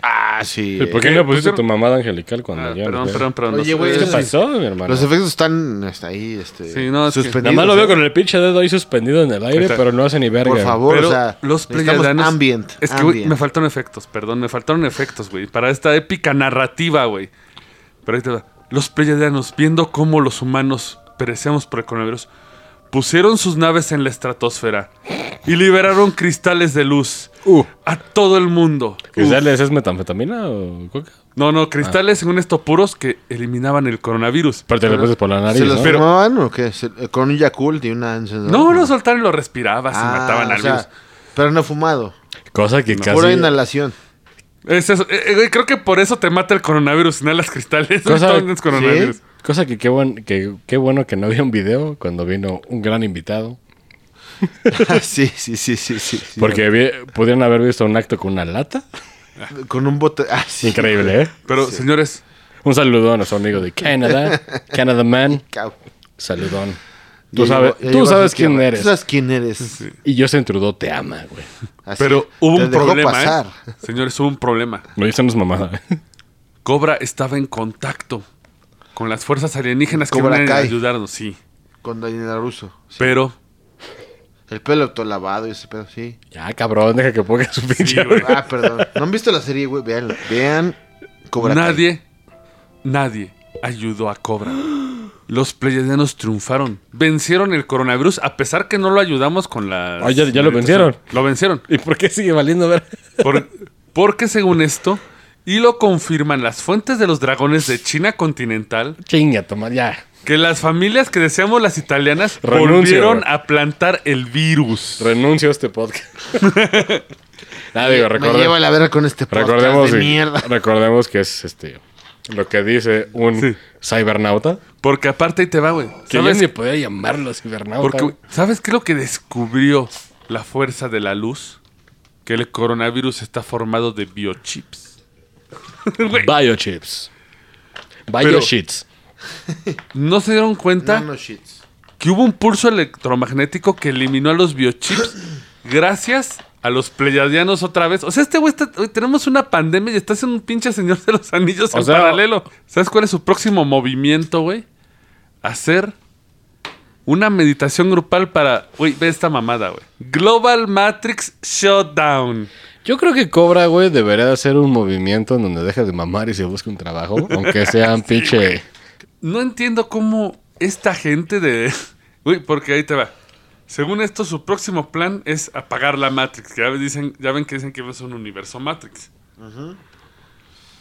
Speaker 3: Ah, sí.
Speaker 4: ¿Y ¿Por qué
Speaker 2: ¿Qué?
Speaker 4: no pusiste
Speaker 2: Pues,
Speaker 4: tu mamada angelical cuando
Speaker 2: Ah,
Speaker 4: yo?
Speaker 2: perdón, perdón, perdón.
Speaker 3: Oye,
Speaker 2: no sé.
Speaker 3: güey,
Speaker 4: ¿Qué
Speaker 3: Sí.
Speaker 4: pasó, mi hermano?
Speaker 3: Los efectos están hasta ahí,
Speaker 2: Sí,
Speaker 3: este,
Speaker 2: no, es que-
Speaker 4: Nada
Speaker 3: suspendidos.
Speaker 4: más lo veo
Speaker 3: ¿eh?
Speaker 4: con el pinche dedo ahí suspendido en el aire,
Speaker 2: Exacto.
Speaker 4: pero no hace ni verga.
Speaker 3: Por favor,
Speaker 2: Pero
Speaker 3: o sea,
Speaker 2: los
Speaker 3: necesitamos
Speaker 2: pleyadanos.
Speaker 3: ambient.
Speaker 2: Es que, güey,
Speaker 3: ambient.
Speaker 2: me faltaron efectos, perdón, me faltaron efectos, güey, para esta épica narrativa, güey. Pero ahí te va. Los pleyadanos, viendo cómo los humanos perecemos por el coronavirus, pusieron sus naves en la estratosfera y liberaron cristales de luz
Speaker 4: Uh.
Speaker 2: a todo el mundo.
Speaker 4: ¿Cristales Ah. es metanfetamina o coca?
Speaker 2: No, no, cristales según esto puros que eliminaban el coronavirus.
Speaker 4: Pero te lo pones por la nariz,
Speaker 3: Ah, ¿Se los
Speaker 4: ¿no?
Speaker 2: Pero-
Speaker 3: fumaban o qué? ¿Se- eh, ¿Con un Yakult y una encendedora?
Speaker 2: No, lo soltaron y lo respirabas
Speaker 3: Ah,
Speaker 2: y mataban al
Speaker 3: o sea,
Speaker 2: virus.
Speaker 3: Pero no fumado.
Speaker 4: Cosa que casi...
Speaker 3: Pura (laughs) inhalación.
Speaker 2: Es eso. Eh, eh, güey, creo que por eso te mata el coronavirus, no las cristales.
Speaker 4: Cosa-
Speaker 2: No tienes coronavirus.
Speaker 3: ¿Sí?
Speaker 4: Cosa que qué, buen- que qué bueno que no había un video cuando vino un gran invitado.
Speaker 3: Ah, sí, sí, sí, sí, sí. sí.
Speaker 4: porque vi- pudieron haber visto un acto con una lata.
Speaker 3: Con un bote... Ah, sí.
Speaker 4: Increíble, ¿eh?
Speaker 2: Pero, señores,
Speaker 4: Un saludo a nuestro amigo
Speaker 3: (laughs)
Speaker 4: de Canadá. Canada Man.
Speaker 3: Cau.
Speaker 4: Saludón.
Speaker 3: Ya
Speaker 4: Tú
Speaker 3: llegó-
Speaker 4: sabes,
Speaker 3: ya
Speaker 4: tú
Speaker 3: llegó a su
Speaker 4: sabes quién
Speaker 3: tierra.
Speaker 4: eres.
Speaker 3: Tú sabes quién eres.
Speaker 4: Y yo se entrudó, te ama, güey.
Speaker 3: Así.
Speaker 2: pero hubo
Speaker 3: Te
Speaker 2: un
Speaker 3: dejó
Speaker 2: problema. ¿eh?
Speaker 3: pasar.
Speaker 2: Señores, hubo un problema.
Speaker 4: No, eso no es mamada.
Speaker 2: Cobra estaba en contacto con las fuerzas alienígenas que
Speaker 3: Cobra
Speaker 2: iban a
Speaker 3: Kai.
Speaker 2: ayudarnos, sí.
Speaker 3: Con Daniel Russo. sí.
Speaker 2: Pero,
Speaker 3: El pelo todo lavado y ese pedo,
Speaker 4: (laughs)
Speaker 3: sí.
Speaker 4: Ya, cabrón, deja que ponga su pinche.
Speaker 2: güey.
Speaker 3: Ah, perdón. ¿No han visto la serie, güey? Vean, vean. Cobra Kai.
Speaker 2: nadie, nadie ayudó a Cobra. Los pleyadianos triunfaron. Vencieron el coronavirus, a pesar que no lo ayudamos con la.
Speaker 4: Ah, ya- ya lo vencieron.
Speaker 2: Lo vencieron.
Speaker 4: (laughs) ¿Y por qué sigue valiendo ver? (laughs)
Speaker 2: Por- porque, según esto, y lo confirman las fuentes de los dragones de China continental,
Speaker 4: Chinga, toma, ya.
Speaker 2: Que las familias que deseamos las italianas
Speaker 4: Renuncio,
Speaker 2: volvieron
Speaker 4: güey.
Speaker 2: a plantar el virus.
Speaker 4: Renuncio a este podcast. Nada,
Speaker 3: Me
Speaker 4: digo, recorde-
Speaker 3: lleva a la verga con este podcast
Speaker 4: recordemos,
Speaker 3: de
Speaker 4: y-
Speaker 3: mierda.
Speaker 4: recordemos que es este lo que dice un
Speaker 2: Sí.
Speaker 4: cibernauta.
Speaker 2: Porque aparte ahí te va, güey.
Speaker 4: Que yo
Speaker 2: ¿Sabes?
Speaker 4: ni podía llamarlo cibernauta.
Speaker 2: porque,
Speaker 4: güey.
Speaker 2: güey, ¿Sabes qué es lo que descubrió la fuerza de la luz? Que el coronavirus está formado de biochips.
Speaker 4: Biochips.
Speaker 2: Pero-
Speaker 4: Bioshits.
Speaker 2: No se dieron cuenta
Speaker 3: Nano shits.
Speaker 2: que hubo un pulso electromagnético que eliminó a los
Speaker 4: (clears throat)
Speaker 2: biochips gracias a los pleyadianos otra vez. O sea, este güey está... güey, tenemos una pandemia y está haciendo un pinche señor de los anillos
Speaker 4: O
Speaker 2: en
Speaker 4: sea-
Speaker 2: paralelo. ¿Sabes cuál es su próximo movimiento, güey? Hacer una meditación grupal para... Güey, ve esta mamada, güey. Global Matrix Shutdown.
Speaker 4: Yo creo que Cobra, güey, debería hacer un movimiento en donde deja de mamar y se busque un trabajo. aunque sea un pinche.
Speaker 2: No entiendo cómo esta gente de... (laughs) Güey, porque ahí te va. Según esto, su próximo plan es apagar la Matrix. Que ya, dicen, ya ven que dicen que es un universo Matrix.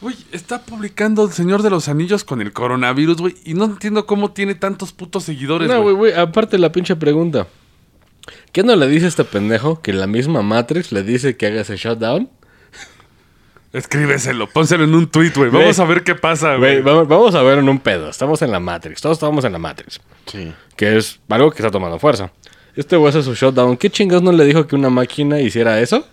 Speaker 2: Güey, está publicando El Señor de los Anillos con el coronavirus, güey. Y no entiendo cómo tiene tantos putos seguidores,
Speaker 4: No, güey,
Speaker 2: güey.
Speaker 4: güey, aparte la pinche pregunta. ¿Qué no le dice este pendejo que la misma Matrix le dice que haga ese shutdown?
Speaker 2: Escríbeselo, pónselo en un tweet, güey.
Speaker 4: Güey.
Speaker 2: Vamos a ver qué pasa,
Speaker 4: Güey,
Speaker 2: güey.
Speaker 4: vamos, vamos a ver en un pedo. Estamos en la Matrix. Todos estamos en la Matrix.
Speaker 3: Sí.
Speaker 4: Que es algo que está tomando fuerza. Este güey hace su shutdown. ¿Qué chingados no le dijo que una máquina hiciera eso?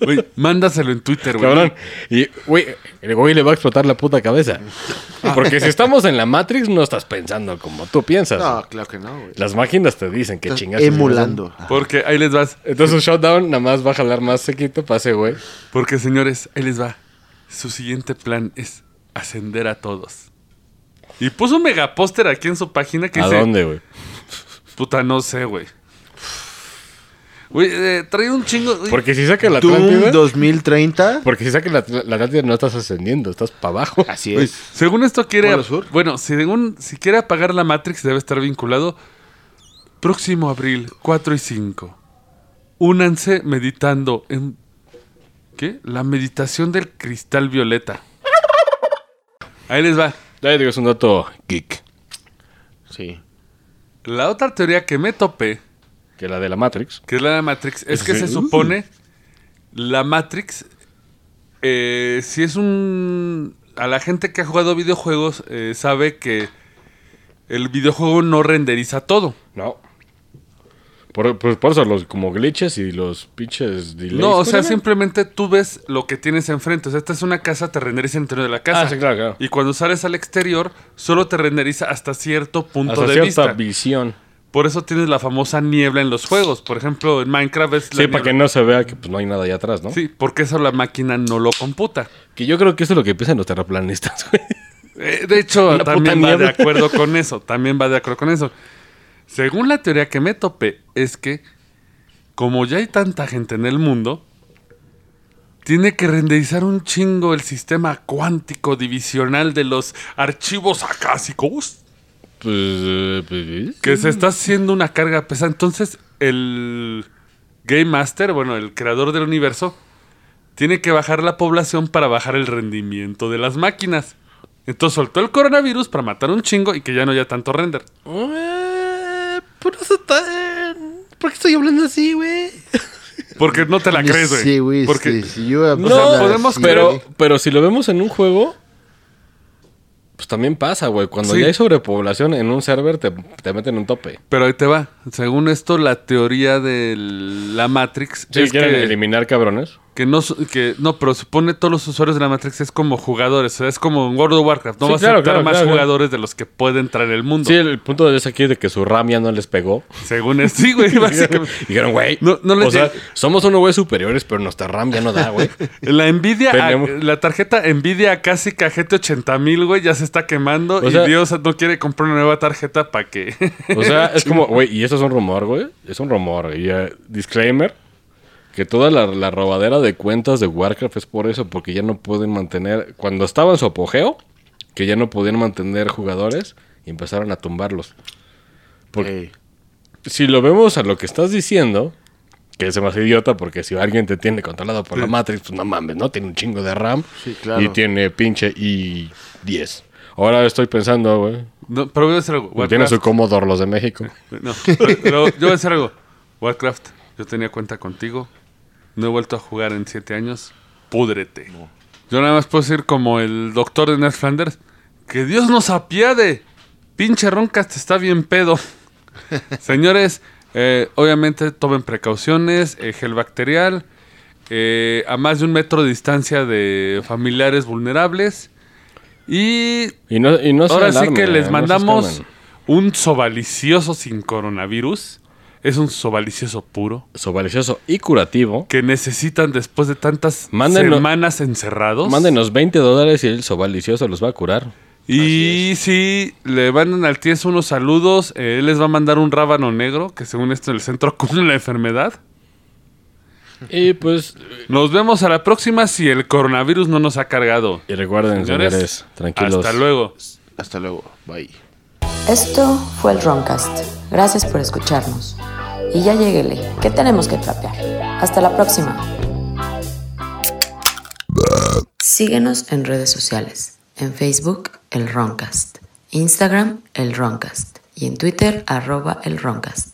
Speaker 2: Güey, Mándaselo en Twitter, güey.
Speaker 4: Cabrón. Y, güey, el güey le va a explotar la puta cabeza. Porque si estamos en la Matrix, no estás pensando como tú piensas.
Speaker 3: No, claro que no, güey.
Speaker 4: Las máquinas te dicen que
Speaker 3: Estás
Speaker 4: chingas.
Speaker 3: Emulando.
Speaker 2: Porque ahí les vas.
Speaker 4: Entonces un shutdown nada más va a jalar más sequito para ese güey.
Speaker 2: Porque, señores, ahí les va. Su siguiente plan es ascender a todos. Y puso un megapóster aquí en su página que
Speaker 4: ¿A
Speaker 2: dice...
Speaker 4: dónde, güey?
Speaker 2: Puta, no sé, güey. Güey, eh, trae un chingo... güey.
Speaker 4: Porque si saca la Pues,
Speaker 3: Doom
Speaker 4: Atlántida...
Speaker 3: 2030.
Speaker 4: Porque si saca la, la Atlántida no estás ascendiendo, estás para abajo.
Speaker 3: Así
Speaker 2: Güey,
Speaker 3: es.
Speaker 2: según esto quiere...
Speaker 3: Polo Sur.
Speaker 2: Bueno, según, si quiere apagar la Matrix debe estar vinculado. Próximo abril, 4 y 5. Únanse meditando en... ¿Qué? La meditación del cristal violeta. Ahí les va.
Speaker 4: Ya digo, es un dato geek.
Speaker 3: Sí.
Speaker 2: La otra teoría que me topé,
Speaker 4: Que la de la Matrix.
Speaker 2: que es la de Matrix, es
Speaker 4: Eso
Speaker 2: que
Speaker 4: sí.
Speaker 2: se supone la Matrix, eh, si es un... A la gente que ha jugado videojuegos eh, sabe que el videojuego no renderiza todo.
Speaker 4: No. Por, pues por eso, los como glitches y los pinches delays. pues,
Speaker 2: No, o
Speaker 4: ¿cómo se
Speaker 2: sea,
Speaker 4: llaman?
Speaker 2: simplemente tú ves lo que tienes enfrente. O sea, esta es una casa, te renderiza el interior de la casa.
Speaker 4: Ah, sí, claro, claro.
Speaker 2: Y cuando sales al exterior, solo te renderiza hasta cierto punto
Speaker 4: Hasta
Speaker 2: de
Speaker 4: cierta
Speaker 2: vista.
Speaker 4: visión.
Speaker 2: Por eso tienes la famosa niebla en los juegos. Por ejemplo, en Minecraft es la
Speaker 4: Sí, para que
Speaker 2: niebla.
Speaker 4: no se vea que pues, no hay nada allá atrás, ¿no?
Speaker 2: Sí, porque eso la máquina no lo computa.
Speaker 4: Que yo creo que eso es lo que piensan los terraplanistas, (laughs) güey.
Speaker 2: Eh, de hecho,
Speaker 4: La
Speaker 2: también
Speaker 4: puta
Speaker 2: va de
Speaker 4: niebla.
Speaker 2: acuerdo
Speaker 4: (laughs)
Speaker 2: con eso. También va de acuerdo con eso. Según la teoría que me topé, es que como ya hay tanta gente en el mundo, tiene que renderizar un chingo el sistema cuántico divisional de los archivos acásicos
Speaker 4: Pues, eh, pues,
Speaker 2: que se está haciendo una carga pesada. Entonces, el Game Master, bueno, el creador del universo, tiene que bajar la población para bajar el rendimiento de las máquinas. Entonces soltó el coronavirus para matar un chingo y que ya no haya tanto render.
Speaker 5: Eh, Por eso está. ¿Por qué estoy hablando así, güey?
Speaker 2: Porque no te la crees, güey.
Speaker 3: Sí, güey.
Speaker 2: Porque
Speaker 3: sí, sí, yo voy a
Speaker 2: No,
Speaker 3: hablar
Speaker 2: podemos,
Speaker 3: así,
Speaker 4: Pero,
Speaker 3: güey.
Speaker 4: pero si lo vemos en un juego, pues también pasa, güey. Cuando
Speaker 2: Sí.
Speaker 4: ya hay sobrepoblación en un server, te, te meten un tope.
Speaker 2: Pero ahí te va. Según esto, la teoría de la Matrix
Speaker 4: Si
Speaker 2: es
Speaker 4: quieren
Speaker 2: que,
Speaker 4: eliminar cabrones.
Speaker 2: que no, su- que no, pero supone todos los usuarios de la Matrix es como jugadores. O sea, es como en World of Warcraft. No
Speaker 4: Sí,
Speaker 2: vas
Speaker 4: claro,
Speaker 2: a aceptar
Speaker 4: claro,
Speaker 2: más
Speaker 4: claro, claro.
Speaker 2: jugadores de los que puede entrar en el mundo.
Speaker 4: Sí, el punto de eso aquí es de que su RAM ya no les pegó. (laughs)
Speaker 2: Según es, (laughs) sí, güey, (laughs) básicamente.
Speaker 4: Dijeron, güey,
Speaker 2: No- no les
Speaker 4: o sea,
Speaker 2: llega.
Speaker 4: somos unos güeyes superiores, pero nuestra RAM ya no
Speaker 2: (laughs)
Speaker 4: da, güey.
Speaker 2: La Nvidia,
Speaker 4: Tenemos-
Speaker 2: ah, la tarjeta Nvidia casi GT 80 mil, güey, ya se está quemando
Speaker 4: O
Speaker 2: y
Speaker 4: sea-
Speaker 2: Dios no quiere comprar una nueva tarjeta para que... (laughs)
Speaker 4: O sea, es como, güey, y eso es un rumor, güey. Es un rumor. Y eh, disclaimer, que toda la, la robadera de cuentas de Warcraft es por eso, porque ya no pueden mantener, cuando estaba en su apogeo, que ya no podían mantener jugadores y empezaron a tumbarlos. Porque
Speaker 3: Ey.
Speaker 4: si lo vemos a lo que estás diciendo, que es más idiota, porque si alguien te tiene controlado por la Matrix, pues no mames, ¿no? Tiene un chingo de RAM
Speaker 3: Sí, claro.
Speaker 4: y tiene pinche i10. Ahora estoy pensando, güey.
Speaker 2: No, pero voy a decir algo.
Speaker 4: Tiene su
Speaker 2: Warcraft,
Speaker 4: Commodore los de México.
Speaker 2: no, pero- pero yo voy a decir algo. Warcraft, yo tenía cuenta contigo, no he vuelto a jugar en siete años, púdrete. Yo nada más puedo decir como el doctor de Ned Flanders, que Dios nos apiade, pinche Roncast está bien pedo. Señores, eh, obviamente tomen precauciones, eh, gel bacterial, eh, a más de un metro de distancia de familiares vulnerables. Y
Speaker 4: Y no, y no se
Speaker 2: ahora sí
Speaker 4: alarmen,
Speaker 2: que
Speaker 4: eh,
Speaker 2: les
Speaker 4: no se
Speaker 2: mandamos
Speaker 4: escondan.
Speaker 2: un sobalicioso sin coronavirus. Es un sobalicioso puro
Speaker 4: Sobalicioso y curativo.
Speaker 2: que necesitan después de tantas
Speaker 4: Mándenlo-
Speaker 2: semanas encerrados.
Speaker 4: Mándenos 20 dólares y el sobalicioso los va
Speaker 2: (laughs)
Speaker 4: a curar.
Speaker 2: Y si le mandan al TIES unos saludos, eh, él les va a mandar un rábano negro, que según esto en el centro (laughs) cumple la enfermedad.
Speaker 4: Y pues,
Speaker 2: Nos vemos a la próxima si el coronavirus no nos ha cargado.
Speaker 4: y recuerden, señores,
Speaker 2: Señores,
Speaker 4: tranquilos.
Speaker 2: Hasta luego.
Speaker 3: Hasta luego. Bye.
Speaker 1: Esto fue el Roncast. Gracias por escucharnos. Y ya lleguele, que tenemos que trapear. Hasta la próxima. Síguenos en redes sociales. En Facebook, el Roncast. Instagram, el Roncast. Y en Twitter, arroba el Roncast.